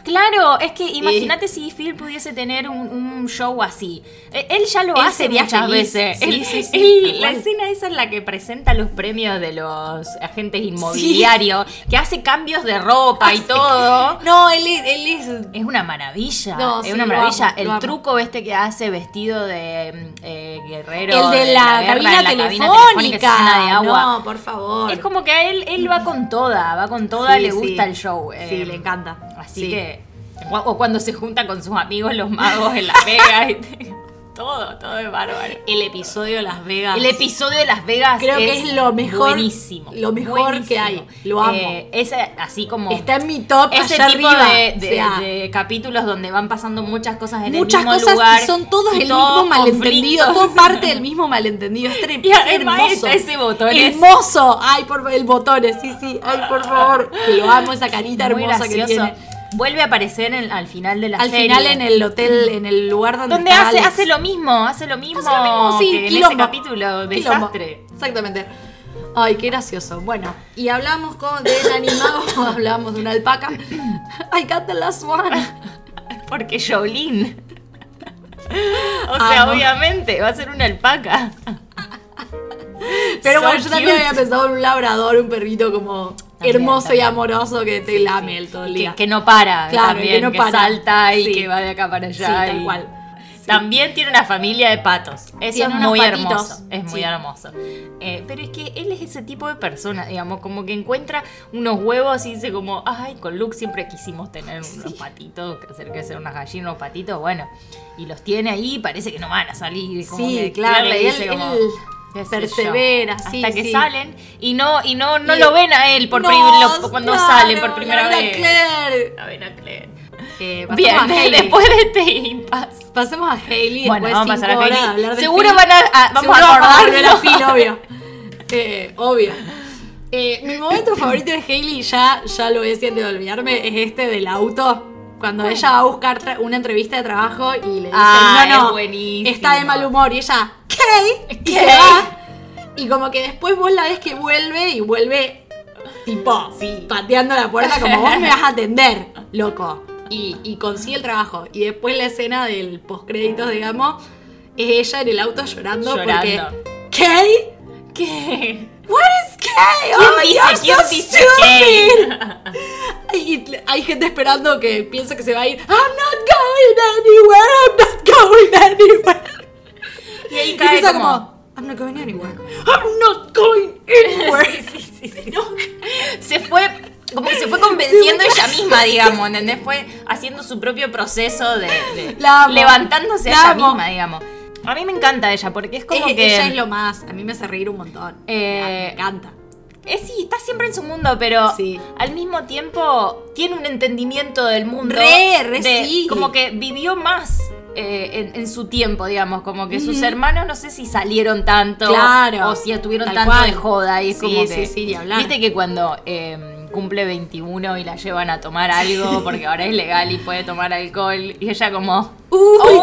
Claro, es que imagínate si Phil pudiese tener un, un show así. Eh, Él ya lo Él hace sería muchas feliz. veces. Sí, Él- sí, sí, él- tal la cual. escena esa es la que presenta los premios de los agentes inmobiliarios, que hace cambios de ropa *laughs* y todo. No, él, es- él es Es una maravilla, No, es sí, una lo maravilla. amo, lo amo. el truco este que hace vestido de mm, eh, guerrero. el de la, guerra, cabina, en la telefónica. telefónica, que se llena de agua. No, por favor. es como que a él, él va con toda, va con toda, Sí, le sí. gusta el show. eh, Sí, le encanta. Así Sí. que. O o cuando se junta con sus amigos los magos en Las Vegas. *laughs* y- todo, todo es bárbaro. el episodio de Las Vegas. El episodio de Las Vegas Creo que es lo mejor- buenísimo, lo mejor que hay. Lo amo. Eh, es así como está en mi top *laughs* ese allá tipo arriba. de, de- O sea, de capítulos donde van pasando muchas cosas en muchas el mismo cosas lugar. y son todos y el todos mismo malentendido, conflictos. todo parte del mismo malentendido. Es tre- *laughs* Y es además hermoso. está ese botón, es- Hermoso. Ay, por el botón, sí, sí. Ay, por favor. Que lo amo esa carita Muy hermosa que gracioso. tiene. Vuelve a aparecer en- al final de la Al serie. final en el hotel, en el lugar donde, donde está hace, Alex. hace lo mismo, hace lo mismo, Hace lo mismo, sí, que en ese quilombo. capítulo, Quilombo. desastre. Exactamente. Ay, qué gracioso. Bueno, y hablamos con, del animado, *laughs* hablamos de una alpaca. I got the last one. Porque Jolín. *laughs* O sea, Amo. obviamente, va a ser una alpaca. Pero So bueno, yo también cute. había pensado en un labrador, un perrito como También, hermoso también. y amoroso que te lame el todo el Y que, día. que no para, Claro, también, que no para. salta y Sí. que va de acá para allá. Sí, tal y- cual. También tiene una familia de patos. Eso Tiene es unos muy patitos. hermoso. Es muy Sí. hermoso. Eh, pero es que él es ese tipo de persona, digamos, como que encuentra unos huevos y dice como, ay, con Luke siempre quisimos tener unos patitos, que hacer crecer unas gallinas, unos patitos, bueno. Y los tiene ahí, parece que no van a salir. es como Sí, que claro, Claire y le dice él- como, él qué sé yo, persevera, sí, hasta que sí. salen y no, y no, no Y- lo ven a él por No, prim- lo- cuando claro, salen por primera la verdad, vez. Claire. La ven a Claire. Eh, pasemos *laughs* Bien, a Hailey. después de este impasse. Pasemos a Hailey. Bueno, vamos a pasar a Hailey. Seguro Seguro van a, a- vamos Seguro a vamos a acordar volver a Phil, *laughs* obvio. Eh, obvio. Eh, mi momento favorito de Hailey, ya, ya lo voy haciendo de olvidarme, es este del auto. Cuando ella va a buscar tra- una entrevista de trabajo y le dicen, Ah, no, es no, buenísimo. está de mal humor. Y ella, ¿qué? Y ¿Qué? se va. Y como que después vos la ves que vuelve y vuelve, tipo, Sí. pateando la puerta como vos me vas a atender, loco. Y, y consigue el trabajo. Y después la escena del postcréditos, digamos, es ella en el auto llorando, Llorando. porque... ¿Kay? ¿Qué? What is Kay? ¿Quién Oh, dice- you're quién so dice stupid. Y hay gente esperando que piensa que se va a ir. I'm not going anywhere. I'm not going anywhere. Y ahí Y cae empieza como... como I'm not going anywhere. I'm not going *laughs* anywhere. *laughs* se fue como que se fue convenciendo ella misma, digamos, ¿entendés? Fue haciendo su propio proceso de, de- La amo. levantándose La a ella amo. misma, digamos. A mí me encanta ella porque es como Eh, que Ella es lo más. A mí me hace reír un montón. Eh, me encanta. Eh, sí, está siempre en su mundo, pero Sí. al mismo tiempo tiene un entendimiento del mundo. Re, re de- sí. Como que vivió más eh, en, en su tiempo, digamos. Como que sus Ujú. hermanos no sé si salieron tanto. Claro. O si estuvieron Tal tanto cual. de joda. Y es Sí, como que, sí, sí, ni hablar. Viste que cuando eh, cumple 21 y la llevan a tomar algo, porque ahora es legal y puede tomar alcohol. Y ella como... Uy, ¡Uy!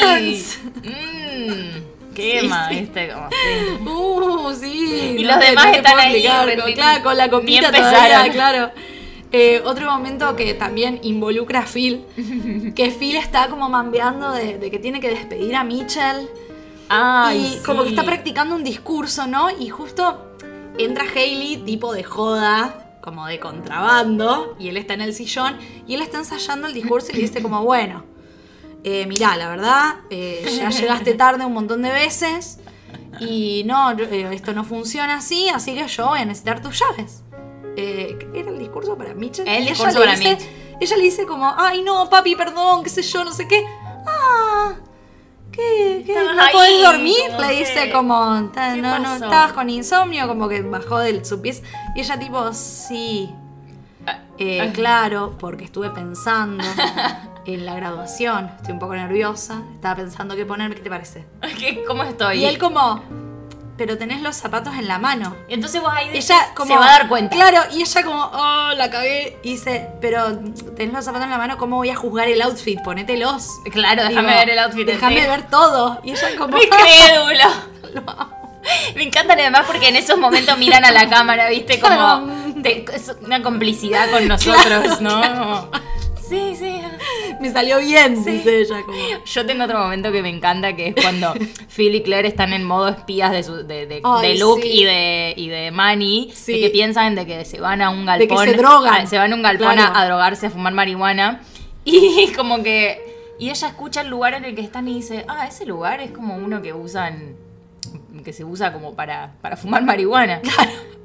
burns. Mm, Sí, quema, sí. viste, como sí. Uh, sí. Y no los te- demás no te están puedo ahí, explicar, con, ni- claro, con la copita ni todavía, empezaron. claro. Eh, otro momento que también involucra a Phil, que Phil está como mambeando de, de que tiene que despedir a Mitchell Ay, y como que sí. está practicando un discurso, ¿no? Y justo entra Hailey tipo de joda, como de contrabando, y él está en el sillón y él está ensayando el discurso y le dice como, bueno, eh, mirá, la verdad, eh, *laughs* ya llegaste tarde un montón de veces y no, yo- eh, esto no funciona así, así que yo voy a necesitar tus llaves. Eh, era el discurso para Mitchell. El y ella discurso le para dice- Mitch. Ella le dice como, ay no, papi, perdón, qué sé yo, no sé qué. Ah, ¿Qué? ¿Qué? Estabas ¿No ahí, podés dormir? como Le que, dice como, "Ta- ¿qué no, no, pasó?" estabas con insomnio, como que bajó de su pies. Y ella tipo, sí, Ah, eh, claro, porque estuve *laughs* pensando en la graduación, estoy un poco nerviosa, estaba pensando qué ponerme, ¿qué te parece? *laughs* ¿Qué- ¿Cómo estoy? Y él como, pero tenés los zapatos en la mano. Y Entonces vos ahí decís, Ella como, se va a dar cuenta. Claro, y ella como, oh, la cagué. Y dice, pero tenés los zapatos en la mano, ¿cómo voy a juzgar el outfit? Ponételos. Claro, déjame Digo, ver el outfit. Déjame *laughs* entero. ver todo. Y ella como. Muy crédulo. *laughs* Me encantan además porque en esos momentos miran a la cámara, ¿viste? Como te- es una complicidad con nosotros, ¿no? Sí, sí. "Ah, Me salió bien, dice ella como. Yo tengo otro momento que me encanta, que es *laughs* cuando Phil y Claire están en modo espías de, su, de, de, Ay, de Luke sí. y de, y de Manny, Sí. de que piensan de que se van a un que galpón. se drogan. a- se van a un galpón Claro. a, a drogarse, a fumar marihuana. *laughs* Y como que... Y ella escucha el lugar en el que están y dice, ah, ese lugar es como uno que usan... Que se usa como para, para fumar *laughs* marihuana.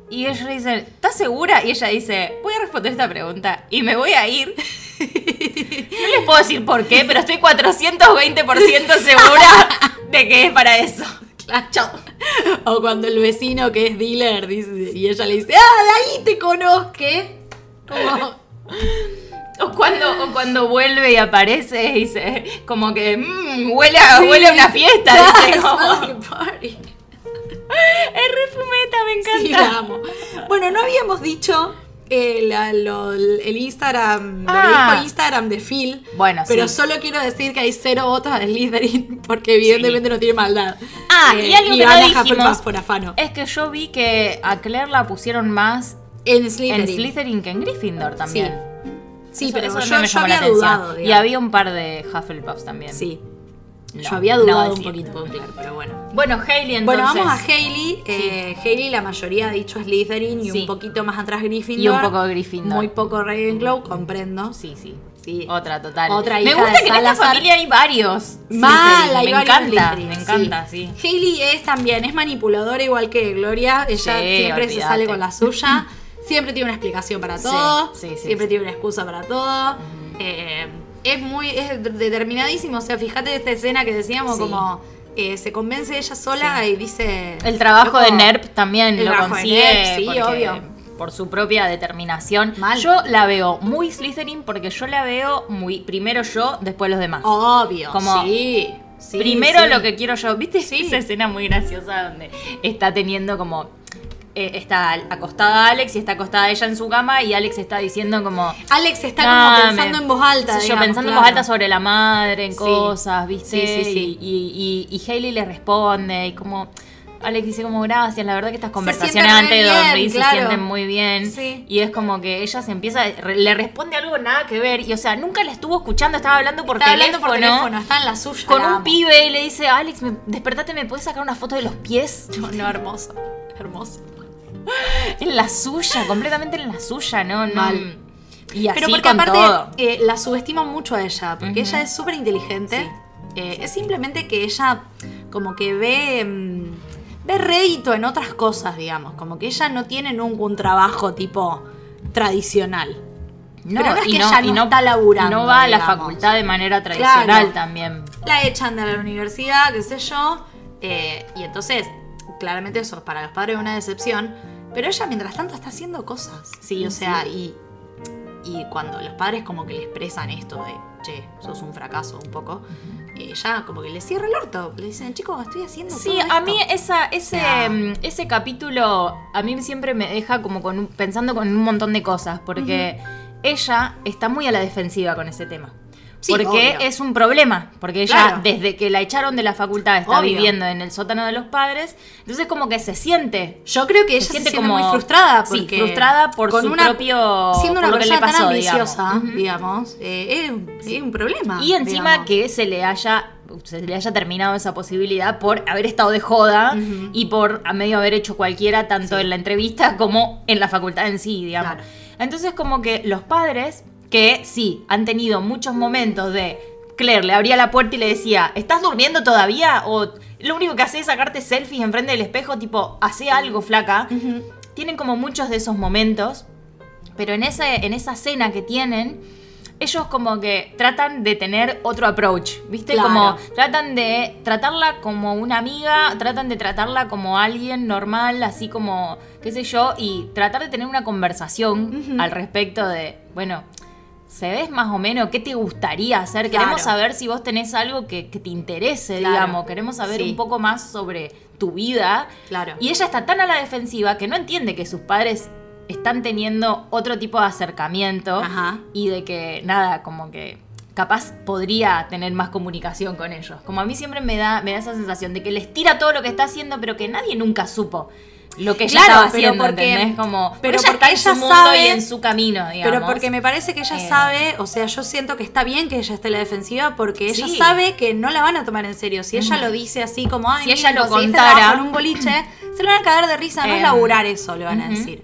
Y ellos le dicen, ¿estás segura? Y ella dice, voy a responder esta pregunta y me voy a *laughs* ir. No les puedo decir por qué, pero estoy 420% *laughs* segura de que es para eso. "Ah, chao. O cuando el vecino que es dealer dice, y ella le dice, ah, de ahí te conozco. Como, O cuando, o cuando vuelve y aparece y dice, como que, "Mm, huele, a, *laughs* huele a una fiesta. dice, como, "Smells like party". es refumeta, me Sí, encanta. la amo. Bueno, no habíamos dicho el, lo- el Instagram, lo que Ah. dijo Instagram de Phil. Bueno, Pero sí. solo quiero decir que hay cero votos a Slytherin porque evidentemente no tiene maldad. Ah, y algo que no van a dijimos- Hufflepuff por afano. Es que yo vi que a Claire la pusieron más En Slytherin. en Slytherin que en Gryffindor también. Sí. Sí, Eso- pero eso yo, no me yo llamó la había atención. dudado. Y digamos. había un par de Hufflepuffs también. Sí. No, yo había no dudado un decir. poquito con Claire, pero bueno. Bueno, Hailey entonces. Bueno, vamos a Hailey. Eh, Hailey, la mayoría ha dicho Slytherin y Sí. un poquito más atrás Gryffindor. Y un poco Gryffindor. Muy poco Ravenclaw, comprendo. Sí, sí. Sí. Otra total. Otra me hija gusta de que en esta Salazar. familia hay varios. Mal, Slytherin. hay me varios encanta, Slytherin, me sí. encanta, sí. Hailey es también, es manipuladora igual que Gloria. Ella Sí, siempre se olvídate. sale con *laughs* la suya. Siempre tiene una explicación para Sí, todo. sí, sí, siempre sí. tiene una excusa para todo. Eh, es muy, es determinadísimo. O sea, fíjate esta escena que decíamos, Sí. como eh, se convence ella sola y dice. El trabajo "Loco, de NERP también el lo trabajo de consigue. NERP, sí, porque- obvio. por su propia determinación. Mal. Yo la veo muy Slytherin porque yo la veo muy primero yo, después los demás. Obvio. Como- sí. Oh, sí, Primero sí. lo que quiero yo. ¿Viste Sí. esa escena muy graciosa donde está teniendo como. eh, está acostada Alex y está acostada ella en su cama y Alex está diciendo como. Alex está "Dame". como pensando en voz alta. Sí, yo digamos, pensando en claro. voz alta sobre la madre, en Sí. cosas, ¿viste? Sí, sí, sí. Y, y, y- y Hailey le responde y como. Alex dice como gracias, la verdad que estas conversaciones sienten antes re de bien, dormir claro. se sienten muy bien. Sí. Y es como que ella se empieza, re- le responde algo nada que ver. Y o sea, nunca la estuvo escuchando, estaba hablando por Está teléfono hablando por teléfono, está en la suya. con la un amo. pibe y le dice, Alex, me, despertate, ¿me puedes sacar una foto de los *laughs* pies? No, no, hermoso. Hermoso. En la suya, completamente en la suya, ¿no? no Mal. Y así Pero porque con aparte todo. eh, la subestimo mucho a ella, porque Ujú. ella es súper inteligente. Eh, es simplemente que ella como que ve, mm, ve rédito en otras cosas, digamos. Como que ella no tiene nunca un trabajo tipo tradicional. pero no es que ella no está laburando, No va a la digamos. facultad de manera tradicional Claro. también. La echan de la universidad, qué sé yo. eh, y entonces, claramente eso para los padres es una decepción. Pero ella mientras tanto está haciendo cosas. Sí, o sea, Y, y cuando los padres como que le expresan esto de, che, sos un fracaso un poco, eh, ella como que le cierra el orto. Le dicen, chicos, estoy haciendo Sí, todo a esto". mí esa, ese, sea- mm, ese capítulo a mí siempre me deja como con un- pensando con un montón de cosas, porque ella está muy a la defensiva con ese tema. Sí, porque obvio. es un problema, porque ella Claro. desde que la echaron de la facultad está Obvio. viviendo en el sótano de los padres, entonces como que se siente Yo creo que ella se siente, como muy frustrada. sí, Porque frustrada por con su una- propio- Siendo una por lo que le persona tan pasó, ambiciosa, digamos, digamos. Ujú. eh, es, un- es un problema. Y encima Ah, digamos. que se le haya se le haya terminado esa posibilidad por haber estado de joda Ujú. y por a medio haber hecho cualquiera tanto en la entrevista como en la facultad en sí, digamos. Claro. Entonces como que los padres que sí han tenido muchos momentos de Claire le abría la puerta y le decía, "¿Estás durmiendo todavía?" o lo único que hace es sacarte selfies enfrente del espejo, tipo, "Hace algo, flaca." Ujú. tienen como muchos de esos momentos, pero en, ese, en esa cena que tienen, ellos como que tratan de tener otro approach, ¿viste? Claro. Como tratan de tratarla como una amiga, tratan de tratarla como alguien normal, así como, qué sé yo, y tratar de tener una conversación Ujú. al respecto de, bueno... ¿Se ves más o menos qué te gustaría hacer? Claro. Queremos saber si vos tenés algo que, que te interese, Claro. digamos. Queremos saber Sí. un poco más sobre tu vida. Claro. Y ella está tan a la defensiva que no entiende que sus padres están teniendo otro tipo de acercamiento Ajá. y de que nada, como que capaz podría tener más comunicación con ellos. Como a mí siempre me da, me da esa sensación de que les tira todo lo que está haciendo, pero que nadie nunca supo lo que ella Claro, estaba pero haciendo, porque- ¿entendés? Como, pero pero ella porque está en su ella mundo sabe- y en su camino, digamos. Pero porque me parece que ella Eh. sabe, o sea, yo siento que está bien que ella esté en la defensiva porque ella Sí. sabe que no la van a tomar en serio. Si ella Ujú. lo dice así como, ay, Si ella mira, lo conseguiste contara- trabajo en un *clears throat* boliche, se lo van a cagar de risa, no es Em. laburar eso, le van a Ujú. decir.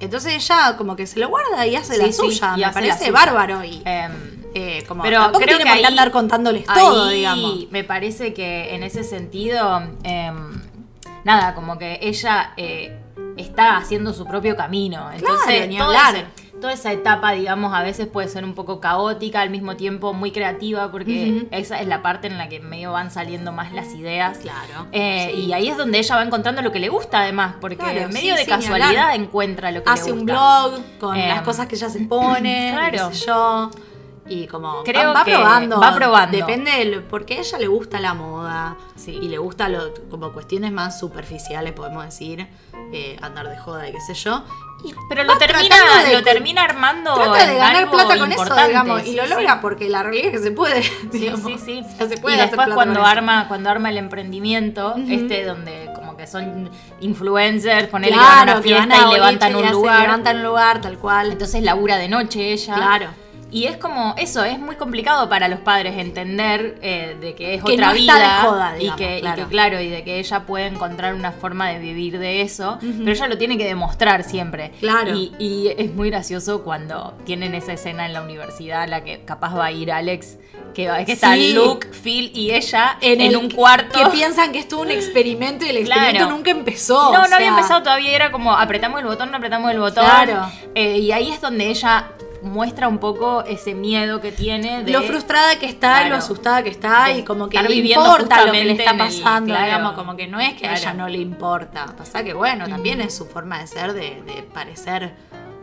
Entonces ella como que se lo guarda y hace Sí, la sí, suya, y hace me la parece suya. bárbaro y Em, eh, como Pero tampoco creo tiene que por qué ahí- andar contándoles todo, Ahí digamos. Me parece que en ese sentido, em, nada, como que ella eh, está haciendo su propio camino. Entonces, ni todo hablar. ese- toda esa etapa, digamos, a veces puede ser un poco caótica, al mismo tiempo muy creativa, porque Ujú. esa es la parte en la que medio van saliendo más las ideas. Claro. Eh, sí. Y ahí es donde ella va encontrando lo que le gusta, además, porque Claro, en medio sí, de sí, ni casualidad hablar. encuentra lo que hace le gusta. un blog con Em, las cosas que ella se *clears throat* pone, claro. qué sé yo. Y como Creo va, va que probando. va probando. Depende de lo- porque a ella le gusta la moda. Sí. Y le gusta lo, como cuestiones más superficiales, podemos decir. eh, andar de joda y qué sé yo. Y Pero lo va termina, tratando de- lo termina armando. Trata de en ganar algo plata con eso, importante, digamos. Y sí, lo sí. logra porque la realidad es que se puede. Sí, *laughs* digamos. sí, sí. O sea, se puede y hacer después plata cuando con eso. arma, cuando arma el emprendimiento, Ujú. este donde como que son influencers, ponele Claro, que van a una que van fiesta a y levantan boliche y un hacen- lugar. Levantan un lugar, tal cual. Entonces labura de noche ella. Claro. Y es como, eso, es muy complicado para los padres entender eh, de que es Que otra no vida. está de joda, digamos, y, que, y que, claro. claro. y de que ella puede encontrar una forma de vivir de eso, pero ella lo tiene que demostrar siempre. Claro. Y, y es muy gracioso cuando tienen esa escena en la universidad, en la que capaz va a ir Alex, que, va- que está Sí. Luke, Phil y ella en, el- un cuarto. Que piensan que *laughs* esto es un experimento y el experimento Claro. nunca empezó. No, o no había sea, empezado todavía, era como apretamos el botón, no apretamos el botón. Claro. Eh, y ahí es donde ella muestra un poco ese miedo que tiene de lo frustrada que está y Claro. lo asustada que está De y como que estar le viviendo importa lo que le justamente está en el- pasando, claro. digamos, como que no es que a ella Claro. no le importa. Pasa que bueno, también es su forma de ser, de, de parecer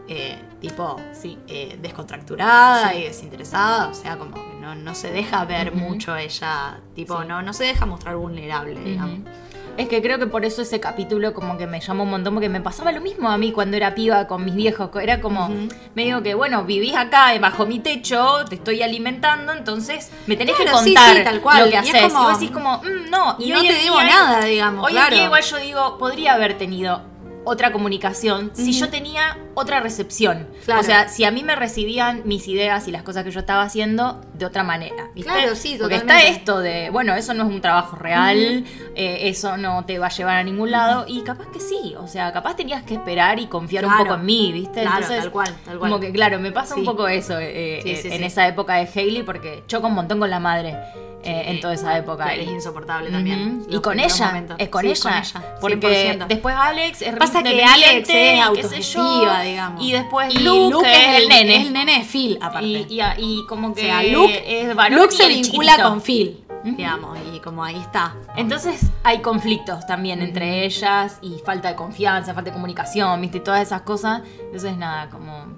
eh, tipo Sí. eh, descontracturada Sí. y desinteresada, o sea, como que no, no se deja ver Ujú. mucho ella, tipo, Sí. no, no se deja mostrar vulnerable, digamos. Ujú. Es que creo que por eso ese capítulo como que me llamó un montón, porque me pasaba lo mismo a mí cuando era piba con mis viejos, co- era como, Ujú. me digo que bueno, vivís acá eh, bajo mi techo, te estoy alimentando, entonces me tenés Claro, que sí, contar sí, tal cual, lo y que es haces. Y como- vos decís como, "Mm, no, Y no hoy te en debo día- nada, digamos, Hoy en claro. día igual yo digo, podría haber tenido otra comunicación si yo tenía otra recepción. Claro. O sea, si a mí me recibían mis ideas y las cosas que yo estaba haciendo de otra manera. ¿viste? Claro, sí, Porque está totalmente. esto de, bueno, eso no es un trabajo real, eh, eso no te va a llevar a ningún lado. Y capaz que sí, o sea, capaz tenías que esperar y confiar un Claro. poco en mí, ¿viste? Claro, Entonces, tal cual, tal cual. Como que, claro, me pasa Sí. un poco eso eh, Sí, eh, sí, en sí. esa época de Hailey porque choco un montón con la madre eh, en toda esa época. Claro, es Y- insoportable también. Ujú. Y los con primeros ella, momentos. es con, Sí, ella, Porque 100%. después Alex es re Pasa que independiente, Alex es y qué sé yo, autogestiva, digamos. Y después Y Luke, que es el nene. Es el nene de Phil, aparte. y, y a- y como que sea, Luke- es varón Luke y se el vincula chiquitito. con Phil, Ujú. digamos, y como ahí está. Entonces hay conflictos también entre ellas y falta de confianza, falta de comunicación, viste, y todas esas cosas. Entonces nada, como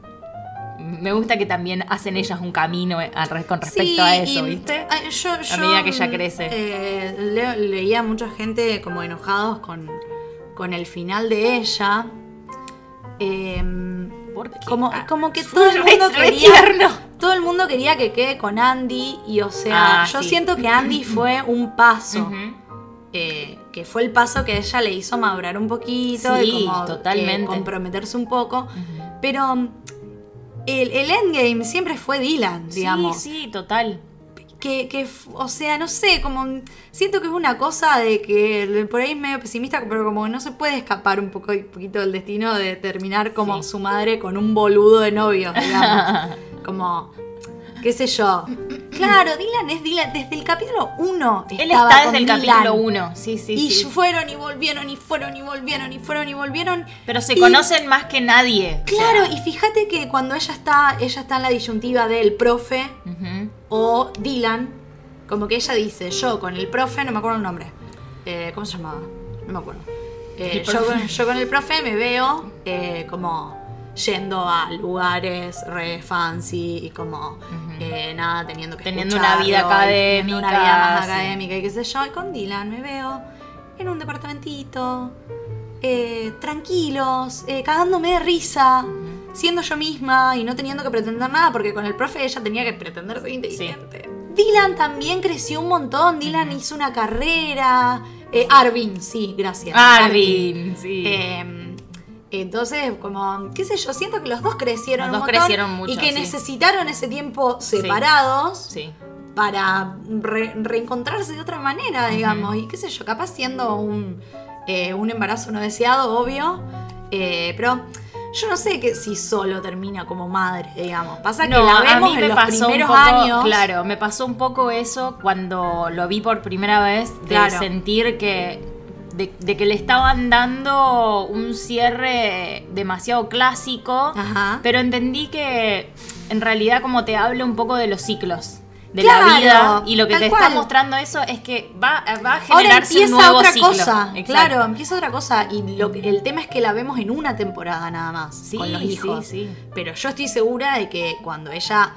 me gusta que también hacen ellas un camino eh, al re- con respecto Sí, a eso, y, ¿viste? ay, yo, yo, medida que ella crece. eh, leo- leía mucha gente como enojados con, con el final de ella. Em, ¿Por qué? como, Ah. como *laughs* que todo el Re- mundo re quería. tierno. Todo el mundo quería que quede con Andy. Y o sea, Ah, yo sí. siento *clears throat* que Andy fue un paso. Ujú. eh, que fue el paso que a ella le hizo madurar un poquito y Sí, como que totalmente. comprometerse un poco. Ujú. Pero mm, el, el endgame siempre fue Dylan, digamos. Sí, sí, total. Que, que, f- o sea, no sé, como mm, siento que es una cosa de que el- por ahí es medio pesimista, pero como que no se puede escapar un poco un poquito del destino de terminar como Sí. su madre con un boludo de novio, *laughs* Ah. digamos. como qué sé yo. Claro, Dylan es Dylan desde el capítulo 1. Él está desde el capítulo uno 1, sí, sí, y sí. fueron y volvieron y fueron y volvieron y fueron y volvieron. Pero se y- conocen más que nadie. Claro, y fíjate que cuando ella está, ella está en la disyuntiva del profe Ujú. o Dylan, como que ella dice, yo con el profe, no me acuerdo el nombre. Eh, ¿Cómo se llamaba? No me acuerdo. Eh, El yo, profe. con, yo con el profe me veo eh, como yendo a lugares re fancy y como eh, nada teniendo que Teniendo una vida escucharlo, y teniendo una académica, vida más sí. académica y qué sé yo y con Dylan me veo en un departamentito eh, tranquilos eh, cagándome de risa siendo yo misma y no teniendo que pretender nada porque con el profe ella tenía que pretender ser inteligente Dylan también creció un montón Dylan hizo una carrera eh, Arvin sí gracias Arvin, sí. eh, entonces, como, qué sé yo, siento que los dos crecieron Los un dos montón crecieron mucho, y que sí. necesitaron ese tiempo separados sí. para re- reencontrarse de otra manera, digamos. Y qué sé yo, capaz siendo un, eh, un embarazo no deseado, obvio. eh, pero yo no sé que si solo termina como madre, digamos. Pasa que la a vemos mí en me los pasó un primeros poco- años. Claro, me pasó un poco eso cuando lo vi por primera vez, de Claro. sentir que. De, de que le estaban dando un cierre demasiado clásico. Ajá. Pero entendí que en realidad como te hablo un poco de los ciclos de la Claro, vida y lo que tal te cual. está mostrando eso es que va, va a Ahora generarse empieza un nuevo otra ciclo. cosa. Exacto. Claro, empieza otra cosa. Y lo que- el tema es que la vemos en una temporada nada más. Sí, con los sí, hijos. sí. Pero yo estoy segura de que cuando ella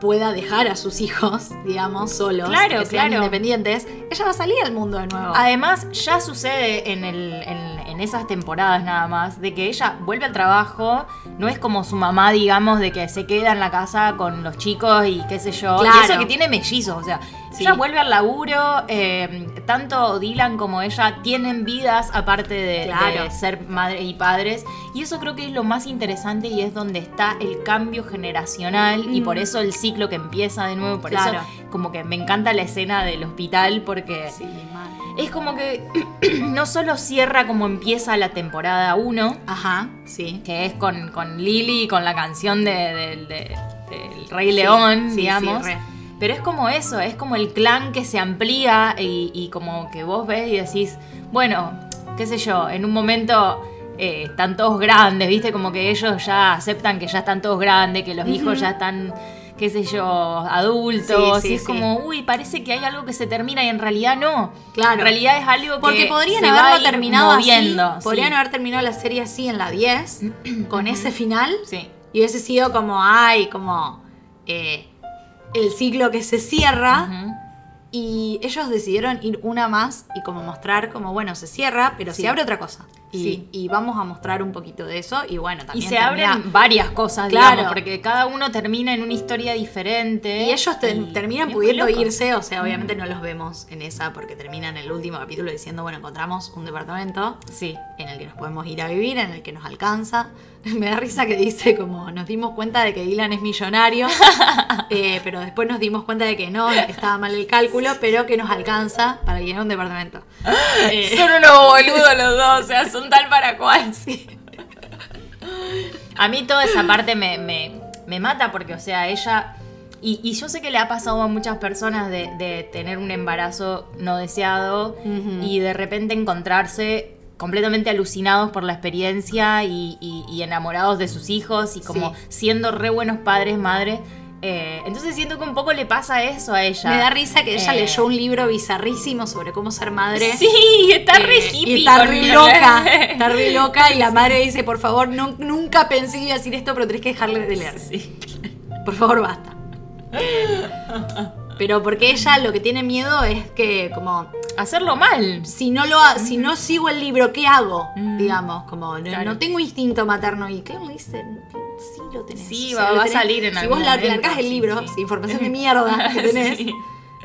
pueda dejar a sus hijos, *laughs* digamos, solos, Claro, que sean claro. independientes, ella va a salir al mundo de nuevo. Además, ya sucede en, el- en- en esas temporadas nada más, de que ella vuelve al trabajo, no es como su mamá, digamos, de que se queda en la casa con los chicos y qué sé yo. Claro. Y eso que tiene mellizos, o sea, Sí. ella vuelve al laburo, eh, tanto Dylan como ella tienen vidas aparte de, Claro. de ser madre y padres. Y eso creo que es lo más interesante y es donde está el cambio generacional y Mm. por eso el ciclo que empieza de nuevo, por Claro. eso como que me encanta la escena del hospital porque... Sí, mal. Es como que *clears throat* no solo cierra como empieza la temporada 1, Ajá, sí. que es con, con Lily y con la canción de, de- de- del Rey León, sí, digamos. sí, re. pero es como eso, es como el clan que se amplía y, y como que vos ves y decís, bueno, qué sé yo, en un momento eh, están todos grandes, ¿viste? Como que ellos ya aceptan que ya están todos grandes, que los hijos ya están, qué sé yo, adultos. Sí, sí, y es sí. como, uy, parece que hay algo que se termina y en realidad no. Claro. En realidad es algo Porque que podrían se va a haberlo ir terminado moviendo. así. Podrían sí. haber terminado la serie así en *clears throat* la 10, con ese final. Sí. Y hubiese sido como, ay, como eh, el ciclo que se cierra. Ujú. Y ellos decidieron ir una más y como mostrar, como bueno, se cierra, pero Sí. se abre otra cosa. Y, Sí. y vamos a mostrar un poquito de eso. Y bueno, Y también. se termina- abren varias cosas, Claro. digamos, porque cada uno termina en una historia diferente. Y ellos te- Y- terminan y es muy pudiendo loco. Mm. irse, o sea, obviamente no los vemos en esa porque terminan el último capítulo diciendo, bueno, encontramos un departamento Sí. en el que nos podemos ir a vivir, en el que nos alcanza. *laughs* Me da risa que dice como nos dimos cuenta de que Dylan *laughs* es millonario, eh, pero después nos dimos cuenta de que no, de que estaba mal el cálculo, pero que nos alcanza para llenar *laughs* un departamento. Eh, Son unos boludos los dos, o sea, son tal para cual. *laughs* sí. A mí toda esa parte me, me- me mata porque, o sea, ella... Y, y yo sé que le ha pasado a muchas personas de, de tener un embarazo no deseado Ujú. y de repente encontrarse completamente alucinados por la experiencia y, y- y enamorados de sus hijos y como Sí. siendo re buenos padres, madres. Eh, entonces siento que un poco le pasa eso a ella. Me da risa que ella Eh. leyó un libro bizarrísimo sobre cómo ser madre. Sí, está re Eh, hippie. Y está con re el- *laughs* loca. Está re loca. Y la madre dice, por favor, no- nunca pensé que iba a decir esto, pero tenés que dejarle de leer. Sí. Por favor, basta. Eh, Pero porque ella lo que tiene miedo es que como Hacerlo mal. si no lo ha- si no sigo el libro, ¿qué hago? Mm. Digamos, como no, Claro. no tengo instinto materno y claro, dicen, sí lo tenés. Sí, o sea, va- lo va a tenés. salir en Si algún vos lar- momento, largás el sí, libro, sí. sí, información de mierda *laughs* que tenés. Sí.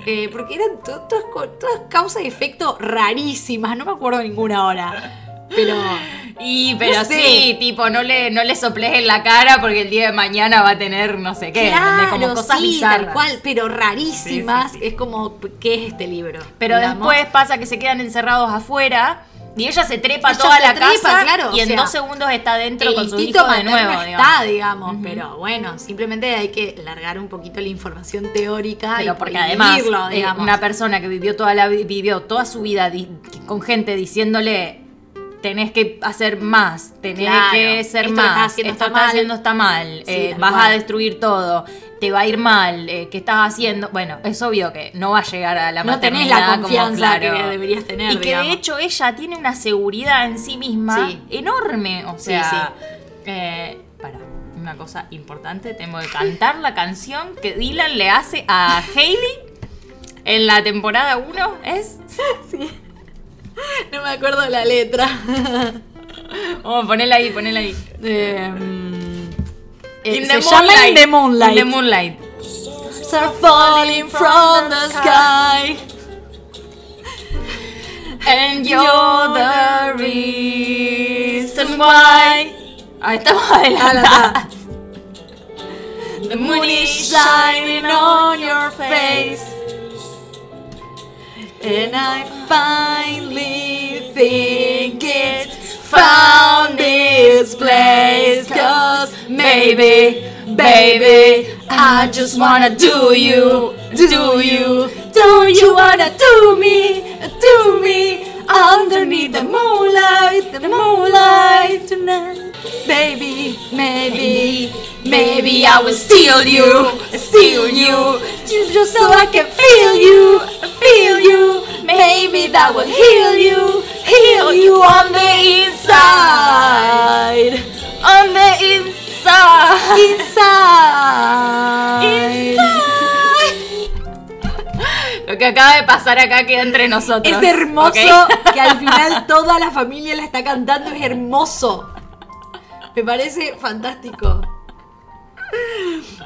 Eh, porque eran to- todas, co- todas causas y efecto rarísimas, no me acuerdo ninguna ahora. Pero Y pero No sé. sí, tipo, no le, no le soples en la cara porque el día de mañana va a tener no sé *laughs* qué, ¿entendés? claro, como cosas sí, bizarras. tal cual, pero rarísimas. Sí, sí, sí. Es como, ¿qué es este libro? Pero Digamos. después pasa que se quedan encerrados afuera y ella se trepa Ella toda se la trepa, casa claro, y o en sea, dos segundos está dentro el con su instinto hijo de materno nuevo, digamos. está, digamos, pero bueno, simplemente hay que largar un poquito la información teórica Pero y porque y además vivirlo, eh, digamos. una persona que vivió toda la vi- vivió toda su vida di- con gente diciéndole tenés que hacer más, tenés Claro. que ser Esto que más, estás haciendo esto está que estás mal. haciendo está mal, Sí, eh, tal vas a cual. destruir todo, te va a ir mal, eh, ¿qué estás haciendo? Bueno, es obvio que no va a llegar a la no tenés maternidad la como, confianza que claro. deberías tener. Y que digamos. de hecho ella tiene una seguridad en sí misma Sí. enorme. O Sí, sea, eh, para, una cosa importante, tengo que cantar la canción que Dylan le hace a Hailey en la temporada 1. Es. no me acuerdo la letra. *laughs* Vamos a ponerla ahí, ponerla ahí. Eh, mm, eh, In se the llama moonlight. In the In Moonlight. the Moonlight. Stars are falling from the sky. And you're the reason why. Ahí estamos adelantadas. The moon is shining on your face. And I finally think it's found this place. Cause maybe, baby, I just wanna do you, do you, do you wanna do me, do me underneath the moonlight, the moonlight tonight. Baby, maybe, maybe I will steal you, steal you, just so I can feel you, feel you. Maybe that will heal you, heal you on the inside. On the inside. Inside. Lo que acaba de pasar acá queda entre nosotros. Es hermoso ¿ok? *laughs* que al *laughs* final toda la familia la está cantando, es hermoso. Me parece fantástico.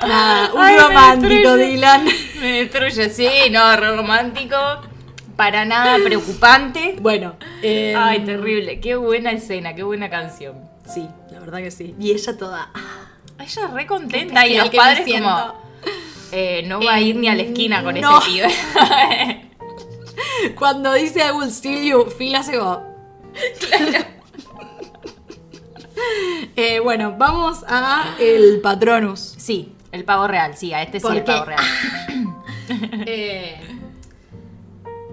Nada, un Ay, me romántico, destruye. Dylan. Me destruye, sí, no, re romántico. Para nada preocupante. Bueno, eh, Ay, terrible. Qué buena escena, qué buena canción. sí, la verdad que sí. Y ella toda. ah, Ella re contenta especial y los que me padres siento. como eh, no va a ir ni a la esquina con no. ese pibe. Cuando dice I will steal you, Phil hace *laughs* go. *laughs* Eh, bueno, vamos a el Patronus. sí, el pavo real, sí, a este sí ¿Por el pavo qué? real. Eh,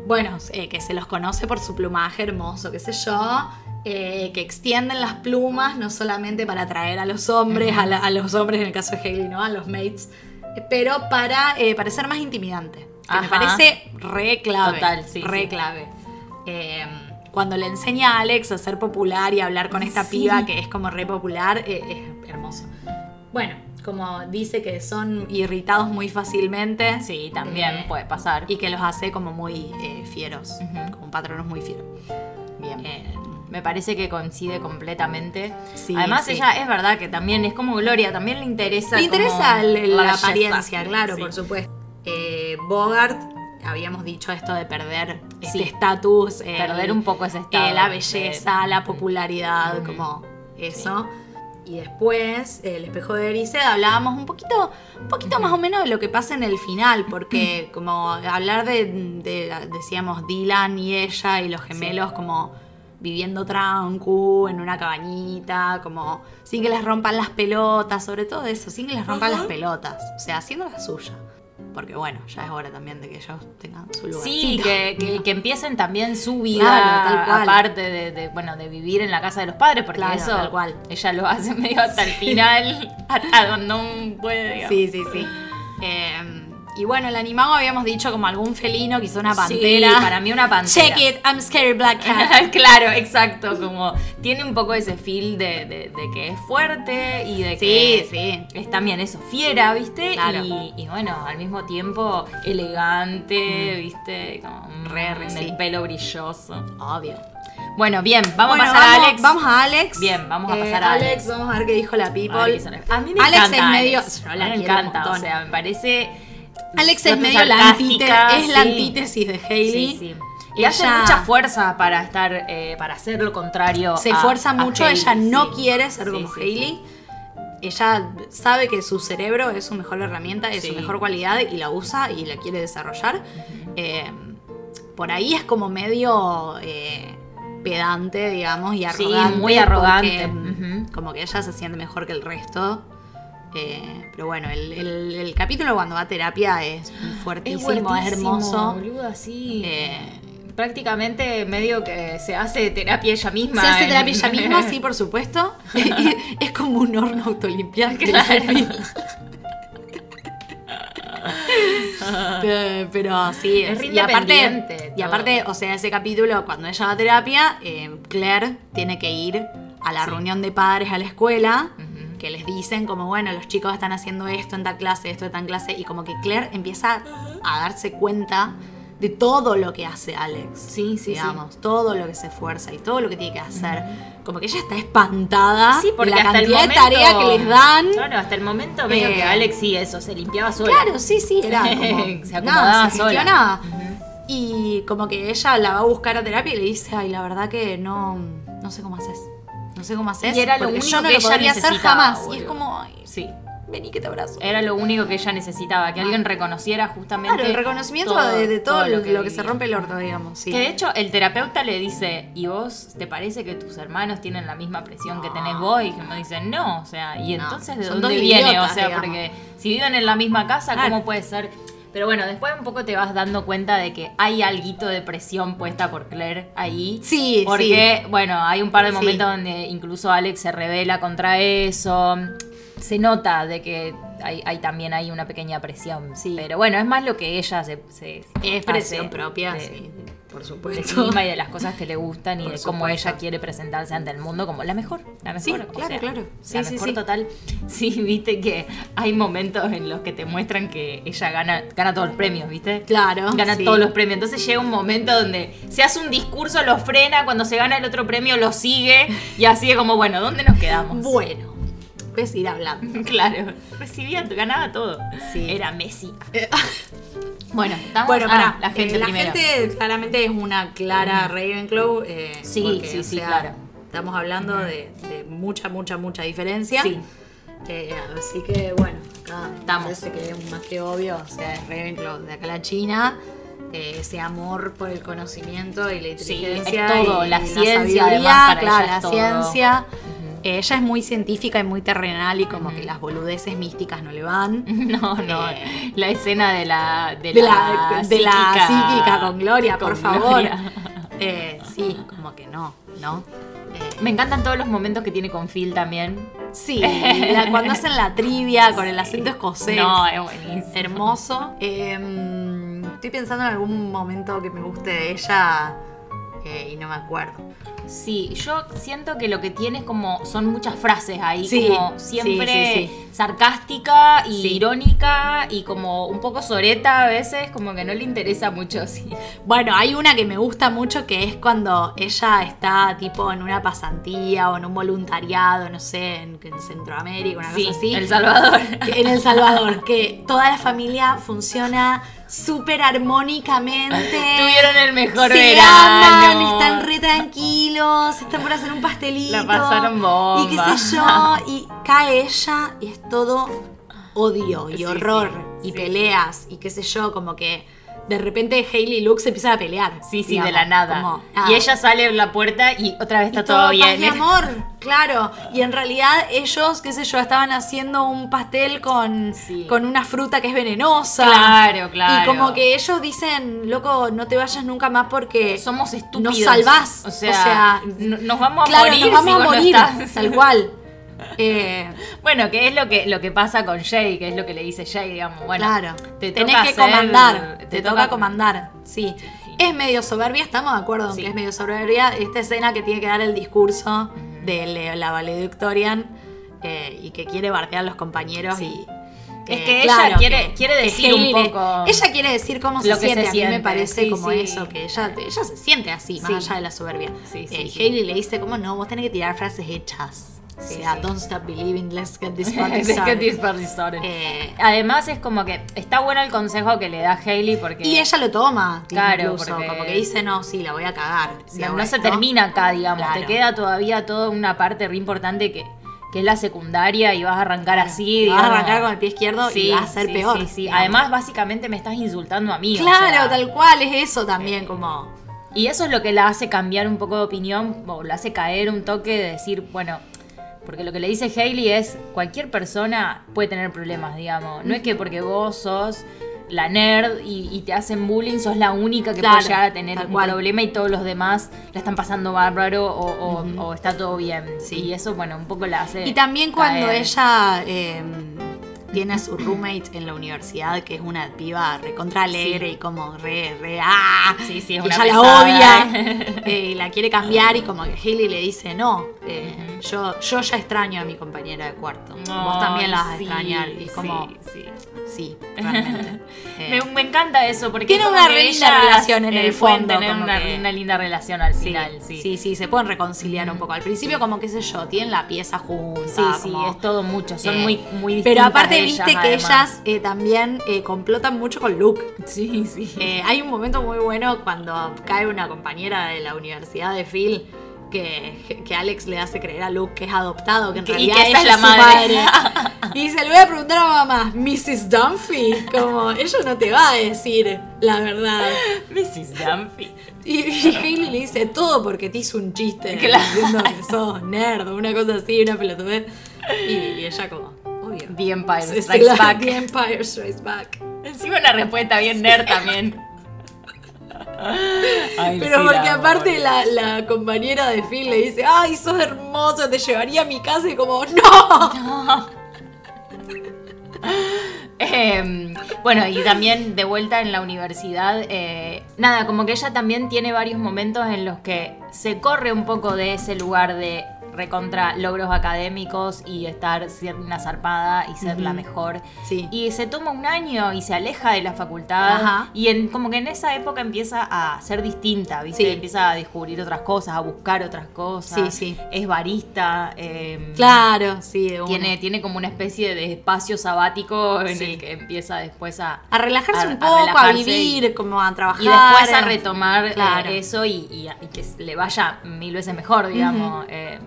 bueno, eh, que se los conoce por su plumaje hermoso, qué sé yo. eh, que extienden las plumas no solamente para atraer a los hombres, a, la- a los hombres en el caso de Haley, ¿no? A los mates, eh, pero para eh, parecer más intimidante. Que me Ajá. parece re clave. Total, sí, Re sí. clave. Eh, cuando le enseña a Alex a ser popular y a hablar con esta piba que es como re popular, eh, es hermoso. Bueno, como dice que son irritados muy fácilmente. Sí, también Eh, puede pasar. Y que los hace como muy eh, fieros, Ujú. como patronos muy fieros. Bien. Eh, Me parece que coincide completamente. Sí, Además, sí. ella es verdad que también es como Gloria, también le interesa. Le interesa como el- el- la la, belleza. apariencia, claro, Sí. por supuesto. Eh, Bogart, habíamos dicho esto de perder Sí. este estatus, el- Perder un poco ese estado. eh, la de- belleza, mm, la popularidad, Ujú. como eso. Y después, el espejo de Erised, hablábamos un poquito, un poquito más o menos de lo que pasa en el final, *clears throat* porque como hablar de, de- decíamos, Dylan y ella y los gemelos como viviendo tranqui en una cabañita, como sin que les rompan las pelotas, sobre todo eso, sin que les rompan las pelotas, o sea, haciendo la suya. Porque bueno, ya es hora también de que ellos tengan su lugar. Sí, que, que- que empiecen también su vida, Claro, tal cual. aparte de, de, bueno, de vivir en la casa de los padres, porque Claro, eso tal cual. ella lo hace *laughs* medio hasta el final, hasta donde no puede, digamos. Sí, sí, sí. Eh, y bueno, el animado habíamos dicho como algún felino, quizá una Sí, pantera. para mí una pantera. Check it, Ah, I'm scary black cat. *laughs* claro, exacto, como tiene un poco ese feel de, de- de que es fuerte y de que sí. es también eso, fiera, ¿viste? Claro. Y, y bueno, al mismo tiempo elegante, ¿viste? Como Re, re, mm, sí. el pelo brilloso. Obvio. Bueno, bien, vamos Bueno, a pasar vamos, a Alex. Vamos a Alex. Bien, vamos a Eh, pasar a Alex. Vamos a ver qué dijo la people. Ay, que son- a mí me Alex encanta. es medio. Alex. Yo A la mí me quiero un encanta, o montón. sea, me parece. Alex es bastante medio la antítesis. sarcástica, Es la sí. antítesis de Hailey. Sí, sí. Y hace Ella- mucha fuerza para estar, eh, para hacer lo contrario. Se a- esfuerza a mucho, Hailey, ella no sí. quiere ser Sí, como sí, Hailey. sí. Ella sabe que su cerebro es su mejor herramienta, es Sí. su mejor cualidad y la usa y la quiere desarrollar. Eh, por ahí es como medio eh, pedante, digamos, y Sí, arrogante. muy arrogante. porque, Ujú. Como que ella se siente mejor que el resto. Eh, pero bueno, el, el- el capítulo cuando va a terapia es fuertísimo, es, buenísimo, hermoso. boluda, sí. Eh, Prácticamente medio que se hace terapia ella misma. Se hace en- terapia ella *laughs* misma, sí, por supuesto. *laughs* es como un horno autolimpiante. Claro. *laughs* Sophie. Pe- Pero sí, Es re y aparte, independiente y aparte, o sea, ese capítulo, cuando ella va a terapia, eh, Claire tiene que ir a la Sí. reunión de padres a la escuela, Ujú. que les dicen como, bueno, los chicos están haciendo esto en tal clase, esto en tal clase, y como que Claire empieza a darse cuenta de todo lo que hace Alex Sí, sí, sí. digamos, todo lo que se esfuerza y todo lo que tiene que hacer. Como que ella está espantada Sí, porque de la hasta el cantidad momento, de tarea que les dan. Claro, hasta el momento medio Eh, que Alex sí eso, se limpiaba sola. Claro, sí, sí, *laughs* era como, se acomodaba nada, se sola. gestionaba. Ujú. Y como que ella la va a buscar a terapia y le dice, ay, la verdad que no, no sé cómo haces. No sé cómo haces. Y era lo porque único yo no que lo ella podría hacer necesitaba, jamás. Y boludo. es como, ay, Sí. vení que te abrazo. Era lo único que ella necesitaba, que alguien reconociera justamente. Ah. Claro, el reconocimiento de, de todo, lo, que, se rompe el orto, digamos. Sí. Que de hecho el terapeuta le dice, ¿y vos te parece que tus hermanos tienen la misma presión que tenés vos? Y que me dicen, no, o sea, ¿y No, entonces de son dónde dos viene? idiotas, o sea, digamos. porque si viven en la misma casa, Claro. ¿cómo puede ser? Pero bueno, después un poco te vas dando cuenta de que hay alguito de presión puesta por Claire ahí. Sí, Porque, bueno, hay un par de Sí. momentos donde incluso Alex se revela contra eso. Se nota de que hay, hay también hay una pequeña presión. Sí. Pero bueno, es más lo que ella se. se Es presión hace propia, de- sí, por de supuesto. sí misma y de las cosas que le gustan y Por de cómo supuesto. ella quiere presentarse ante el mundo como la mejor, la mejor. Sí, o claro, claro. Sí, la sí, mejor sí. total. *laughs* Sí, viste que hay momentos en los que te muestran que ella gana, gana todos los premios, ¿viste? Claro, Gana sí. todos los premios. Entonces llega un momento donde se hace un discurso, lo frena, cuando se gana el otro premio lo sigue y así es como, bueno, ¿dónde nos quedamos? Bueno, puedes ir hablando. *laughs* Claro, recibía, ganaba todo. Sí. Era Messi. Bueno, ¿estamos? bueno, Ah, pará. la gente Eh, la primero. gente claramente es una clara Ravenclaw. eh, Sí, porque, sí, o sí, sea, claro. Estamos hablando de, de mucha, mucha, mucha diferencia. Sí. Eh, así que bueno, acá Estamos. parece que es más que obvio, o sea, es Ravenclaw de acá a la China. eh, ese amor por el conocimiento y la Sí, inteligencia. es todo, y la ciencia, sabiduría, además, para ella claro, es la todo. ciencia. Eh, Ella es muy científica y muy terrenal y como que las boludeces místicas no le van. *laughs* No, no. Eh, la escena de la. De, de la, la, de la psíquica, con Gloria, con por favor. Gloria. Eh, sí, como que no, ¿no? Eh, Me encantan todos los momentos que tiene con Phil también. Eh, Sí, la- cuando hacen la trivia con *laughs* el acento escocés. No, es buenísimo. hermoso. Em, estoy pensando en algún momento que me guste de ella eh, y no me acuerdo. Sí, yo siento que lo que tiene es como son muchas frases ahí, Sí, como sí, siempre sí, sí. sarcástica y Sí. irónica y como un poco soreta a veces, como que no le interesa mucho. Sí. Bueno, hay una que me gusta mucho que es cuando ella está tipo en una pasantía o en un voluntariado, no sé, en, en Centroamérica, una Sí, cosa así. El *laughs* Salvador. que- en El Salvador, que toda la familia funciona súper armónicamente. *laughs* Tuvieron el mejor se verano. aman, están re tranquilos, están por hacer un pastelito. La pasaron bomba. Y qué sé yo, y cae ella y es todo odio y Sí, horror sí, y sí, peleas y qué sé yo, como que de repente Hailey y Luke se empiezan a pelear. Sí, sí, digamos, de la nada. como, ah, Y ella sale por la puerta y otra vez y está todo, bien. Paz y amor, claro. Y en realidad ellos, qué sé yo, estaban haciendo un pastel con, Sí. con una fruta que es venenosa. Claro, claro. Y como que ellos dicen, loco, no te vayas nunca más porque Somos estúpidos. Nos salvás. O sea, O sea, no- nos vamos a claro, morir. nos si vamos a vos no morir, estás. tal *laughs* cual. Eh, Bueno, que es lo que, lo que pasa con Jay, que es lo que le dice Jay, digamos. Bueno, claro, te tenés toca que hacer- comandar, te, toca, toca comandar, sí. Es medio soberbia, estamos de acuerdo en Sí. que es medio soberbia esta escena que tiene que dar el discurso de le- la valedictorian eh, y que quiere bardear a los compañeros Sí. y... Es eh, que ella quiere- quiere decir un Hailey le- poco ella quiere decir cómo lo se que siente. se a mí me siente, parece sí, como sí. eso, que ella, ella se siente así, más Sí. allá de la soberbia. Sí, sí, Eh, sí. Hailey le dice, como no, vos tenés que tirar frases hechas. Sí, o sea, sí. don't stop believing, let's get *laughs* this party Es que started". this party started. Eh, Además es como que está bueno el consejo que le da Hailey porque y ella lo toma, Claro, incluso, porque- como que dice, no, sí, la voy a cagar. si no, hago no se esto". termina acá, digamos. Claro. Te queda todavía toda una parte re importante que, que es la secundaria y vas a arrancar así. Vas a digamos. arrancar con el pie izquierdo y va a ser sí, peor. Sí, sí. digamos. Además, básicamente me estás insultando a mí. o Claro, sea, eh, tal cual, es eso también, como... Y eso es lo que la hace cambiar un poco de opinión, o la hace caer un toque de decir, bueno, porque lo que le dice Hailey es, cualquier persona puede tener problemas, digamos. No es que porque vos sos la nerd y, y te hacen bullying, sos la única que Claro, puede llegar a tener tal un cual. problema y todos los demás la están pasando bárbaro o, o- o está todo bien. Sí. Y eso, bueno, un poco la hace Y también cuando caer. ella eh, tiene a su roommate en la universidad, que es una piba recontra alegre y como re, re, ah, Sí, sí, es una y ella pesada, *laughs* la odia eh, y la quiere cambiar y como que Hailey le dice, no, eh, yo, yo ya extraño a mi compañera de cuarto, vos también la vas a Ay, sí, extrañar y es como, sí, sí. sí, *laughs* realmente. Eh, Me, me encanta eso porque Tiene como una que re linda ellas, relación en eh, el pueden fondo, tener como una, que- una linda relación al Sí, final, sí. sí, sí, se pueden reconciliar un poco. Al principio, como qué sé yo, tienen la pieza junta. Sí, sí, como- es todo mucho, son Eh, muy, muy distintas Pero aparte, ellas, viste que además. ellas eh, también eh, complotan mucho con Luke. Sí, sí. *laughs* Eh, hay un momento muy bueno cuando cae una compañera de la universidad de Phil que, que Alex le hace creer a Luke que es adoptado, que en Que- y realidad que esa ella es la su madre. *laughs* Y se le voy a preguntar a mamá, Mrs. Dunphy, como ella no te va a decir la verdad. Mrs. Dumpy. Y, y Hailey le dice todo porque te hizo un chiste, Claro. diciendo que sos nerd, una cosa así, una pelotudez. Y, y ella como, obvio. The Empire Sí, Strikes claro, Back. The Empire Strikes Back. Encima una respuesta bien nerd también. Ay, Pero sí, la porque amo, aparte la, la compañera de Phil le dice, ay, sos hermoso, te llevaría a mi casa y como, no. Eh, bueno, y también de vuelta en la universidad, eh, nada, como que ella también tiene varios momentos en los que se corre un poco de ese lugar de recontra logros académicos y estar ser una zarpada y ser la mejor. Sí. Y se toma un año y se aleja de la facultad Ajá. y en, como que en esa época empieza a ser distinta, ¿viste? Sí. Empieza a descubrir otras cosas, a buscar otras cosas. Sí, sí. Es barista. eh, Claro, sí, de una. tiene, tiene como una especie de espacio sabático en Sí. el que empieza después a... A relajarse a- un a poco, a, relajarse vivir, como a trabajar. Y después a retomar eh, Claro. eso y, y a- y que le vaya mil veces mejor, digamos. Eh,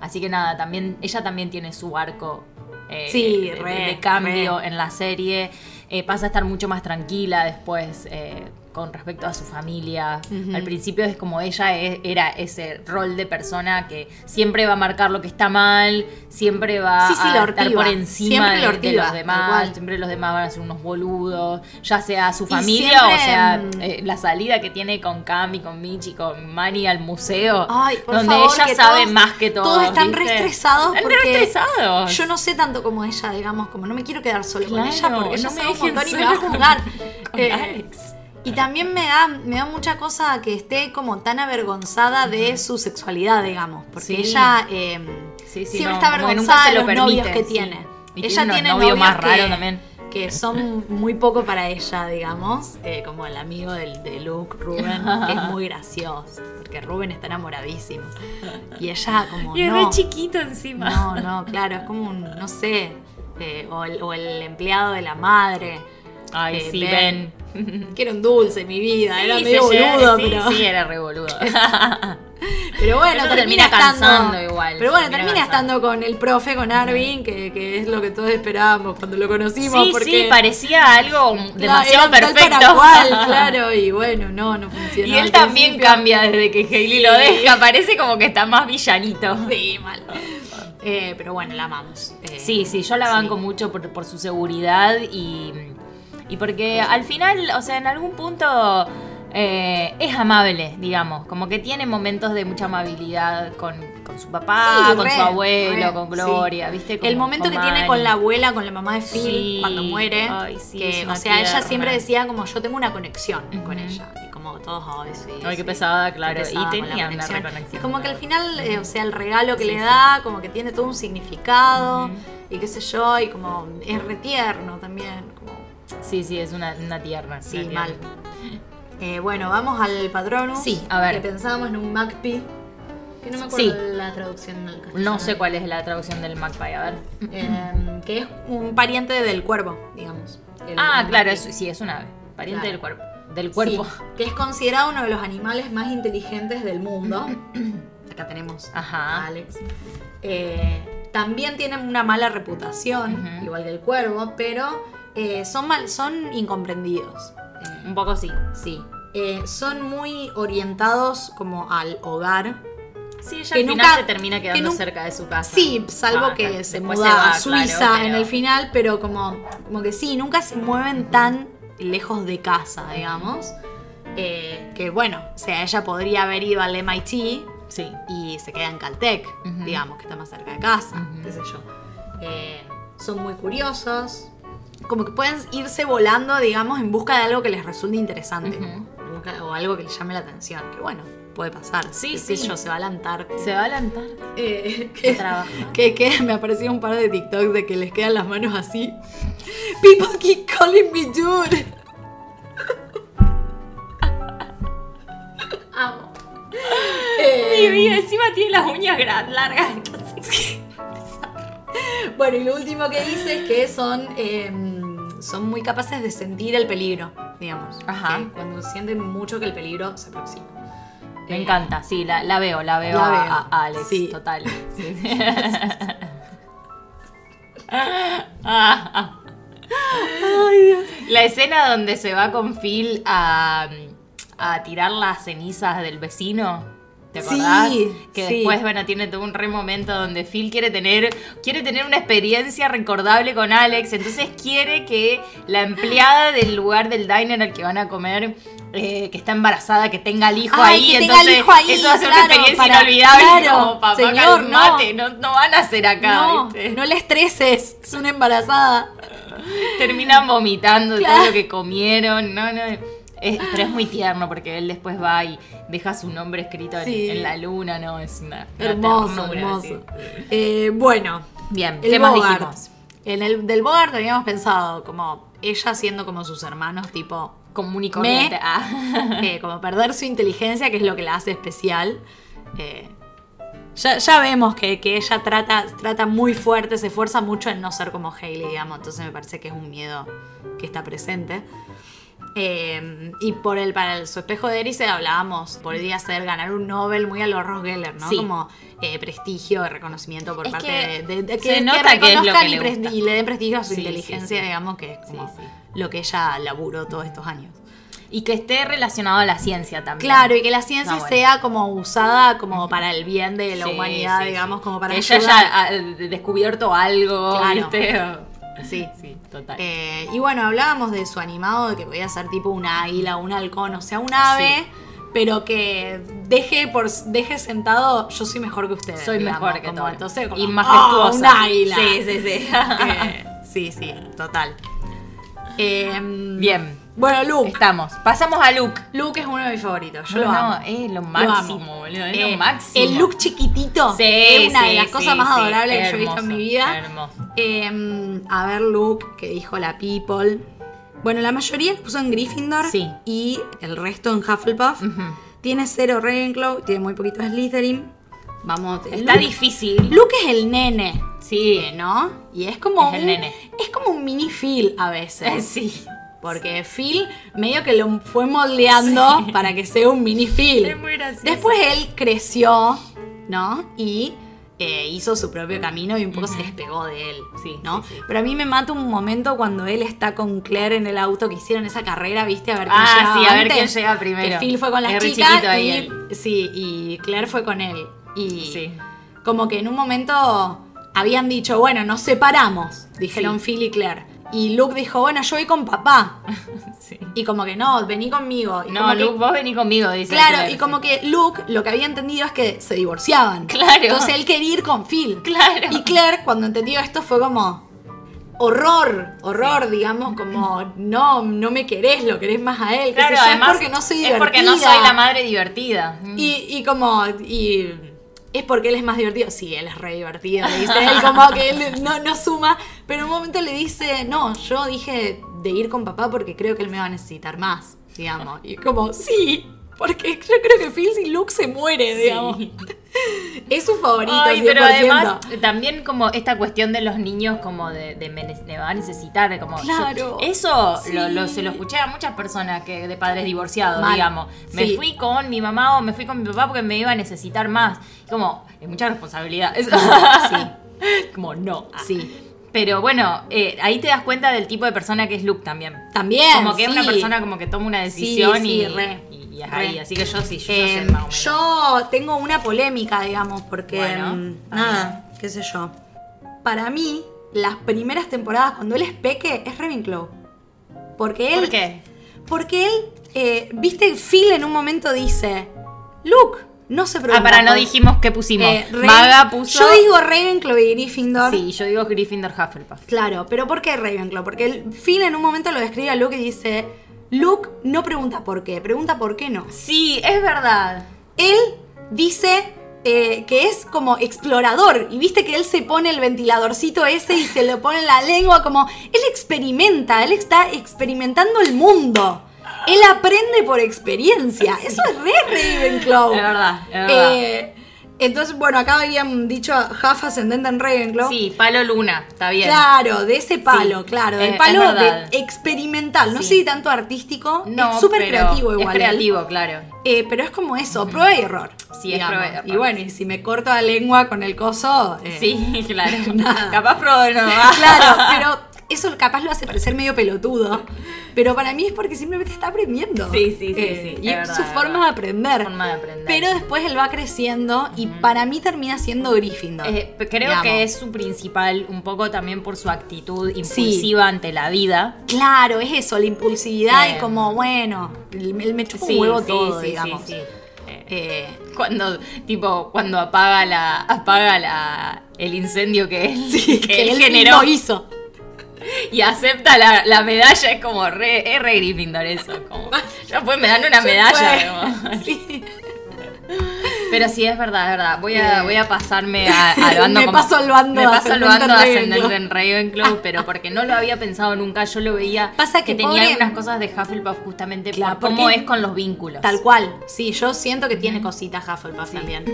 así que nada, también ella también tiene su arco eh, Sí, de, re, de cambio en la serie. Eh, pasa a estar mucho más tranquila después. eh, con respecto a su familia. Ujú. Al principio es como ella e- era ese rol de persona que siempre va a marcar lo que está mal, siempre va Sí, sí, a la estar ortiva. por encima Siempre la de- de, ortiva, los tal demás, cual. siempre los demás van a ser unos boludos, ya sea su Y familia o siempre, sea mm, eh, la salida que tiene con Cami, con Michi, con Mani al museo, Ay, por donde favor, ella que sabe todos- más que todos. Todos están ¿viste? re estresados Están re porque estresados. Yo no sé tanto como ella, digamos, como no me quiero quedar solo Claro, con ella porque ella no me sabe un dejen montón y me va a sola juzgar. *laughs* con Eh, Alex. Y también me da, me da mucha cosa que esté como tan avergonzada de su sexualidad, digamos, porque Sí. ella eh, Sí, sí, siempre no, está como que avergonzada nunca de se los lo novios permite, que sí. tiene. Y ella unos tiene novios novios más que- raros también. que son muy poco para ella, digamos, eh, como el amigo del, de Luke, Rubén, que es muy gracioso, porque Rubén está enamoradísimo. Y ella como... Y es no, re chiquito encima. no, no, claro, es como un, no sé, eh, o, el, o el empleado de la madre. Ay, Eh, sí, Ben. Ben. *laughs* Que era un dulce, mi vida, era Sí, medio se llega- boludo, sí, pero, sí, *laughs* era re boludo. pero bueno, Eso termina, termina estando- cansando igual, Pero bueno, termina termina, cansando. estando con el profe, con Arvin, que, que es lo que todos esperábamos cuando lo conocimos. Sí, porque sí, parecía algo demasiado Claro, era un tal perfecto. para *laughs* cual, claro, y bueno, no, no funcionó. Y él al también principio. cambia desde que Hailey lo deja, parece como que está más villanito. Sí, mal. Eh, pero bueno, la amamos. Eh, Sí, sí, yo la banco sí. mucho por, por su seguridad y, y porque al final, o sea, en algún punto eh, es amable, digamos, como que tiene momentos de mucha amabilidad con, con su papá, Sí, con re, su abuelo, re, con Gloria, sí. ¿viste? el Como momento con que tiene Manny. con la abuela, con la mamá de Phil, Sí. cuando muere. Ay, sí, que, es o una sea, ella tierna. siempre decía como yo tengo una conexión con Ujú. ella. Y como todos, ay, sí. Ay, sí, qué pesada, claro. qué pesada y con la tenía una conexión. reconexión. Y como que claro. al final, eh, o sea, el regalo que Sí, le sí. da, como que tiene todo un significado. Ujú. Y qué sé yo, y como es retierno también. Como, Sí, sí, es una, una tierna. Sí, una tierna. mal. Eh, bueno, vamos al Patronus. Sí, a ver. Que pensábamos en un MacPie. Que no me acuerdo Sí. la traducción del castellano. No sé cuál es la traducción del magpie, a ver. Eh, que es un pariente del cuervo, digamos. El- Ah, el claro, MacPie. es- sí, es un ave. Pariente Claro. del cuerpo. Del cuerpo. Sí, que es considerado uno de los animales más inteligentes *clears throat* del mundo. Acá tenemos a Ajá. Alex. Eh, también tienen una mala reputación, Ujú. igual que el cuervo, pero eh, son, mal, son incomprendidos. Eh, Un poco sí. Sí. Eh, son muy orientados como al hogar. Sí, ella Que al nunca- final se termina que quedando nun- cerca de su casa. Sí, salvo Ah, que claro. se Después muda va, a claro, Suiza pero- en el final, pero como, como que sí, nunca se mueven tan lejos de casa, digamos. Eh, que bueno, o sea, ella podría haber ido al MIT Sí. y se queda en Caltech, Ujú. digamos, que está más cerca de casa, Ujú. qué sé yo. Eh, son muy curiosos, como que pueden irse volando, digamos, en busca de algo que les resulte interesante, Ujú. como en busca- o algo que les llame la atención, que bueno, puede pasar. Sí, Qué sé sí. yo, se va a la Antártida. Se va a la Antártida Eh, *laughs* a que, *laughs* trabajar. que, que me aparecieron un par de TikToks de que les quedan las manos así. People keep calling me dude. Amo. Mi Eh, vida, encima tiene las uñas gra- largas. entonces- bueno, y lo último que dice es que son, eh, son muy capaces de sentir el peligro, digamos. Ajá. Que Cuando sienten mucho que el peligro se aproxima. Me Eh, *laughs* encanta, sí, la, la veo, la veo, La a- veo. A, a Alex, Sí. total. Sí. La escena donde se va con Phil a, a tirar las cenizas del vecino. ¿Te Sí, acordás? que sí. después, bueno, tiene todo un re momento donde Phil quiere tener, quiere tener una experiencia recordable con Alex. Entonces quiere que la empleada del lugar del diner al que van a comer, eh, que está embarazada, que tenga el hijo Ay, ahí. que tenga el entonces, hijo ahí, eso va a ser claro, una experiencia para- inolvidable. claro, Como, papá, señor, no. calmate, no. No, van a ser acá. No, ¿viste? no la estreses, es una embarazada. Terminan vomitando de Claro. todo lo que comieron. No, no. Es- pero es muy tierno porque él después va y deja su nombre escrito en, Sí. en la luna, ¿no? Es una. una Hermoso, ternura, sí. hermoso. Eh, bueno, Bien, el ¿qué más Bogart. dijimos? En el del Bogart habíamos pensado como ella siendo como sus hermanos, tipo, Común y corriente. Me- Ah. *laughs* *laughs* eh, como perder su inteligencia, que es lo que la hace especial. Eh, ya, ya vemos que, que ella trata, trata muy fuerte, se esfuerza mucho en no ser como Hailey, digamos, entonces me parece que es un miedo que está presente. Eh, y por el, para el- su espejo de Erice hablábamos, podría ser ganar un Nobel muy a los Rosgeller, ¿no? Sí. Como eh, prestigio, reconocimiento por Es parte que de, de- de- se nota que es lo que reconozcan le y pres- gusta. y le den prestigio a su Sí, sí, inteligencia, sí. digamos, que es como Sí, sí. lo que ella laburó todos estos años. y que esté relacionado a la ciencia también. Claro, y que la ciencia No, bueno. sea como usada como para el bien de la Sí, humanidad, sí, sí. digamos, como para que ella ayudar. haya ah, descubierto algo, Claro. ¿viste? O- *laughs* Sí. sí, total. Eh, y bueno, hablábamos de su animado, de que podía ser tipo un águila, un halcón, o sea, un ave, pero que deje por deje sentado, yo soy mejor que ustedes. Soy digamos, mejor que como, todo. Entonces, como, y majestuosa. "Oh, un águila. Sí, sí, sí. *laughs* Eh, sí, sí, total. Em, Bien. Bueno, Luke. Estamos. Pasamos a Luke. Luke es uno de mis favoritos. Yo No, lo amo. no, es lo Lo amo. máximo, boludo. Es Eh, lo máximo. El look chiquitito Sí, es una de sí, las cosas sí, más sí. adorables que yo he visto en Hermoso, mi vida. Hermoso. Eh, a ver, Luke, que dijo la People. Bueno, la mayoría lo puso en Gryffindor Sí. y el resto en Hufflepuff. Ujú. Tiene cero Ravenclaw, tiene muy poquito Slytherin. Vamos, Está Luke- difícil. Luke es el nene, Sí. ¿no? Y es como Es el un, nene. es como un mini Phil a veces. *laughs* Sí. Porque Phil medio que lo fue moldeando para que sea un mini Phil. Es muy gracioso. Después él creció, ¿no? Y eh, hizo su propio camino y un poco se despegó de él, Sí, ¿no? sí, sí. Pero a mí me mata un momento cuando él está con Claire en el auto que hicieron esa carrera, ¿viste? A ver quién Ah, llegaba sí, a ver antes. quién llega Que primero. Phil fue con las Es re chicas chiquito y, ahí él. sí, y Claire fue con él. Y Sí. como que en un momento habían dicho, bueno, nos separamos, dijeron Phil y Claire. Y Luke dijo, bueno, yo voy con papá. Sí. Y como que no, vení conmigo. Y No, como que- Luke, vos vení conmigo, dice. Claro, Claire, y como sí. que Luke lo que había entendido es que se divorciaban. Claro. Entonces él quería ir con Phil. Claro. Y Claire, cuando entendió esto, fue como. Horror, horror, digamos, como no, no me querés, lo querés más a él. qué Claro, sé yo, además. es porque no soy es divertida. porque no soy la madre divertida. Mm. Y, y como. Y, es porque él es más divertido. Sí, él es re divertido, le dice él, como que él no, no suma. Pero en un momento le dice, no, yo dije de ir con papá porque creo que él me va a necesitar más, digamos. Y como, sí, porque yo creo que Phil sin Luke se muere, digamos. *laughs* Es su favorito, Ay, pero 100%. además también como esta cuestión de los niños como de, de me, me va a necesitar como yo- Claro. eso Sí. lo, lo- se lo escuché a muchas personas que de padres divorciados Mal. digamos me Sí. fui con mi mamá o me fui con mi papá porque me iba a necesitar más Y como es mucha responsabilidad sí *laughs* como no Sí. pero bueno eh, ahí te das cuenta del tipo de persona que es Luke también También. como que es una sí. persona como que toma una decisión sí, y, re. y- y es ahí Re. así que yo sí yo, ya Eh, sé más o menos. yo tengo una polémica, digamos, porque Bueno, mm, está nada, qué sé yo. Para mí, las primeras temporadas cuando él es peque es Ravenclaw. Porque él ¿Por qué? porque él eh, viste Phil en un momento dice, "Luke, no se preocupe." Eh, Ah, para no dijimos qué pusimos. Maga puso. Yo digo Ravenclaw y Gryffindor. Sí, yo digo Gryffindor Hufflepuff. Claro, pero ¿por qué Ravenclaw? Porque el Phil en un momento lo describe a Luke y dice, "Luke no pregunta por qué, pregunta por qué no." Sí, es verdad. él dice eh, que es como explorador. Y viste que él se pone el ventiladorcito ese y se lo pone en la lengua como... Él experimenta, él está experimentando el mundo. Él aprende por experiencia. Eso es re Ravenclaw. Es verdad, es verdad. Eh, entonces, bueno, acá habían dicho Half ascendente en Ravenclaw. eh, Sí, Palo Luna, está bien. Claro, de ese palo, Sí. claro. Eh, Del es palo verdad. de experimental. No Sí. sé si tanto artístico. No, es súper pero creativo igual. Es él. creativo, ¿eh? claro. Eh, pero es como eso, prueba y error. Sí, es digamos. prueba y error. Y bueno, y si me corto la lengua con el coso. eh, Sí, *laughs* claro. Nada. Capaz pro no *laughs* *laughs* Claro, pero eso capaz lo hace parecer medio pelotudo. Pero para mí es porque simplemente está aprendiendo. Eh, Sí, sí, sí, sí, Y es es verdad, su es forma verdad. de aprender. Forma de aprender. Pero después él va creciendo y para mí termina siendo Gryffindor. Eh, creo digamos. que es su principal, un poco también por su actitud impulsiva ante la vida. Claro, es eso, la impulsividad Eh. y como, bueno, él él me chupa un huevo todo, digamos. Eh, Eh, Cuando, tipo, cuando apaga la. apaga la. el incendio que él, que *laughs* que él él generó lo hizo. y acepta la, la medalla, es como re, es re Gryffindor eso. Como, ya pues me *laughs* dan una medalla. como. Sí. Pero sí, es verdad, es verdad. Voy a, Eh. voy a pasarme a- al bando *laughs* Me como- paso al bando Me paso al ascendente bando en ascendente Ravenclaw. en Ravenclaw, *laughs* pero porque no lo había pensado nunca, yo lo veía. Pasa que tenía pobre- algunas cosas de Hufflepuff justamente Claro, por cómo porque- es con los vínculos. Tal cual, sí, yo siento que tiene cositas Hufflepuff también.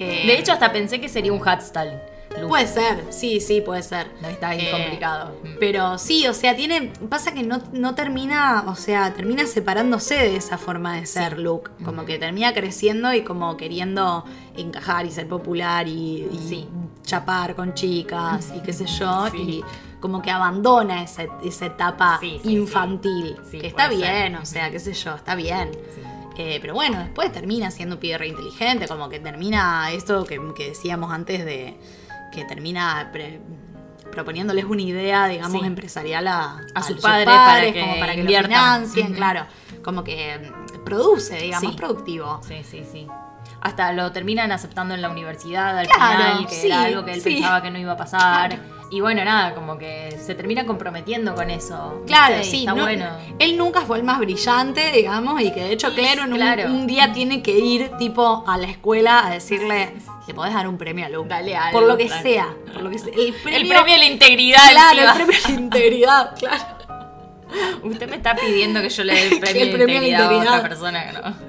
Eh, De hecho, hasta pensé que sería un Hatstall. Luke. puede ser, sí, sí, puede ser. Eh, No, está bien complicado. Mm. Pero sí, o sea, tiene. Pasa que no, no termina, o sea, termina separándose de esa forma de ser Luke. Como que termina creciendo y como queriendo encajar y ser popular y, y Sí. chapar con chicas y qué sé yo. Sí. Y como que abandona esa, esa etapa Sí, sí, infantil. sí. Sí, que está puede ser. bien, o sea, qué sé yo, está bien. Eh, pero bueno, después termina siendo un pibe re inteligente, como que termina esto que, que decíamos antes de que termina pre- proponiéndoles una idea, digamos, Sí. empresarial a, A sus los padres para que como para que lo inviertan. financien, Ujú. claro. Como que mm, produce, digamos, Sí. productivo. Sí, sí, sí. Hasta lo terminan aceptando en la universidad al Claro, final, que sí, era algo que él sí. pensaba que no iba a pasar. Y bueno, nada, como que se termina comprometiendo con eso. Claro, ¿viste? Y sí, Está no- bueno. Él nunca fue el más brillante, digamos, y que de hecho, Y, claro, en un, claro. un día tiene que ir tipo a la escuela a decirle, le podés dar un premio a Luke. Dale algo, Por lo que claro. sea. Por lo que sea. El premio, el premio a la integridad. claro, encima. el premio a la integridad, *laughs* claro. *laughs* Usted me está pidiendo que yo le dé *laughs* el premio, el premio a de la integridad, a otra integridad. persona que no.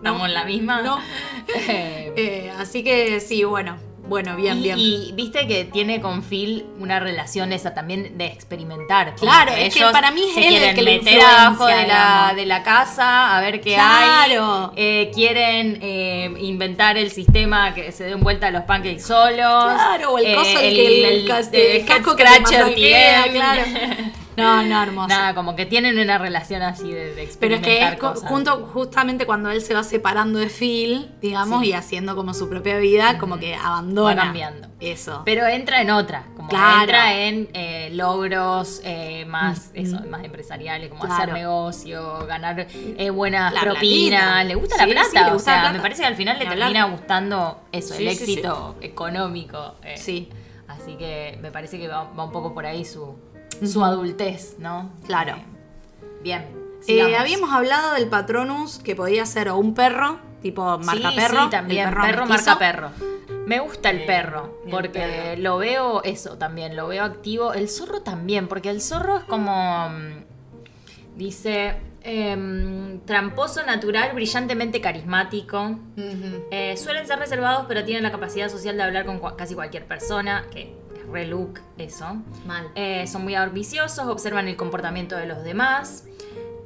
Estamos en la misma. No. *laughs* Eh, Eh, así que sí, bueno, bueno, bien, y, bien. y viste que tiene con Phil una relación esa también de experimentar. como Claro, es que ellos para mí es se él el quieren que lo meter influencia, abajo de la, digamos. de la casa a ver qué Claro. hay. Eh, quieren eh, inventar el sistema que se den vuelta a los pancakes solos. Eh, Claro, o el coso, el, el, que- el el- cas- el el head casco que scratcher te masajea, tiene. claro. No, no, *laughs* hermoso. Nada, como que tienen una relación así de, de Pero es que experimentar es co- cosas. junto, justamente cuando él se va separando de Phil, digamos, y haciendo como su propia vida, como que abandona. Va cambiando. Eso. Pero entra en otra, como que Claro. entra en eh, logros eh, más, eso, más empresariales, como Claro. hacer negocio, ganar eh, buenas La propinas. platita. Le gusta Sí, la plata, sí, le o gusta sea, la plata. me parece que al final le Ni hablar. termina gustando eso, Sí, el sí, sí. éxito económico. eh. Sí. Así que me parece que va, va un poco por ahí su, su adultez, ¿no? Claro. Eh, bien. Eh, sigamos. habíamos hablado del patronus que podía ser o un perro, tipo marca sí, perro. Sí, también. el Perro, mestizo. Eh, marca perro. Me gusta el perro, porque lo veo eso también, lo veo activo. El zorro también, porque el zorro es como. mm, Dice. em, tramposo natural, brillantemente carismático. Eh, suelen ser reservados, pero tienen la capacidad social de hablar con cua- casi cualquier persona, que es re look eso. Mal. Eh, son muy ambiciosos, observan el comportamiento de los demás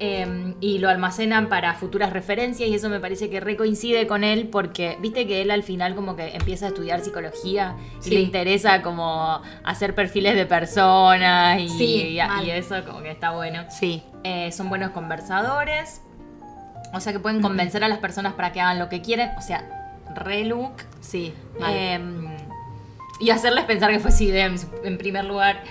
eh, y lo almacenan para futuras referencias y eso me parece que re coincide con él porque viste que él al final como que empieza a estudiar psicología Sí. y le interesa como hacer perfiles de personas y, Sí, y a- mal. y eso como que está bueno. Sí. Eh, son buenos conversadores, o sea que pueden convencer a las personas para que hagan lo que quieren, o sea, re look. Sí. mal. Eh, y hacerles pensar que fue Sidem en primer lugar.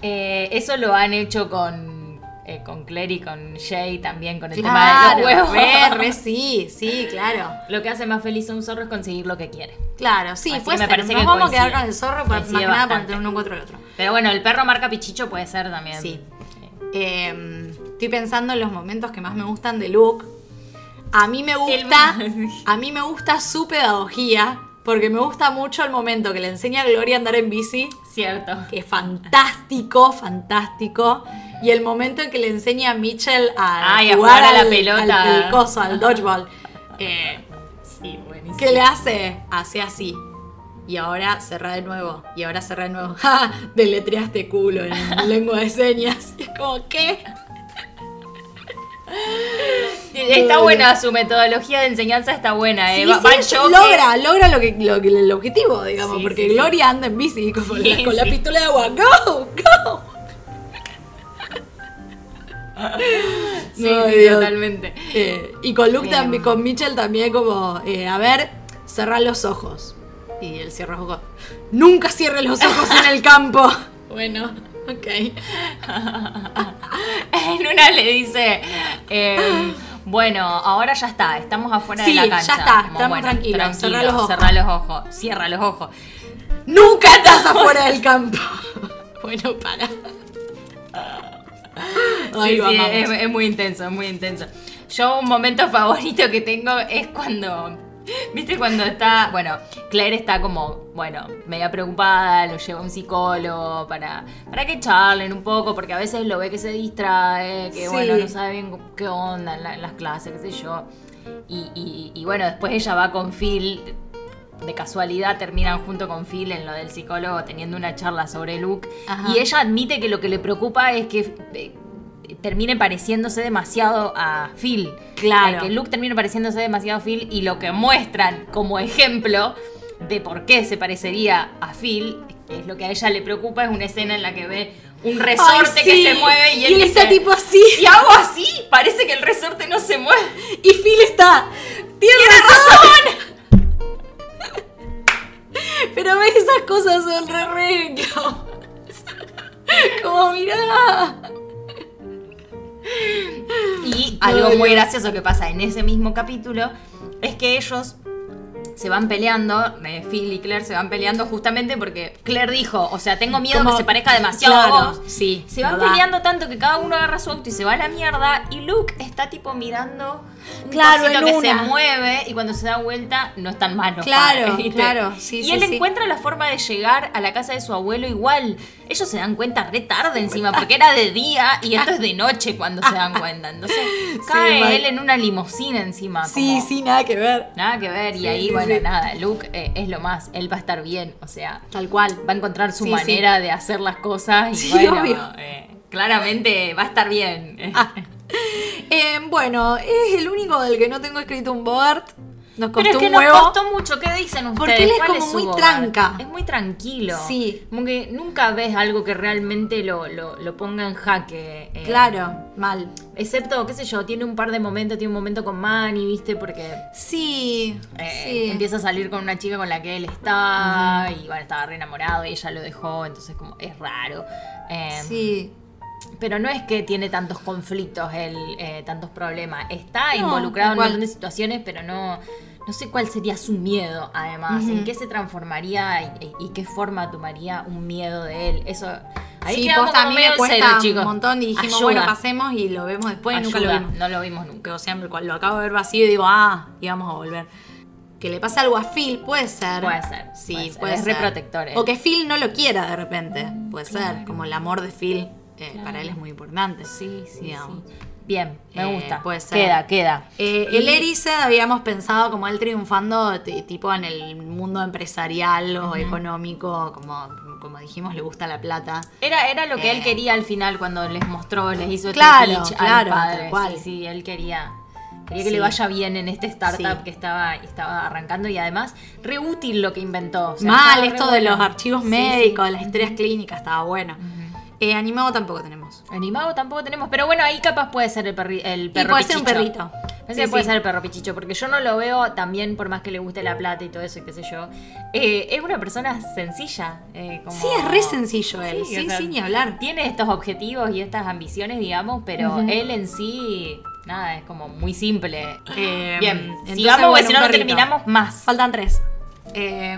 Eh, eso lo han hecho con, eh, con Clary, con Jay también, con el tema de los huevos. re, *laughs* re, sí, sí, claro. Lo que hace más feliz a un zorro es conseguir lo que quiere. Claro, sí, Así puede que me ser. parece Nos que vamos a quedar coincide. con el zorro, para, más Coincide que nada para bastante. tener uno contra el otro. Pero bueno, el perro marca Pichicho puede ser también. Sí. Eh, estoy pensando en los momentos que más me gustan de Luke. A mí me gusta, El- a mí me gusta su pedagogía, porque me gusta mucho el momento que le enseña a Gloria a andar en bici, Cierto. que es fantástico, fantástico. Y el momento en que le enseña a Mitchell a, Ay, a jugar a la al- pelota. al, al coso, al dodgeball, eh, Sí, buenísimo. que le hace, hace así. Y ahora cerrá de nuevo. Y ahora cerrá de nuevo. *laughs* ¡Ja! Deletreaste *laughs* culo en lengua de señas. Y es como, ¿qué? *laughs* Está buena su metodología de enseñanza, está buena. Sí, Eh. sí, Va- va al ella choque. logra, logra lo que, lo que- el objetivo, digamos, Sí, porque sí, sí. Gloria anda en bici como Sí, la- con la sí. pistola de agua. ¡Go! ¡Go! Sí, No, sí, Dios. totalmente. Eh, y con Luke Eh, también, con Mitchell también como, eh, a ver, cerrar los ojos. Y él cierra los ojos. Nunca cierre los ojos en *laughs* el campo. Bueno, ok. *laughs* En una le dice, eh, bueno, ahora ya está, estamos afuera Sí, de la cancha. ya está, Como, estamos tranquilos, cerrá los ojos. cerrá los ojos, cierra los ojos. Nunca estás afuera del *laughs* campo. Bueno, para. Ay, Sí, lo sí, amamos. es, es muy intenso, es muy intenso. Yo un momento *laughs* favorito que tengo es cuando, viste, cuando está, bueno, Claire está como, bueno, media preocupada, lo lleva a un psicólogo para, para que charlen un poco, porque a veces lo ve que se distrae, que Sí. bueno, no sabe bien qué onda en, la- en las clases, qué sé yo. Y, y- y bueno, después ella va con Phil. De casualidad terminan junto con Phil en lo del psicólogo teniendo una charla sobre Luke. Ajá. Y ella admite que lo que le preocupa es que eh, termine pareciéndose demasiado a Phil. Claro. Eh, Que Luke termine pareciéndose demasiado a Phil y lo que muestran como ejemplo de por qué se parecería a Phil es lo que a ella le preocupa es una escena en la que ve un resorte Ay, sí. que se mueve y él, dice, está tipo así. si hago así, parece que el resorte no se mueve. Y Phil está. ¡Tiene razón! *laughs* Pero ves, esas cosas son re regio. *laughs* Como mirá. Ah, Y Ay, algo muy Dios. gracioso que pasa en ese mismo capítulo es que ellos se van peleando, eh, Phil y Claire se van peleando justamente porque Claire dijo, o sea, tengo miedo Como- que se parezca demasiado a Claro, vos. sí. Se van no da. peleando tanto que cada uno agarra su auto y se va a la mierda y Luke está tipo mirando un Claro, cosito en que una. se mueve y cuando se da vuelta no están manos. Claro, *laughs* claro, sí, y sí, él sí. encuentra la forma de llegar a la casa de su abuelo igual. Ellos se dan cuenta re tarde encima porque era de día y esto es de noche cuando se *laughs* dan cuenta. Entonces cae mal. él en una limusina encima. Sí, como sí, nada que ver. Nada que ver y Sí, ahí sí, bueno sí. nada. Luke eh, es lo más. Él va a estar bien, o sea Tal cual. va a encontrar su Sí, manera de hacer las cosas y Sí, bueno, obvio. eh, claramente va a estar bien. Ah. Eh, bueno, es el único del que no tengo escrito un Bogart. Nos costó Pero es que un nos huevo. costó mucho, ¿qué dicen ustedes? Porque él es ¿Cuál como su muy hogar? tranca. Es muy tranquilo. Sí. Como que nunca ves algo que realmente lo, lo- lo ponga en jaque. eh. Claro, mal. Excepto, qué sé yo, tiene un par de momentos, tiene un momento con Manny, ¿viste? Porque Sí, eh, sí. empieza a salir con una chica con la que él está y bueno, estaba re enamorado y ella lo dejó, entonces como es raro. Eh, Sí. Pero no es que tiene tantos conflictos, el, eh, tantos problemas. Está No, involucrado en un igual. montón de situaciones, pero no, no sé cuál sería su miedo, además. ¿En qué se transformaría y, y qué forma tomaría un miedo de él? Eso. Ahí sí, quedamos posta, a como mí medio me en cuesta cero, chicos. un montón y dijimos, Ayuda, bueno, pasemos y lo vemos después y nunca ayuda. lo vimos. No lo vimos nunca. Que, o sea, me- cuando lo acabo de ver vacío y digo, ah, y vamos a volver. Que le pase algo a Phil, puede ser. Puede ser, Sí, puede puede ser. ser. Es re protector él. O que Phil no lo quiera de repente. Puede ser. Como el amor de Phil eh, para él es muy importante. Sí, sí, digamos. sí. Bien, me Eh, gusta. puede ser. Queda, queda. Eh, el Erice habíamos pensado como él triunfando t- tipo en el mundo empresarial o económico, como, como dijimos, le gusta la plata. Era, era lo que él Eh. quería al final cuando les mostró, les hizo el Claro, pitch al claro, padre. tal cual. Sí, sí, él quería. Quería que Sí. le vaya bien en este startup Sí. que estaba, estaba arrancando y además re útil lo que inventó. o sea, Mal, estaba re esto de bueno. los archivos Sí, médicos, sí. las historias clínicas, estaba bueno. Eh, animado tampoco tenemos. Animado tampoco tenemos, pero bueno, ahí capaz puede ser el, perri- el perro y puede ser un pichicho. perrito. Parece que Sí, puede sí. ser el perro pichicho, porque yo no lo veo también, por más que le guste la plata y todo eso y qué sé yo. Eh, es una persona sencilla. eh, como- Sí, es re sencillo él. Sí, Sí, o sí, sea, ni hablar. tiene estos objetivos y estas ambiciones, digamos, pero él en sí, nada, es como muy simple. Eh, Bien, entonces, sigamos, porque bueno, si un no, no perrito. terminamos más. Faltan tres. Eh,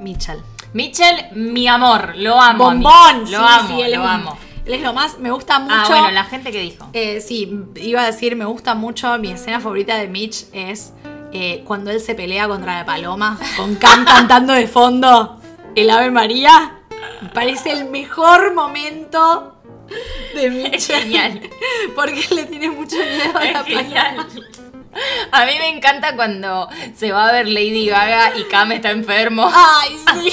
Mitchell. em, Mitchell, mi amor, lo amo. a Bombón. Mitchell. sí, Lo amo, sí, él es lo un- amo. Él es lo más, me gusta mucho. Ah, bueno, la gente que dijo. Eh, sí, iba a decir, me gusta mucho, mi escena favorita de Mitch es eh, cuando él se pelea contra la paloma, *laughs* con Cam cantando de fondo el Ave María. Me parece el mejor momento de Mitch. Genial. *laughs* Porque le tiene mucho miedo a la paloma. A mí me encanta cuando se va a ver Lady Gaga y Cam está enfermo. *laughs* Ay, *laughs* sí.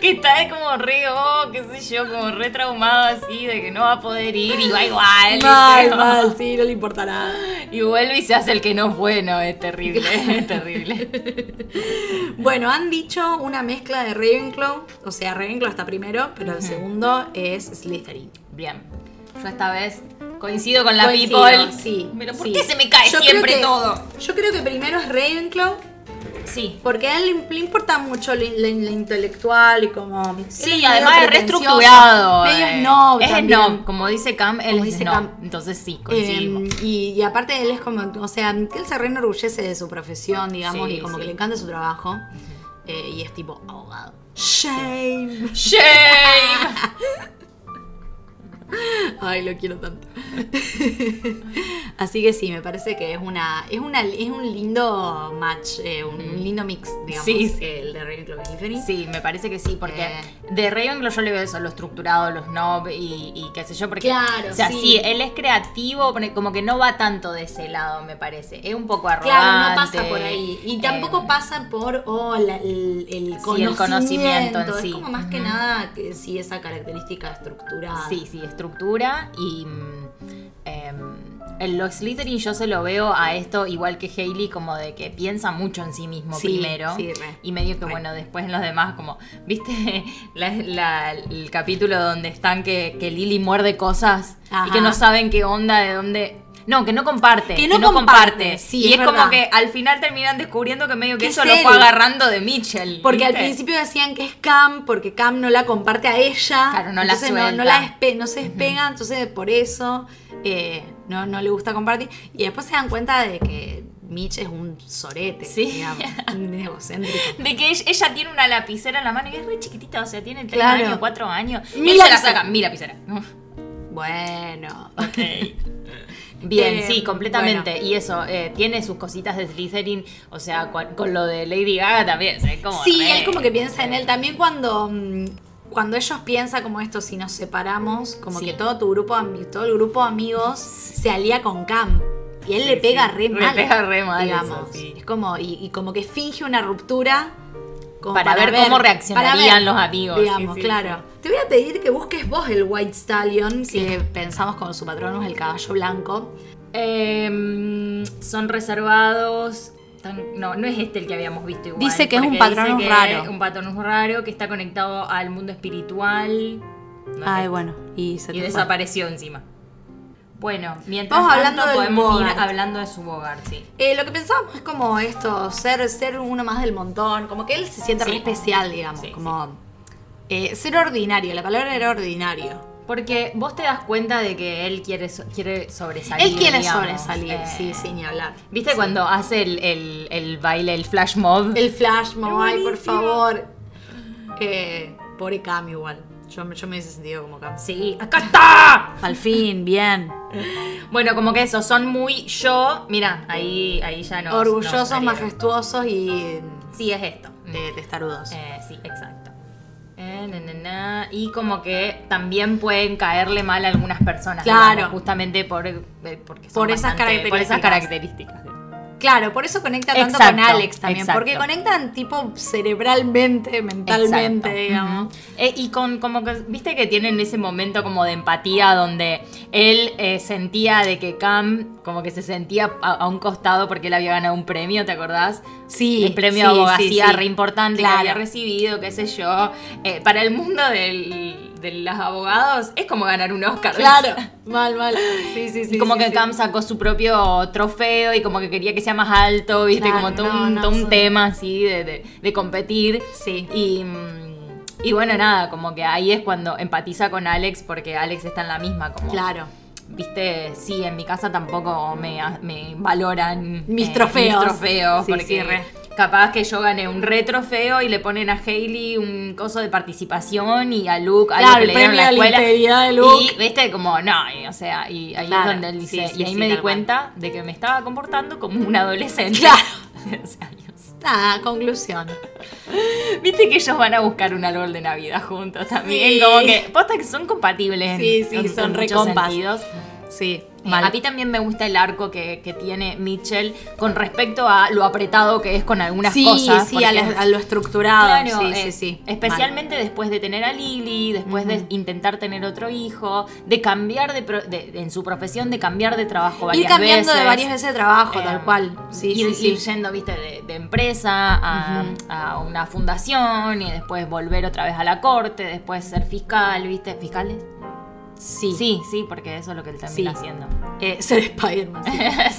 Que está como re, oh, qué sé yo, como re traumado así de que no va a poder ir y va igual. ¿viste? mal, mal, sí, no le importa nada. Y vuelve y se hace el que no es bueno, es *laughs* terrible, es terrible. Bueno, han dicho una mezcla de Ravenclaw, o sea, Ravenclaw está primero, pero el segundo es Slytherin. Bien, yo esta vez coincido con la Coincido, people. sí, Pero ¿por sí. qué se me cae Yo creo siempre que- todo? Yo creo que primero es Ravenclaw, Sí. porque a él le, le importa mucho lo, lo- lo intelectual y como... él Sí, medio además es pretencioso, reestructurado. Medio eh. snob Es también. snob, como dice Cam, él Como es dice snob. Cam. Entonces sí, coincidimos. Eh, y, y aparte él es como, o sea, que él se re enorgullece de su profesión, digamos, Sí, y como sí. que le encanta su trabajo. eh, y es tipo abogado. Shame. Shame. *laughs* Ay, lo quiero tanto. *laughs* Así que sí, me parece que es una es una es un lindo match, eh, un, un lindo mix, digamos, Sí, sí. el de Ravenclaw y Slytherin. Sí, me parece que sí, porque Eh. de Ravenclaw yo le veo eso, lo estructurado, los snob y, y qué sé yo, porque Claro, o sea, sí. sí. él es creativo, pero como que no va tanto de ese lado, me parece. Es un poco arrogante. Claro, no pasa por ahí. Y eh, tampoco pasa por oh, la- el, el Sí, el conocimiento. conocimiento en es sí. como más que Ujú. nada que sí esa característica estructurada. Sí, sí, estructura y mm, em, el- los Slytherin yo se lo veo a esto igual que Hailey, como de que piensa mucho en sí mismo Sí, primero. sí, re. y medio que, Re. bueno, después en los demás, como, ¿viste *laughs* la- la- el capítulo donde están que, que Lily muerde cosas y Ajá. que no saben qué onda, de dónde... No, que no comparte. Que no comparte, sí, y es es, como verdad. que al final terminan descubriendo que medio que Que eso es lo fue él. agarrando de Mitchell. Porque al ¿viste? principio decían que es Cam, porque Cam no la comparte a ella. Claro, no la entonces no, no, suelta. la despe- no se despega, entonces por eso eh, no, no le gusta compartir. Y después se dan cuenta de que Mitch es un sorete, Sí. digamos, *laughs* un egocéntrico. De que ella, ella tiene una lapicera en la mano y es re chiquitita, o sea, tiene 3 Claro. años, 4 años. Mi Y ella la lapicera. saca, mi lapicera. Bueno. *laughs* Bien, Eh, sí, completamente. Y eso, eh, tiene sus cositas de Slytherin, o sea, cua- con, lo de Lady Gaga también, ¿sabes? Como sí, re- él como que piensa en él también cuando mm, cuando ellos piensan como esto si nos separamos, como Sí. que todo tu grupo de ami- todo el grupo de amigos se alía con Cam y él le Sí, pega sí, re le mal. pega re mal eso, digamos. sí. Es como y, y como que finge una ruptura como Para ver cómo reaccionarían los amigos. Digamos, Sí, sí, claro. Te voy a pedir que busques vos el White Stallion que pensamos con su patronus el caballo blanco. Em, son reservados. tan- no, no es este el que habíamos visto igual. Dice que es un porque patronus dice que raro. es Un patronus raro que está conectado al mundo espiritual. No es Ay, este. bueno, y se Y te fue. desapareció encima. Bueno, mientras Vamos tanto hablando del podemos ir Bogart. hablando de su Bogart, sí. Eh, lo que pensábamos es como esto, ser, ser uno más del montón, como que él se siente Sí. re especial, digamos, Sí, como eh, ser ordinario, la palabra era ordinario. Porque vos te das cuenta de que él quiere, so- quiere sobresalir. él quiere digamos. sobresalir, Eh, sí, sin ni hablar. ¿Viste cuando hace el, el- el baile, el flash mob? El flash mob, ay, por buenísimo. favor. Eh, pobre Cam igual, yo, me- yo me hubiese sentido como Cam. Sí, acá está. Al fin, bien. Bueno, como que eso, son muy yo. Mira, ahí, ahí ya no. Orgullosos, majestuosos y Sí, es esto. eh, testarudos. Eh, sí, exacto. Eh, na, na, na. Y como que también pueden caerle mal a algunas personas. Claro. digamos, justamente por, eh, porque son Por esas bastante- Por esas características. Claro, por eso conecta tanto Exacto, con Alex también, exacto. porque conectan tipo cerebralmente, mentalmente, Exacto. digamos. Ujú. Eh, y con como que, viste que tienen ese momento como de empatía donde él eh, sentía de que Cam como que se sentía a, a un costado porque él había ganado un premio, ¿te acordás? Sí, el premio sí, de abogacía sí, sí. re importante Claro. que había recibido, qué sé yo. Eh, para el mundo del- de los abogados es como ganar un Oscar. Claro, mal, mal. Sí, sí, Y sí. como sí, que sí. Cam sacó su propio trofeo y como que quería que sea más alto, viste, Claro, como todo, no, un, no, todo un son- tema así de, de- de competir. Sí. Y, mm, y bueno, nada, como que ahí es cuando empatiza con Alex porque Alex está en la misma, como, Claro. viste, sí, en mi casa tampoco me, me valoran eh, Mis trofeos. mis trofeos, Sí, porque sí, re. capaz que yo gané un re trofeo y le ponen a Hailey un coso de participación y a Luke algo Claro, que el le dieron en premio a la la escuela. integridad de Luke. Y viste, como, no, y, o sea, y ahí Claro, es donde él sí, dice, sí, y ahí sí, me di tal cual. cuenta de que me estaba comportando como un adolescente. *laughs* Claro. De 11 años. Nada, conclusión. Viste que ellos van a buscar un árbol de Navidad juntos también. Sí. Como que, posta que son compatibles. en- Sí, sí, en- en son re muchos compas. sentidos. Sí, Eh, mal. A mí también me gusta el arco que, que tiene Mitchell con respecto a lo apretado que es con algunas sí, cosas. sí, a, porque- la- a lo estructurado. Claro, sí, eh, sí, sí. Especialmente después de tener a Lily, después de Ujú. intentar tener otro hijo, de cambiar de, pro- de- de- en su profesión, de cambiar de trabajo Mal. varias Ir cambiando veces. de varias veces de trabajo, Eh, tal cual. Sí, ir, sí, ir sí. yendo, viste, de, de empresa a, a una fundación y después volver otra vez a la corte, después ser fiscal, viste, fiscales. Sí. Sí, sí, porque eso es lo que él termina Sí. haciendo. Eh, *laughs* ser *laughs* Spider-Man. sí.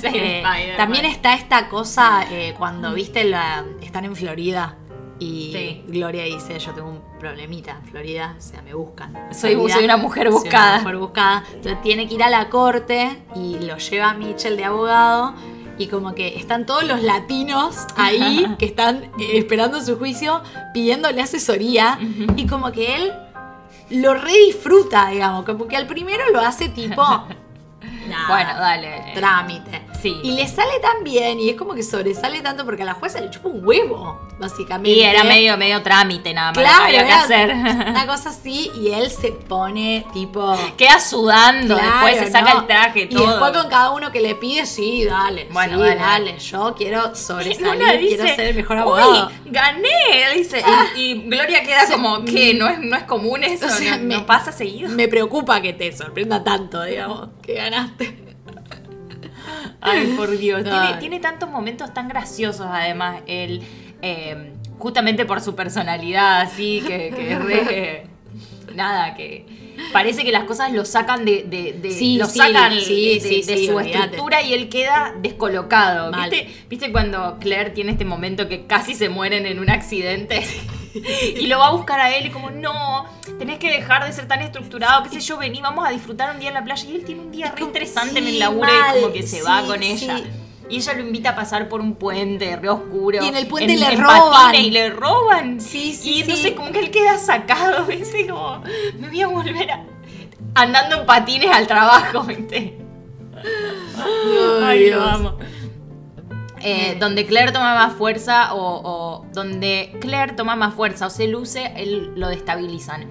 Sí, Eh, Spider-Man. también está esta cosa eh, cuando, viste, la, están en Florida y Sí. Gloria dice, yo tengo un problemita en Florida, o sea, me buscan. En Soy- realidad, soy una mujer soy una buscada. mujer buscada. Entonces tiene que ir a la corte y lo lleva a Mitchell de abogado y como que están todos los latinos ahí *laughs* que están eh, esperando su juicio, pidiéndole asesoría y como que él lo redisfruta, digamos, como que al primero lo *laughs* hace tipo... "Nah, Bueno, dale. eh, trámite. Sí. Y le sale tan bien y es como que sobresale tanto porque a la jueza le chupa un huevo, básicamente. Y era medio, medio trámite nada más. lo que Claro, había que era hacer. Una cosa así y él se pone tipo. *laughs* Queda sudando, claro, después se saca ¿no? el traje, Y todo. después con cada uno que le pide, sí, dale. Bueno, Bueno, dale. dale. Yo quiero sobresalir, Luna dice, quiero ser el mejor abogado. "Uy, gané, dice. Y, y Gloria *laughs* queda como que no es, no es común eso, O sea, no, me- no pasa seguido. Me preocupa que te sorprenda tanto, digamos, que ganaste. Ay, por Dios. Tiene, Ay. tiene tantos momentos tan graciosos, además, él. eh, justamente por su personalidad, así, que, que es re- Nada, que. Parece que las cosas lo sacan de. de, de- Sí, lo sí, sacan sí, de, sí, de sí, su olvídate. estructura y él queda descolocado. Mal. ¿Viste? ¿Viste cuando Claire tiene este momento que casi se mueren en un accidente? *laughs* Y lo va a buscar a él y como, no, tenés que dejar de ser tan estructurado, qué sé yo, vení, vamos a disfrutar un día en la playa. Y él tiene un día re interesante en sí, el laburo y como mal, que se sí, va con sí. ella. Y ella lo invita a pasar por un puente re oscuro. Y en el puente le patines roban. Y le roban. Sí, sí, Y sí. entonces como que él queda sacado, *laughs* ¿viste? Como, me voy a volver a- andando en patines al trabajo, *laughs* ¿viste? Ay, lo amo. Eh, donde Claire toma más fuerza o, o donde Claire toma más fuerza o se luce, él lo destabilizan.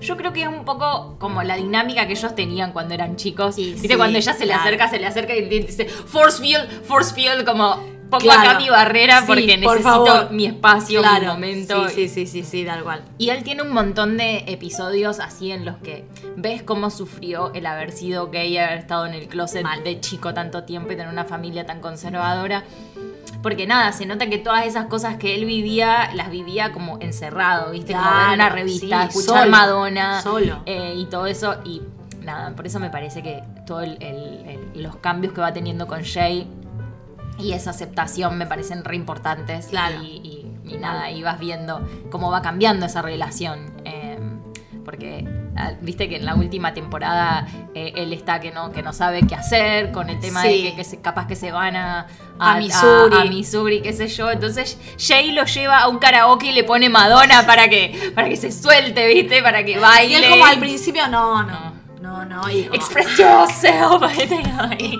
Yo creo que es un poco como la dinámica que ellos tenían cuando eran chicos. Y Viste, sí, cuando ella se le claro. acerca, se le acerca y le dice, force field, force field, como pongo acá Claro. mi barrera Sí, porque por necesito favor. mi espacio, mi Claro. momento. Sí, sí, sí, sí, sí, tal cual. Y él tiene un montón de episodios así en los que ves cómo sufrió el haber sido gay, haber estado en el closet de chico tanto tiempo y tener una familia tan conservadora. Porque nada, se nota que todas esas cosas que él vivía, las vivía como encerrado, ¿viste? como ver Claro, una revista, sí, escuchar solo, Madonna solo. eh, y todo eso. Y nada, por eso me parece que todos los cambios que va teniendo con Jay y esa aceptación me parecen re importantes. Claro. Y, y- y nada, ahí vas viendo cómo va cambiando esa relación. eh, porque ah, viste que en la última temporada eh, él está que no, que no sabe qué hacer con el tema Sí. de que, que se- capaz que se van a, A Missouri. a, Missouri, qué sé yo. Entonces Jay lo lleva a un karaoke y le pone Madonna para que, para que se suelte, viste, para que baile. Y él como al principio, no, no, no, no. Y como, Express yourself. *laughs* Ay.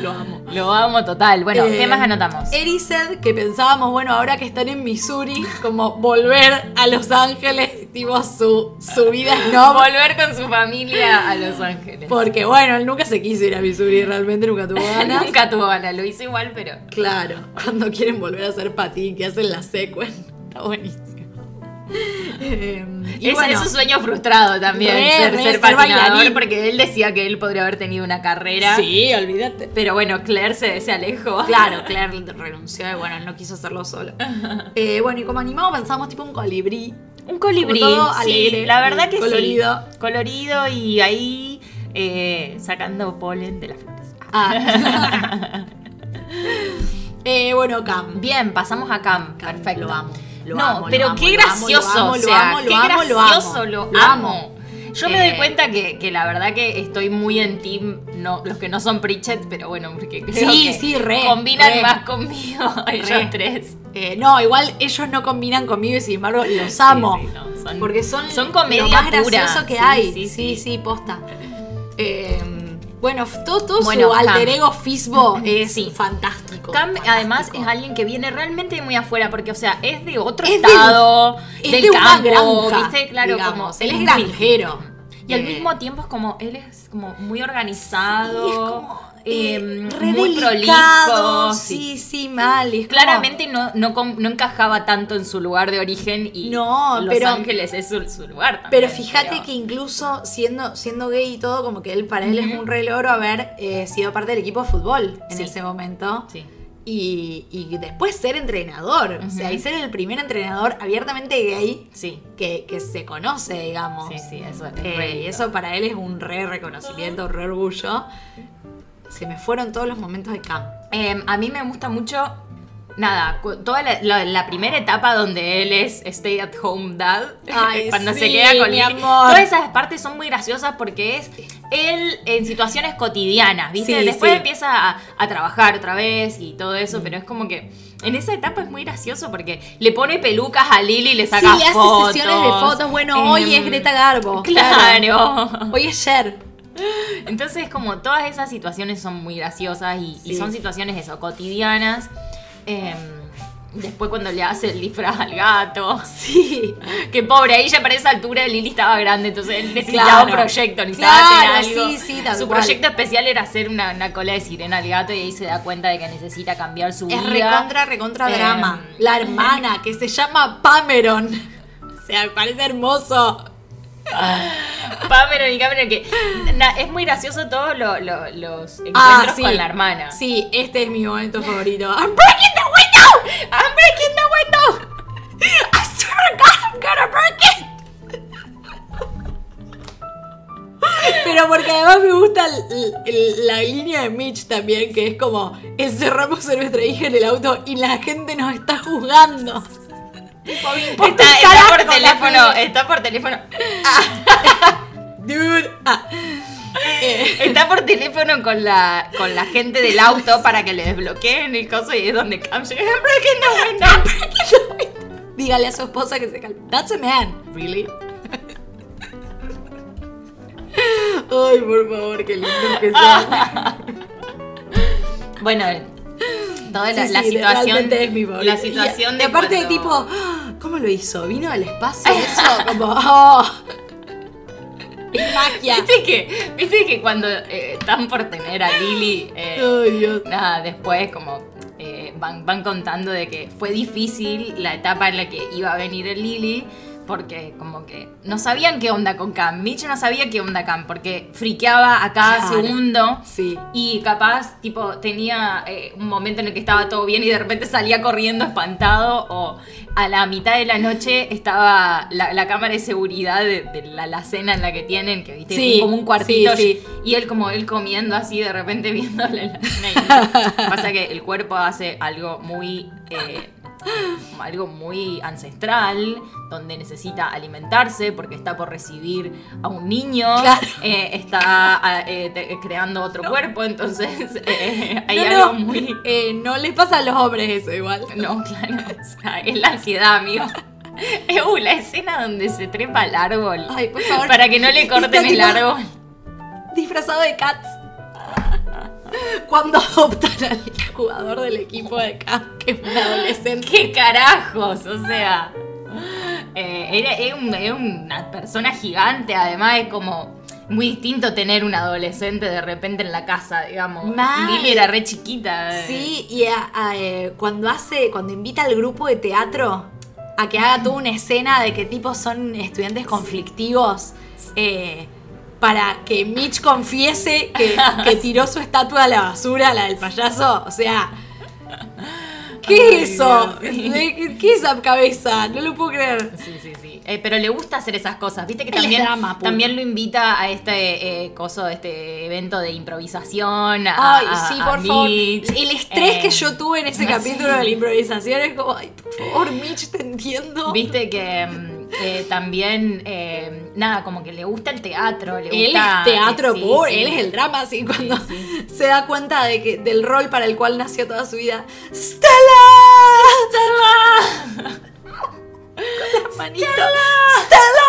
lo amo. Lo amo total. Bueno, ¿qué Eh, más anotamos? Eri said que pensábamos, bueno, ahora que están en Missouri, como volver a Los Ángeles, tipo su, su *laughs* vida no Volver con su familia a Los Ángeles. Porque bueno, él nunca se quiso ir a Missouri, realmente nunca *laughs* tuvo ganas. Nunca tuvo ganas, lo hizo igual, pero. Claro, cuando quieren volver a hacer patín, que hacen la secuen. Está buenísimo. Eh, y es, bueno, es un sueño frustrado también Re, ser, re, ser ser patinador, bailarín. porque él decía que él podría haber tenido una carrera. sí, olvídate. Pero bueno, Claire se, se alejó. Claro, Claire renunció y bueno, él no quiso hacerlo solo. *laughs* Eh, bueno, y como animado pensamos tipo un colibrí. Un colibrí. Como todo sí, alegre, la verdad que colorido. sí. Colorido y ahí eh, sacando polen de las flores. Ah. *laughs* Eh, bueno, Cam. Bien, pasamos a Cam. Cam, Perfecto. Lo amo. Lo no, amo, pero lo amo, qué lo amo, lo gracioso, amo, o lo sea, amo, lo qué amo, lo amo, gracioso, lo amo. lo amo. Yo me doy Eh, cuenta que, que la verdad que estoy muy en team, no, los que no son Pritchett, pero bueno, porque creo Sí, que sí, re, combinan re. más conmigo *laughs* ellos Re. tres. Eh, no, igual ellos no combinan conmigo y sin embargo los amo. Sí, sí, no, son- Porque son, son comedia lo más pura. gracioso que Sí, hay. sí, Sí, sí. sí, posta. Eh, bueno, f- todo, todo Bueno, su Cam. alter ego Fisbo es *laughs* Sí. fantástico. Cam, fantástico. además, es alguien que viene realmente muy afuera, porque, o sea, es de otro Es del- estado, es del de una campo, granja, ¿viste? Claro, digamos. como. Él es muy- granjero. Y al Eh, mismo tiempo es como, él es como muy organizado, sí, es como, eh, em, re muy delicado, prolijo. sí. Sí, sí, mal. y es como- Claramente no, no, com- no encajaba tanto en su lugar de origen y No, Los pero- Ángeles es su, su lugar también. Pero fíjate que incluso siendo, siendo gay y todo, como que él para él es un reloro haber eh, sido parte del equipo de fútbol en Sí. ese momento. Sí. Y, y después ser entrenador. O sea, Ujú. y ser el primer entrenador abiertamente gay Sí, que, que se conoce, digamos. sí, sí, eso es Eh, re y lindo. eso para él es un re reconocimiento, un re orgullo. Se me fueron todos los momentos de Cam. Eh, a mí me gusta mucho, nada, cu- toda la, la- la primera etapa donde él es stay at home dad, Ay, *laughs* cuando se sí, queda con mi Lily. amor. Todas esas partes son muy graciosas porque es él en situaciones cotidianas, ¿viste? Sí, Después sí. empieza a, a trabajar otra vez y todo eso, pero es como que en esa etapa es muy gracioso porque le pone pelucas a Lily y le Sí, saca fotos. hace sesiones de fotos. Bueno, hoy Em, es Greta Garbo. *laughs* Claro. Hoy es Cher. Entonces, como todas esas situaciones son muy graciosas y, y Sí. son situaciones eso, cotidianas. Em, después cuando le hace el disfraz al gato. *laughs* Sí. Que pobre, ahí ya para esa altura Lili estaba grande, entonces él necesitaba Claro. un proyecto, necesitaba Claro, hacer algo. sí, sí, tal su cual. proyecto especial era hacer una, una cola de sirena al gato y ahí se da cuenta de que necesita cambiar su Es vida. *laughs* recontra, recontra Eh, drama. em, La hermana que *laughs* se llama Pameron. O sea, parece hermoso. Cameron y Cameron que na, es muy gracioso todos lo- lo- los encuentros con la hermana. Ah, Sí, este es mi momento favorito. I'm breaking the window! I'm breaking the window! I swear to God, I'm gonna break it! Pero porque además me gusta l- l- la línea de Mitch también, que es como encerramos a nuestra hija en el auto y la gente nos está juzgando. Está, Este está carajo, por teléfono, la- está por teléfono, Dude. Ah. Eh, está por teléfono con la con la gente del auto para que le desbloqueen el coso y es donde Cam *laughs* llega. I'm breaking the window. dígale a su esposa que se calme. That's a man. Really? Ay, por favor, qué lindo *laughs* que son. Bueno, toda la, Sí, la sí, situación realmente es mi favorito. la situación Y- de y aparte de cuando- tipo, ¡ah! ¿cómo lo hizo? ¿Vino *laughs* del espacio eso? Como, ¡oh! Es magia. ¿Viste que, viste que cuando eh, están por tener a Lily, eh, *laughs* Ay, Dios. *laughs* nada, después como eh, van, van contando de que fue difícil la etapa en la que iba a venir el Lily, porque como que no sabían qué onda con Cam. Mitch no sabía qué onda Cam, porque friqueaba a cada Claro. segundo. Sí. Y capaz, tipo, tenía eh, un momento en el que estaba todo bien y de repente salía corriendo espantado o a la mitad de la noche estaba la, la cámara de seguridad de, de la, la cena en la que tienen, que viste, Sí, tienen como un cuartito sí, y él como él comiendo así de repente *laughs* viéndole la cena. y- pasa que el cuerpo hace algo muy... eh, algo muy ancestral, donde necesita alimentarse porque está por recibir a un niño, Claro. eh, está ah, eh, te- creando otro cuerpo, entonces *laughs* eh, hay No, algo no. muy... Eh, no les pasa a los hombres eso igual. No, claro, o sea, es la ansiedad, *laughs* amigo. Eh, uh, la escena donde se trepa al árbol. Ay, por favor. Para que no le corten Está el tipo árbol. Disfrazado de Cats. *laughs* Cuando adoptan al jugador del equipo de Cats, que es un adolescente. ¡Qué carajos! O sea. eh, era, era un- era una persona gigante, además es como muy distinto tener un adolescente de repente en la casa, digamos. Mal. Lily era re chiquita. eh. Sí, y a- a, eh, cuando hace, cuando invita al grupo de teatro a que haga toda una escena de que tipo son estudiantes conflictivos eh, para que Mitch confiese *laughs* que, que tiró su estatua a la basura, la del payaso, o sea. ¿Qué es eso? ¿Qué es esa cabeza? No lo puedo creer. Sí, sí, sí. Eh, pero le gusta hacer esas cosas. Viste que Él es también, drama puro. también lo invita a este eh, coso, este evento de improvisación. A, Ay, a- sí, a por favor. Mitch. El estrés Eh, que yo tuve en ese no, capítulo sí. de la improvisación es como, ay, por favor, Mitch, te entiendo. Viste que mm, eh, también, eh, nada, como que le gusta el teatro. Le Él gusta, eh, es teatro sí, puro, sí. él es el drama, así cuando se da cuenta de que, del rol para el cual nació toda su vida. ¡Stella! ¡Stella! Manito. ¡Stella!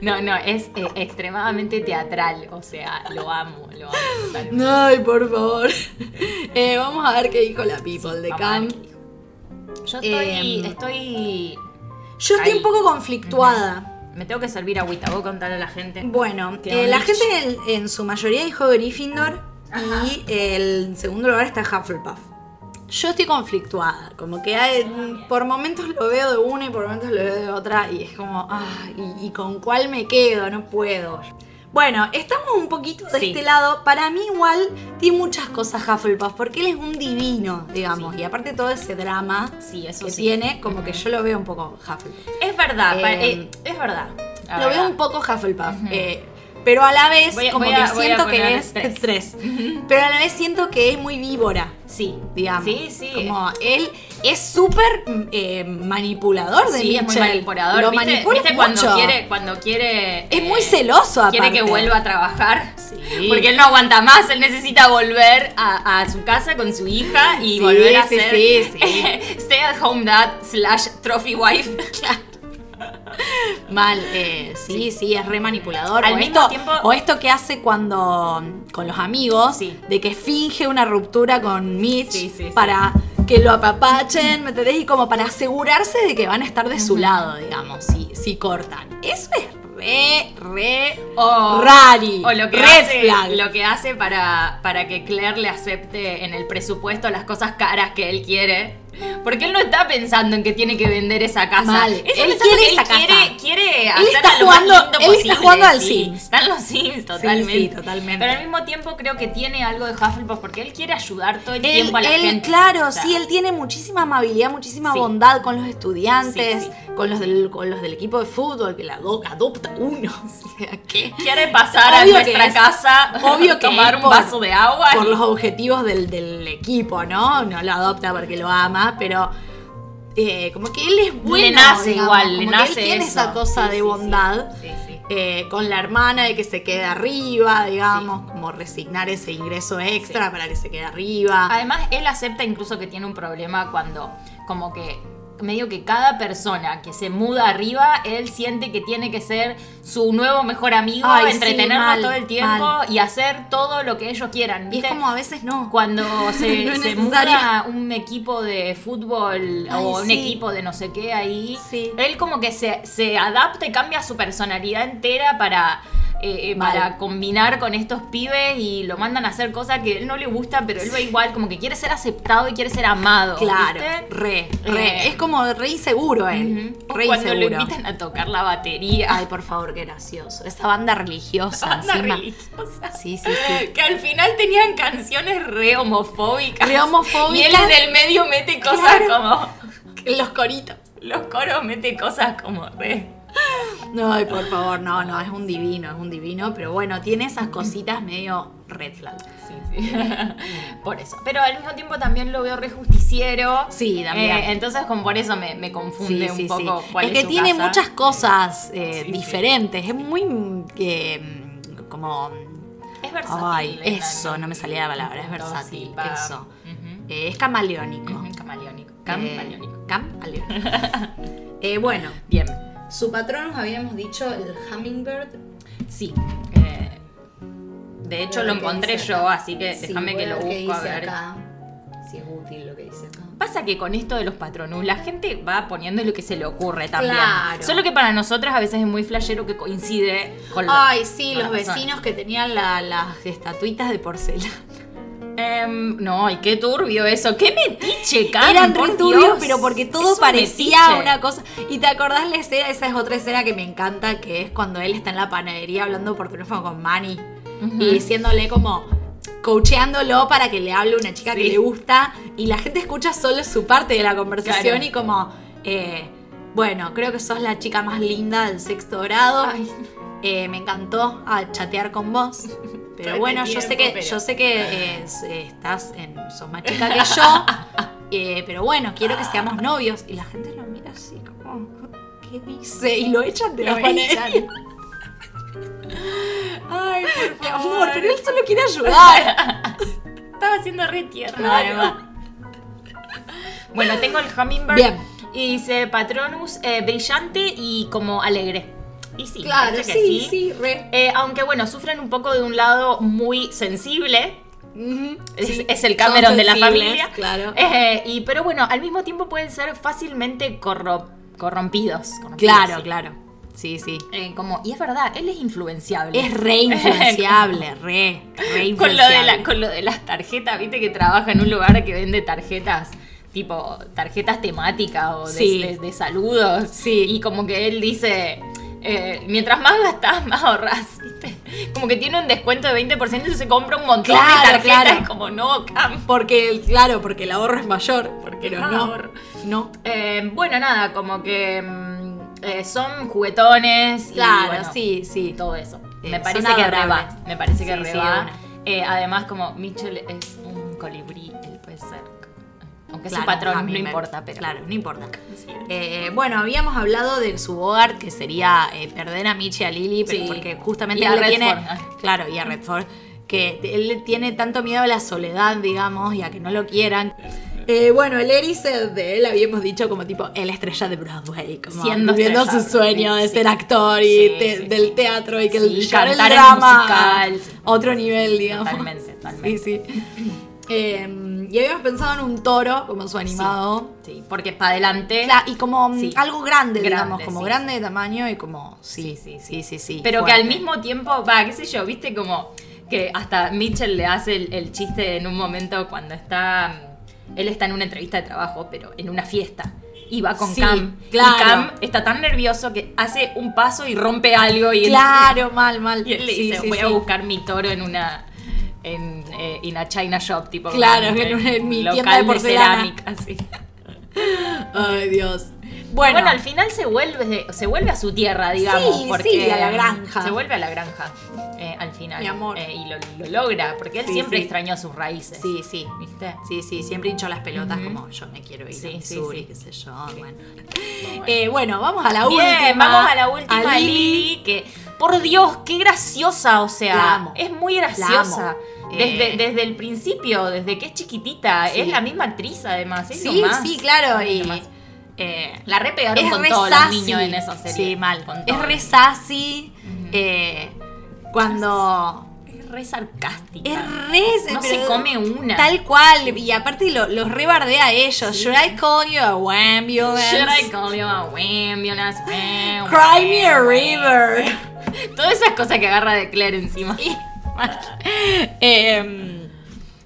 No, no, es eh, extremadamente teatral. O sea, lo amo, lo amo. totalmente. Ay, por favor. Eh, vamos a ver qué dijo la people de Vamos a Cam. ver qué dijo. Yo estoy, Em, estoy. Yo estoy Ahí. un poco conflictuada. Me tengo que servir agüita. Voy a contarle a la gente. Bueno, ¿Qué eh, onda? la gente en, en su mayoría dijo Gryffindor y el segundo lugar está Hufflepuff. Yo estoy conflictuada, como que hay- por momentos lo veo de una y por momentos lo veo de otra y es como, ah, ¿y, y con cuál me quedo? No puedo. Bueno, estamos un poquito de Sí. este lado. Para mí igual tiene muchas cosas Hufflepuff porque él es un divino, digamos, y aparte todo ese drama Sí, eso que sí. tiene, como que yo lo veo un poco Hufflepuff. Es verdad, pa- Em, eh, es verdad. La Lo veo verdad. un poco Hufflepuff. eh, pero a la vez, Voy a- como voy que a- voy a siento que poner es tres. *laughs* tres. Pero a la vez siento que es muy víbora, Sí, digamos. Sí, sí. Como él es súper mm, eh, manipulador de Sí, es muy Mitchell. manipulador. Lo ¿Viste, manipula viste cuando mucho. quiere, cuando quiere. Es eh, muy celoso, aparte. Quiere que vuelva a trabajar. Sí. Porque él no aguanta más, él necesita volver a, a su casa con su hija y Sí, volver a sí, ser *laughs* sí, sí. stay at home dad slash trophy wife. *laughs* Mal, eh, sí, sí, es re manipulador. Al o, mismo esto, tiempo- o esto que hace cuando con los amigos, Sí. de que finge una ruptura con Mitch Sí, sí, sí. para que lo apapachen, ¿me entendés? Y como para asegurarse de que van a estar de su lado, digamos, si, si cortan. Eso es re, re O, rari. o lo que red hace, flag. lo que hace para, para que Claire le acepte en el presupuesto las cosas caras que él quiere. Porque él no está pensando en que tiene que vender esa casa. Mal. Él, Él él quiere quiere, esa casa. quiere, quiere está hacerla lo más jugando- lindo él está posible, jugando al sí. Sims. Están los Sims, totalmente. sí, totalmente. Pero al mismo tiempo creo que tiene algo de Hufflepuff porque él quiere ayudar todo el Él, tiempo a la él, gente. claro, O sea, sí, él tiene muchísima amabilidad, muchísima Sí. bondad con los estudiantes, Sí, Con, los del, con los del equipo de fútbol, que la do- adopta uno. *laughs* O sea, que Quiere pasar Obvio a que nuestra es- casa, *laughs* obvio que tomar es un por- vaso de agua. por y- los objetivos del, del equipo, ¿no? No lo adopta porque lo ama, pero eh, como que él es bueno. le nace digamos, igual, le como que nace Él tiene eso. esa cosa Sí, sí, de sí. bondad. Sí, sí. eh, con la hermana de que se quede arriba, digamos, como resignar ese ingreso extra para que se quede arriba. Además, él acepta incluso que tiene un problema cuando, como que, medio que cada persona que se muda arriba, él siente que tiene que ser su nuevo mejor amigo, Ay, sí, entretenerlo mal, todo el tiempo mal. y hacer todo lo que ellos quieran. y es ¿viste? como a veces no. Cuando se, *laughs* No es se necesario. muda un equipo de fútbol Ay, o un sí. equipo de no sé qué ahí, Sí. él como que se, se adapta y cambia su personalidad entera para, eh, eh, Vale. para combinar con estos pibes y lo mandan a hacer cosas que a él no le gusta, pero él va igual, como que quiere ser aceptado y quiere ser amado. Claro, ¿viste? re, re. Eh. Es como re inseguro él. Ujú. O Re Cuando lo inseguro. invitan a tocar la batería. *laughs* *laughs* Ay, por favor, qué gracioso. Esa banda religiosa Banda encima. religiosa. Sí, sí, sí. Que al final tenían canciones re homofóbicas. Re homofóbicas. Y él en el medio mete cosas como. Los coritos. *laughs* Los coros mete cosas como re. No, ay, por favor, no, no, es un divino, es un divino, pero bueno, tiene esas cositas medio red flag. Sí, sí. *laughs* por eso. Pero al mismo tiempo también lo veo re justiciero. Sí, también. Eh, entonces, con por eso me, me confunde un poco cuál es es que su tiene casa. muchas cosas eh, Sí, sí. diferentes, es muy eh, como Es versátil. ay, Leila, eso, no me salía la palabra, es versátil, Sí, va. eso. Ujú. Eh, es camaleónico. Ujú, Camaleónico. Camaleónico. Eh, camaleónico. *laughs* Eh, bueno, Bien. su patrón nos habíamos dicho el hummingbird. Sí. eh, de hecho, Voy a lo ver qué encontré dice yo, acá. así que Sí, déjame voy que lo ver qué busco a dice ver. acá, Si es útil lo que dice acá. Pasa que con esto de los patronus, la gente va poniendo lo que se le ocurre también. Claro. Solo que para nosotras a veces es muy flashero que coincide con lo- Ay, sí, con los la persona. vecinos que tenían la- las estatuitas de porcelana. Em, no, y qué turbio eso. ¡Qué metiche, cara! Eran re turbios, pero porque todo parecía una cosa. Y te acordás la escena, esa es otra escena que me encanta, que es cuando él está en la panadería hablando por teléfono con Manny y diciéndole como coacheándolo para que le hable una chica que Sí. le gusta y la gente escucha solo su parte de la conversación Claro. y como eh, bueno, creo que sos la chica más linda del sexto grado. Ay. Eh, me encantó a chatear *laughs* con vos. Pero este bueno, yo sé tiempo, que, pero- Ah. yo sé que eh, s- eh, estás en, sos más chica que yo. *laughs* eh, pero bueno, quiero que seamos novios. Y la gente lo mira así como, ¿qué dice? Y lo echan de Lo la *laughs* panadería. echan. Ay, por favor. Amor, pero él solo quiere ayudar. Estaba siendo re tierno. Claro. además. Bueno, tengo el hummingbird. Bien. Y dice Patronus eh, brillante y como alegre. Y sí, Claro, parece que sí, sí, re. Eh, aunque bueno, sufren un poco de un lado muy sensible. Ujú, Es, sí. es el Son Cameron de la sensibles, familia. Claro. Eh, y, pero bueno, al mismo tiempo pueden ser fácilmente corro- corrompidos. corrompidos, Claro, sí. claro. Sí, sí. Eh, como, y es verdad, él es influenciable. Es re influenciable, re, re influenciable. *laughs* con, lo de la- con lo de las tarjetas, viste que trabaja en un lugar que vende tarjetas, tipo tarjetas temáticas o de, Sí. de- de saludos. Sí. Y como que él dice, eh, mientras más gastás, más ahorrás, viste. Como que tiene un descuento de 20% y se compra un montón Claro, de tarjetas. claro. Es como, no, Cam. Porque, claro, porque el ahorro es mayor. Porque el pero no, ahorro. no. Eh, bueno, nada, como que mm, eh, son juguetones. y Claro, bueno, sí, y sí. todo eso. Eh, me son parece que adorables. reba. Me parece que Sí, sí, de reba. una. Eh, además, como Mitchell es un colibrí, él puede ser. Aunque es Claro, un patrón, a no mí me- importa, pero. Claro, no importa. Sí. Eh, bueno, habíamos hablado de su hogar, que sería eh, perder a Michi y a Lily, pero Sí. porque justamente Y a él le tiene. Redford, ah. Claro, y a Redford. Que él le tiene tanto miedo a la soledad, digamos, y a que no lo quieran. Eh, bueno, el Eris eh, de él habíamos dicho como tipo el estrella de Broadway, como Siendo viviendo su estrella, sueño de sí. ser actor y Sí, te- sí, del sí. teatro y que Sí, el, llevar el cantar en drama musical. a otro nivel, digamos. Totalmente, Sí, totalmente. sí. Eh, y habíamos pensado en un toro como su animado. Sí, porque para adelante. Cla- y como mm, Sí. algo grande, Grande, digamos, como sí. grande de tamaño y como. Sí, sí, Sí, sí, sí, sí. sí, pero fuerte. que al mismo tiempo, va, qué sé yo, viste como que hasta Mitchell le hace el, el chiste en un momento cuando está mm, Él está en una entrevista de trabajo, pero en una fiesta. Y va con Sí, Cam. claro. Y Cam está tan nervioso que hace un paso y rompe algo. Y él- Claro, mal, *laughs* mal. y él le Sí, dice, sí, voy a sí. buscar mi toro en una en eh, in a China shop, tipo. Claro, como en una- en mi local tienda de porcelana. cerámica, sí. Ay, Dios. Bueno, Bueno, al final se vuelve, de- se vuelve a su tierra, digamos. Sí, porque sí, a la granja. Se vuelve a la granja, eh, al final. Mi amor. Eh, y lo, lo logra, porque él Sí, siempre sí. extrañó sus raíces. sí, sí. ¿Viste? Sí, sí, siempre hincho las pelotas Ujú. como yo me quiero ir Sí, a sí, Missouri, sí. qué sé yo. Bueno. Eh, bueno, vamos a la Bien, última. vamos a la última, A Lily. Lili, que por Dios, qué graciosa, o sea, La amo. es muy graciosa. amo. Desde, Eh. desde el principio, desde que es chiquitita, Sí. es la misma actriz además. es Sí, lo más. sí, claro. Es lo Y, más. eh, la repegaron es con re todos los sassy. niños en esa serie. Sí, mal. Con Es todos. re sassy. Ujú. eh, cuando. Es re sarcástica. Es re. no pero se come una. Tal cual. Y aparte lo- los rebardea a ellos. Should I call you a ambulance? Should I call you a *gasps* ambulance? Wham, Cry me a wham, *laughs* river. wham. Todas esas cosas que agarra de Claire encima. Em,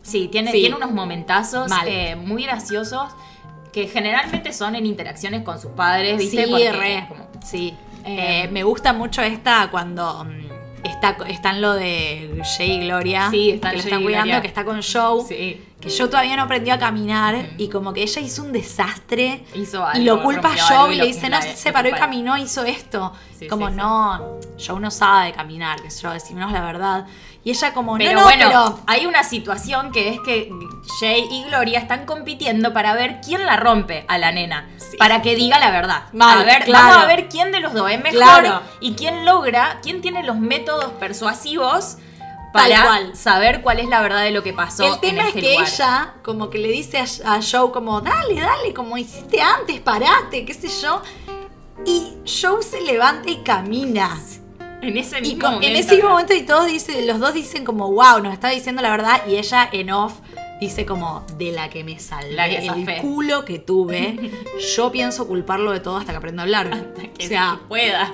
Sí, tiene, Sí. tiene unos momentazos Mal. eh, muy graciosos que generalmente son en interacciones con sus padres, ¿viste? Eh, Sí, Porque re. como- Sí. Eh, Eh, me gusta mucho esta cuando mm, está, están lo de Jay y Gloria. Sí, están que lo Jay están y cuidando, Gloria. que está con Joe. sí, Que Joe todavía no aprendió a caminar Mm. y como que ella hizo un desastre. hizo algo. y lo culpa rompió a algo Joe y le lo- dice, la- no, se paró y culpa. caminó, hizo esto. Sí, como, sí, sí. no, Joe no sabe caminar, que yo, decimos la verdad. Y ella como, Pero no, no, bueno, pero... hay una situación que es que Jay y Gloria están compitiendo para ver quién la rompe a la nena. Para que diga la verdad. Mal, a ver, claro. Vamos a ver quién de los dos es mejor Claro. y quién logra, quién tiene los métodos persuasivos Tal para cual. saber cuál es la verdad de lo que pasó. El tema en es este que lugar. ella como que le dice a, a Joe como, dale, dale, como hiciste antes, parate, qué sé yo. Y Joe se levanta y camina. En ese Y mismo con- momento. en ese mismo momento y todos dicen, los dos dicen como, wow, nos está diciendo la verdad. Y ella en off dice como, de la que me salvé, La que el zafé". culo *laughs* que tuve. Yo pienso culparlo de todo hasta que aprenda a hablar. Que o sea, sí pueda.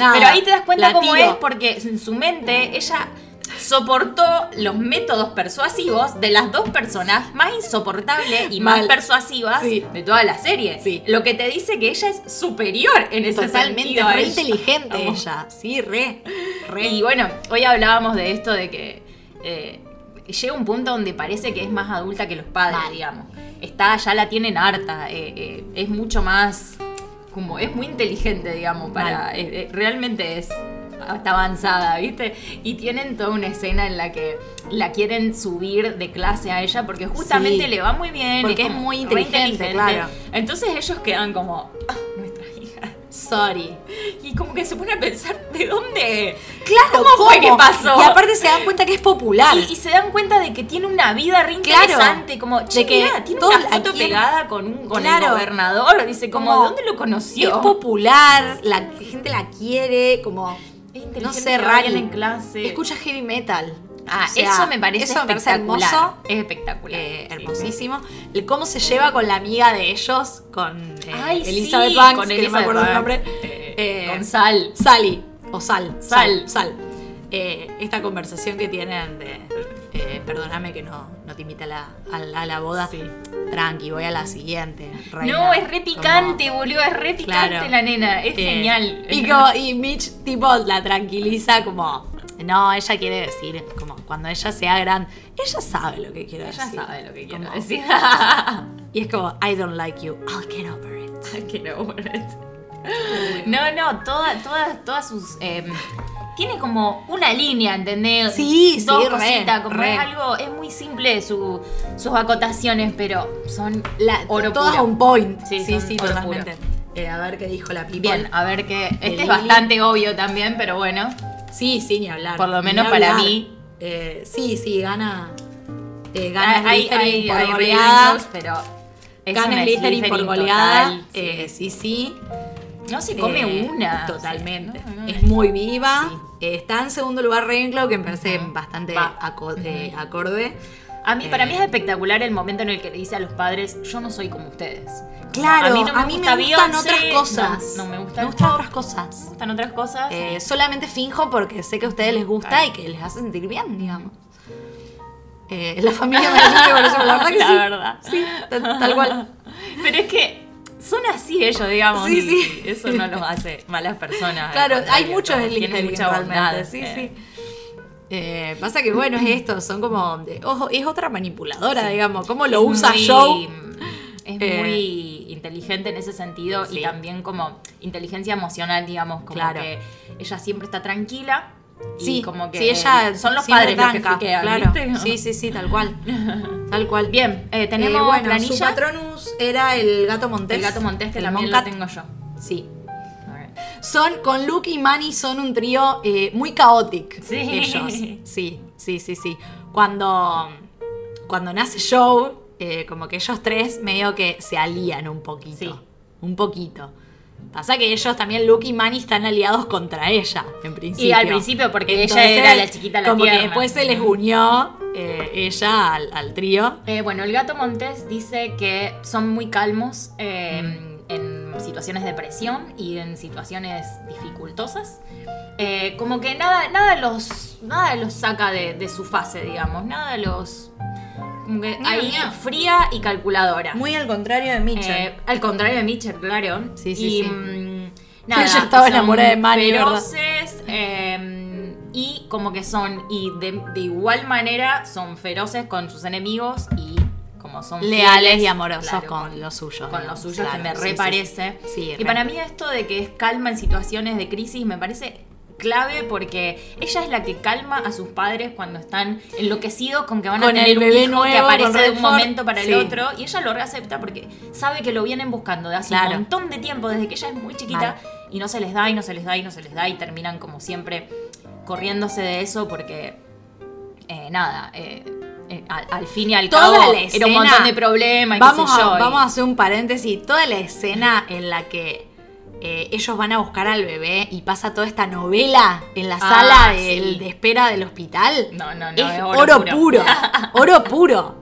nada, Pero ahí te das cuenta la cómo tiro. es, porque en su mente ella soportó los métodos persuasivos de las dos personas más insoportables y más Mal. persuasivas Sí. de toda la serie. Sí. Lo que te dice que ella es superior en ese Totalmente, sentido. a es re ella. inteligente Como- ella. Sí, re. re. Y bueno, hoy hablábamos de esto de que eh, llega un punto donde parece que es más adulta que los padres, Mal. digamos. Está, ya la tienen harta, eh, eh, es mucho más, como es muy inteligente, digamos, para, eh, eh, realmente es está avanzada, ¿viste? Y tienen toda una escena en la que la quieren subir de clase a ella porque justamente Sí. le va muy bien, Porque es como muy re inteligente, claro. Entonces ellos quedan como, "Ah, nuestra hija. Sorry. Y como que se pone a pensar, ¿de dónde? Claro, ¿Cómo fue que pasó? Y aparte se dan cuenta que es popular. Y, y se dan cuenta de que tiene una vida re Claro. interesante, como, che, De que mirá, tiene todo- una ¿a foto quién? pegada con un con Claro. el gobernador, dice, como, Como, ¿de dónde lo es conoció? popular, la gente la quiere, como Es inteligente, no sé, le va bien raro. en clase. escucha heavy metal. ah, O sea, eso me parece eso me parece espectacular. hermoso. Es espectacular. Eh, Sí, sí. hermosísimo. El cómo se lleva con la amiga de ellos, con eh, Ay, Elizabeth sí, Banks, con que no me Elizabeth acuerdo el Banks. nombre. Eh, Eh, con Sal. Sally, o Sal. Sal. Sal. Sal. Eh, esta conversación que tienen de. eh, perdóname que no, no te invita a la, a la- a la boda. Sí. Tranqui, voy a la siguiente. reina. No, es re Como- picante, boludo, es re picante Claro. la nena, es Eh, genial. Y, como- y Mitch, tipo, la tranquiliza como. No, ella quiere decir, como cuando ella sea grande, ella sabe lo que quiero Ella decir. sabe lo que quiero Como- decir. *laughs* Y es como, I don't like you, I'll get over it. Get over it. No, no, toda- todas todas sus. eh, tiene como una línea, ¿entendés? Sí, sí, Dos re, cositas, como re. es algo. Es muy simple su- sus acotaciones, pero son La, oro todas puro. on point. Sí, sí, son sí, oro totalmente. Eh, a ver qué dijo la people. Bien, a ver que. Este Lili. es bastante obvio también, pero bueno. Sí, sí, ni hablar. Por lo Ni menos para hablar. mí. Eh, sí, sí, gana. eh, gana hay, Slytherin hay, por hay goleada. Ravenclaws, pero. es Gana una Slytherin por Slytherin goleada. total, sí. Eh, sí, sí. no se come Eh, una. Totalmente. No, no, no. Es muy viva. Eh, está en segundo lugar Ravenclaw, que me parece Ujú. bastante Va. aco- eh, acorde. A mí, para Eh. mí es espectacular el momento en el que le dice a los padres, yo no soy como ustedes. Claro, a mí no me, gusta gustan Beyoncé, otras cosas. No, no me gusta me el gustan pop, otras cosas. me gustan otras cosas. Eh, solamente finjo porque sé que a ustedes les gusta y que les hace sentir bien, digamos. eh, la familia me elige por eso, la verdad *laughs* que La sí. verdad. Sí, tal, *laughs* tal cual. Pero es que son así ellos, digamos. Sí, y sí. Eso no los hace malas personas. al Claro, hay contrario, muchos todos del Tienen Instagram mucha realmente, bondad. sí, eh. sí. Eh, pasa que bueno, es esto, son como, de- ojo, es otra manipuladora, digamos, cómo lo Es usa muy- Joe. Es Eh, muy inteligente en ese sentido sí. y también como inteligencia emocional, digamos, como Claro. que ella siempre está tranquila. Y Sí, como que sí, ella son los siempre padres los que tanca, friquean, claro. ¿viste? *laughs* ¿No? Sí, sí, sí, tal cual. Tal cual. Bien, eh, tenemos Eh, bueno, planilla. su patronus era el gato montés. el gato montés que el también lo Moncat. tengo yo. Sí. A ver. Son, con Luke y Manny son un trío eh, muy chaotic. Sí. *laughs* Ellos. Sí, sí, sí, sí. Cuando, cuando nace Joe, eh, como que ellos tres medio que se alían un poquito. Sí. Un poquito. Pasa que ellos también, Luke y Manny, están aliados contra ella, en principio. al principio, porque ella era la chiquita, la Como que tierna. después se les unió eh, ella al, al trío. Eh, bueno, el gato Montés dice que son muy calmos eh, en situaciones de presión y en situaciones dificultosas. Eh, como que nada, nada los, nada los saca de, de su fase, digamos. Nada los. Como que No, ahí no. fría y calculadora. Muy al contrario de Eh, al contrario de Mitchell, claro. Sí, sí, Y, sí. mm, *laughs* Ella estaba son enamorada de Manny, ¿verdad? feroces, eh, y como que son, y de, de igual manera son feroces con sus enemigos y como son Leales fieles, y amorosos claro, con los suyos. con digamos, los suyos claro, que me sí, sí, sí. reparece. Sí, y re. para mí esto de que es calma en situaciones de crisis me parece clave porque ella es la que calma a sus padres cuando están enloquecidos con que van a Con tener el un bebé hijo que nuevo, con aparece de un Redford. momento para Sí. el otro y ella lo reacepta porque sabe que lo vienen buscando de hace Claro. un montón de tiempo desde que ella es muy chiquita y no se les da y no se les da y no se les da y terminan como siempre corriéndose de eso porque eh, nada eh, eh, al, al fin y al Toda cabo la era un montón escena- de problemas y qué Vamos, sé yo, a, y- vamos a hacer un paréntesis. Toda la escena en la que eh, ellos van a buscar al bebé y pasa toda esta novela en la Ah, sala del- sí. de espera del hospital. No, no, no, es oro, *laughs* puro. Oro puro.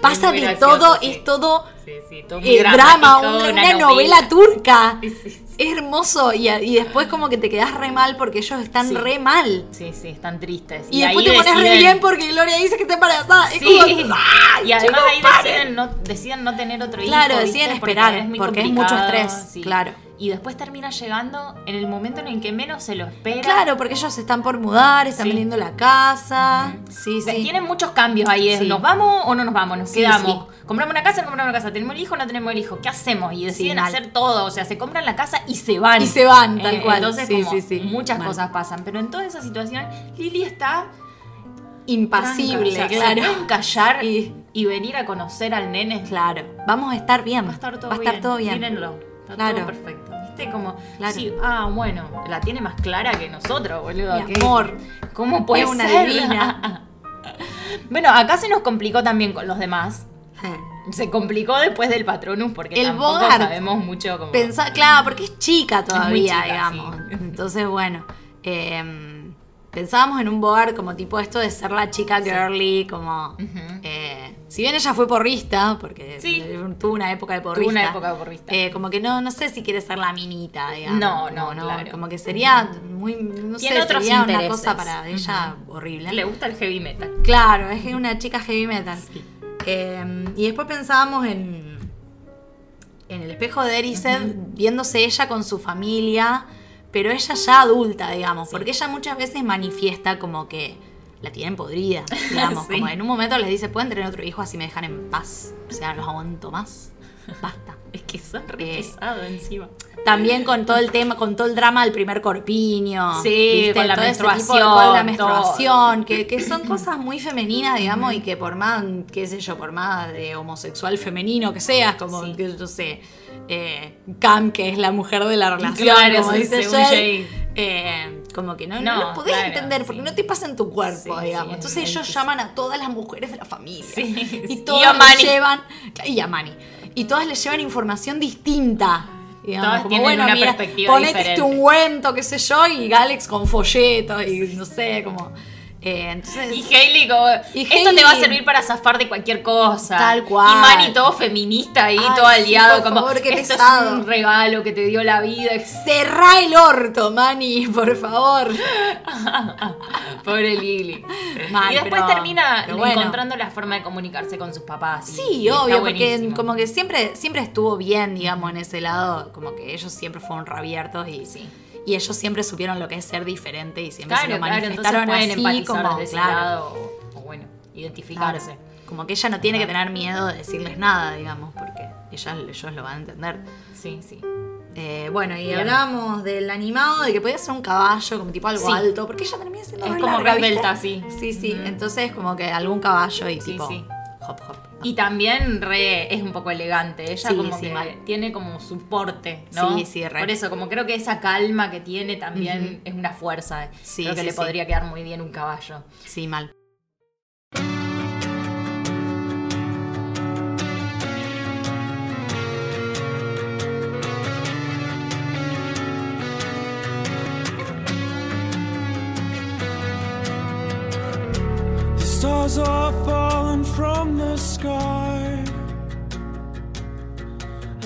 Pasa Es muy de gracioso, todo, sí. es todo Sí, sí, todo muy eh, drama, dramático, una, una novela turca. Sí, sí, sí. Es hermoso y, a- y después como que te quedas re mal porque ellos están Sí. re mal. Sí, sí, están tristes. Y, después te ahí pones re deciden- bien porque Gloria dice que está embarazada. Es *laughs* Sí. como, ¡ah! y además chicos, ahí deciden no, deciden no tener otro hijo. Claro, ¿viste? deciden Porque esperar, muy porque es mucho complicado, estrés, claro. Y después termina llegando en el momento en el que menos se lo espera. Claro, porque ellos están por mudar, están Sí. vendiendo la casa. Sí, sí. Tienen muchos cambios ahí. es, Sí. ¿Nos vamos o no nos vamos? ¿Nos Sí, quedamos? ¿Compramos una casa o no compramos una casa? ¿Tenemos el hijo o no tenemos el hijo? ¿Qué hacemos? Y deciden mal. hacer todo. O sea, se compran la casa y se van. Y se van, tal Eh, cual. Entonces, Sí, como sí, sí. muchas Mal. cosas pasan. Pero en toda esa situación, Lili está Impasible, tranca, o sea, se claro. pueden callar Sí. y venir a conocer al nene. Claro. Vamos a estar bien. Va a estar todo Va a bien. estar todo bien. Mírenlo. Está Claro. todo perfecto. ¿Viste? Como, Claro. sí, ah, bueno, la tiene más clara que nosotros, boludo. Mi ¿qué? amor. ¿Cómo puede Es una ser? divina. *laughs* bueno, acá se nos complicó también con los demás. Eh. Se complicó después del Patronus porque El tampoco Bogart. sabemos mucho como... Pensá- claro, porque es chica muy todavía, chica, digamos. sí. Entonces, bueno. eh, pensábamos en un board como tipo esto de ser la chica girly, como. Ujú. eh, si bien ella fue porrista, porque Sí. tuvo una época de porrista. Tuvo una época porrista. Eh, como que no, no sé si quiere ser la minita, digamos. No, no, claro. Como que sería muy, no Tiene sé, otros sería una intereses. cosa para ella horrible. Le gusta el heavy metal. Claro, es que una chica heavy metal. Eh, y después pensábamos en, en el espejo de Erised, viéndose ella con su familia, pero ella ya adulta, digamos, porque ella muchas veces manifiesta como que la tienen podrida, digamos, Sí. como en un momento les dice, pueden tener otro hijo así me dejan en paz, o sea, los aguanto más, basta. Es que son re Eh, pesado encima. También con todo el tema, con todo el drama del primer corpiño. Sí, con la Todo ese menstruación, tipo de- con la todo. menstruación, que, que *clears throat* son cosas muy femeninas, digamos, y que por más, qué sé yo, por más de homosexual femenino que seas, como, Sí. que yo sé, eh, Cam, que es la mujer de la relación, Claro, como sí, dice según Jay, Jay. eh, como que no, no, No, lo podés claro, entender porque sí. no te pasa en tu cuerpo, Sí, digamos. sí, Entonces es ellos difícil. llaman a todas las mujeres de la familia Sí, y sí. Y todas a le Manny. llevan y a Manny y todas le llevan información distinta digamos, Todas como tienen bueno una mira perspectiva ponete diferente. este ungüento qué sé yo y Alex con folletos y no sé como Eh, entonces, Y Hailey como, Y esto te va a Hailey- servir para zafar de cualquier cosa. Tal cual. Y Manny todo feminista ahí, Ay, todo sí, aliado, por como, favor, qué esto pesado". es un regalo que te dio la vida. cerrá el orto, Manny, por favor. Pobre Lily. Mal, y después pero- termina pero bueno. encontrando la forma de comunicarse con sus papás. y- y Sí, está obvio, porque buenísimo. como que siempre, siempre estuvo bien, digamos, en ese lado, como que ellos siempre fueron rabiertos y Sí. Y ellos siempre supieron lo que es ser diferente y siempre se Claro, lo claro, entonces manifestaron pueden así empatizar como, desde ese claro, lado o, o bueno, claro, identificarse. como que ella no tiene que tener miedo de decirles nada, digamos, porque ellas, ellos lo van a entender. Sí, sí. Eh, bueno, y Bien. hablábamos del animado, de que podía ser un caballo, como tipo algo Sí. alto, porque ella termina siendo Es re como larga, ¿viste? rebelta, sí. Sí, sí, Ujú. entonces como que algún caballo y Sí, tipo sí. hop hop. Y también re, es un poco elegante. Ella Sí, como sí, que mal. tiene como su porte, ¿no? Sí, sí, re. Por eso, como creo que esa calma que tiene también es una fuerza. Sí, creo que sí, le sí. podría quedar muy bien un caballo. Sí, mal. The stars are falling from the sky.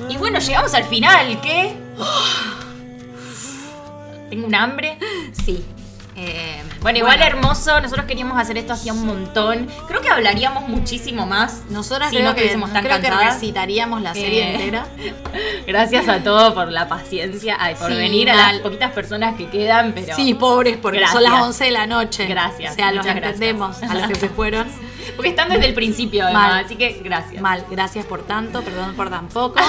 Y bueno, llegamos al final, ¿qué? *gasps* Tengo un hambre. Sí. Eh, Bueno, igual hermoso, nosotros queríamos hacer esto hacía un montón. Creo que hablaríamos muchísimo más. Nosotras si creo, no que, estuviésemos tan creo que cansadas. recitaríamos la serie Eh, *laughs* entera. Gracias a todos por la paciencia, ay, por Sí, venir a mal. las poquitas personas que quedan, pero Sí, pobres, porque son Gracias. las 11 de la noche. Gracias, O sea, los muchas gracias. entendemos, a los que se fueron. porque están desde el principio, además, Mal. así que gracias. *laughs* Mal, gracias por tanto, perdón por *laughs* tampoco.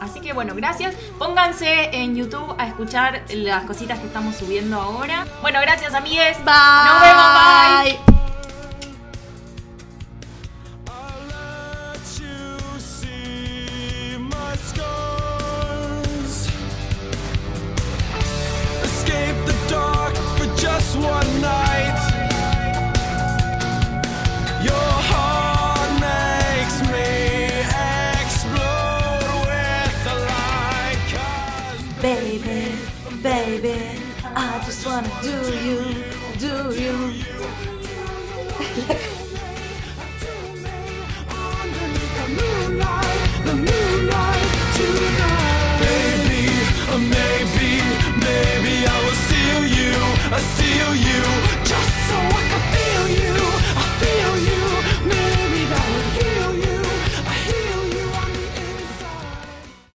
Así que bueno, gracias. Pónganse en YouTube a escuchar las cositas que estamos subiendo ahora. Bueno, gracias amigues. Bye. Nos vemos, bye. I'll let you see my scars. Escape the dark for just one night. Your heart makes me explode with the light. 'Cause Baby, baby, I just wanna do you, do you. Maybe, maybe I will steal you, I steal you,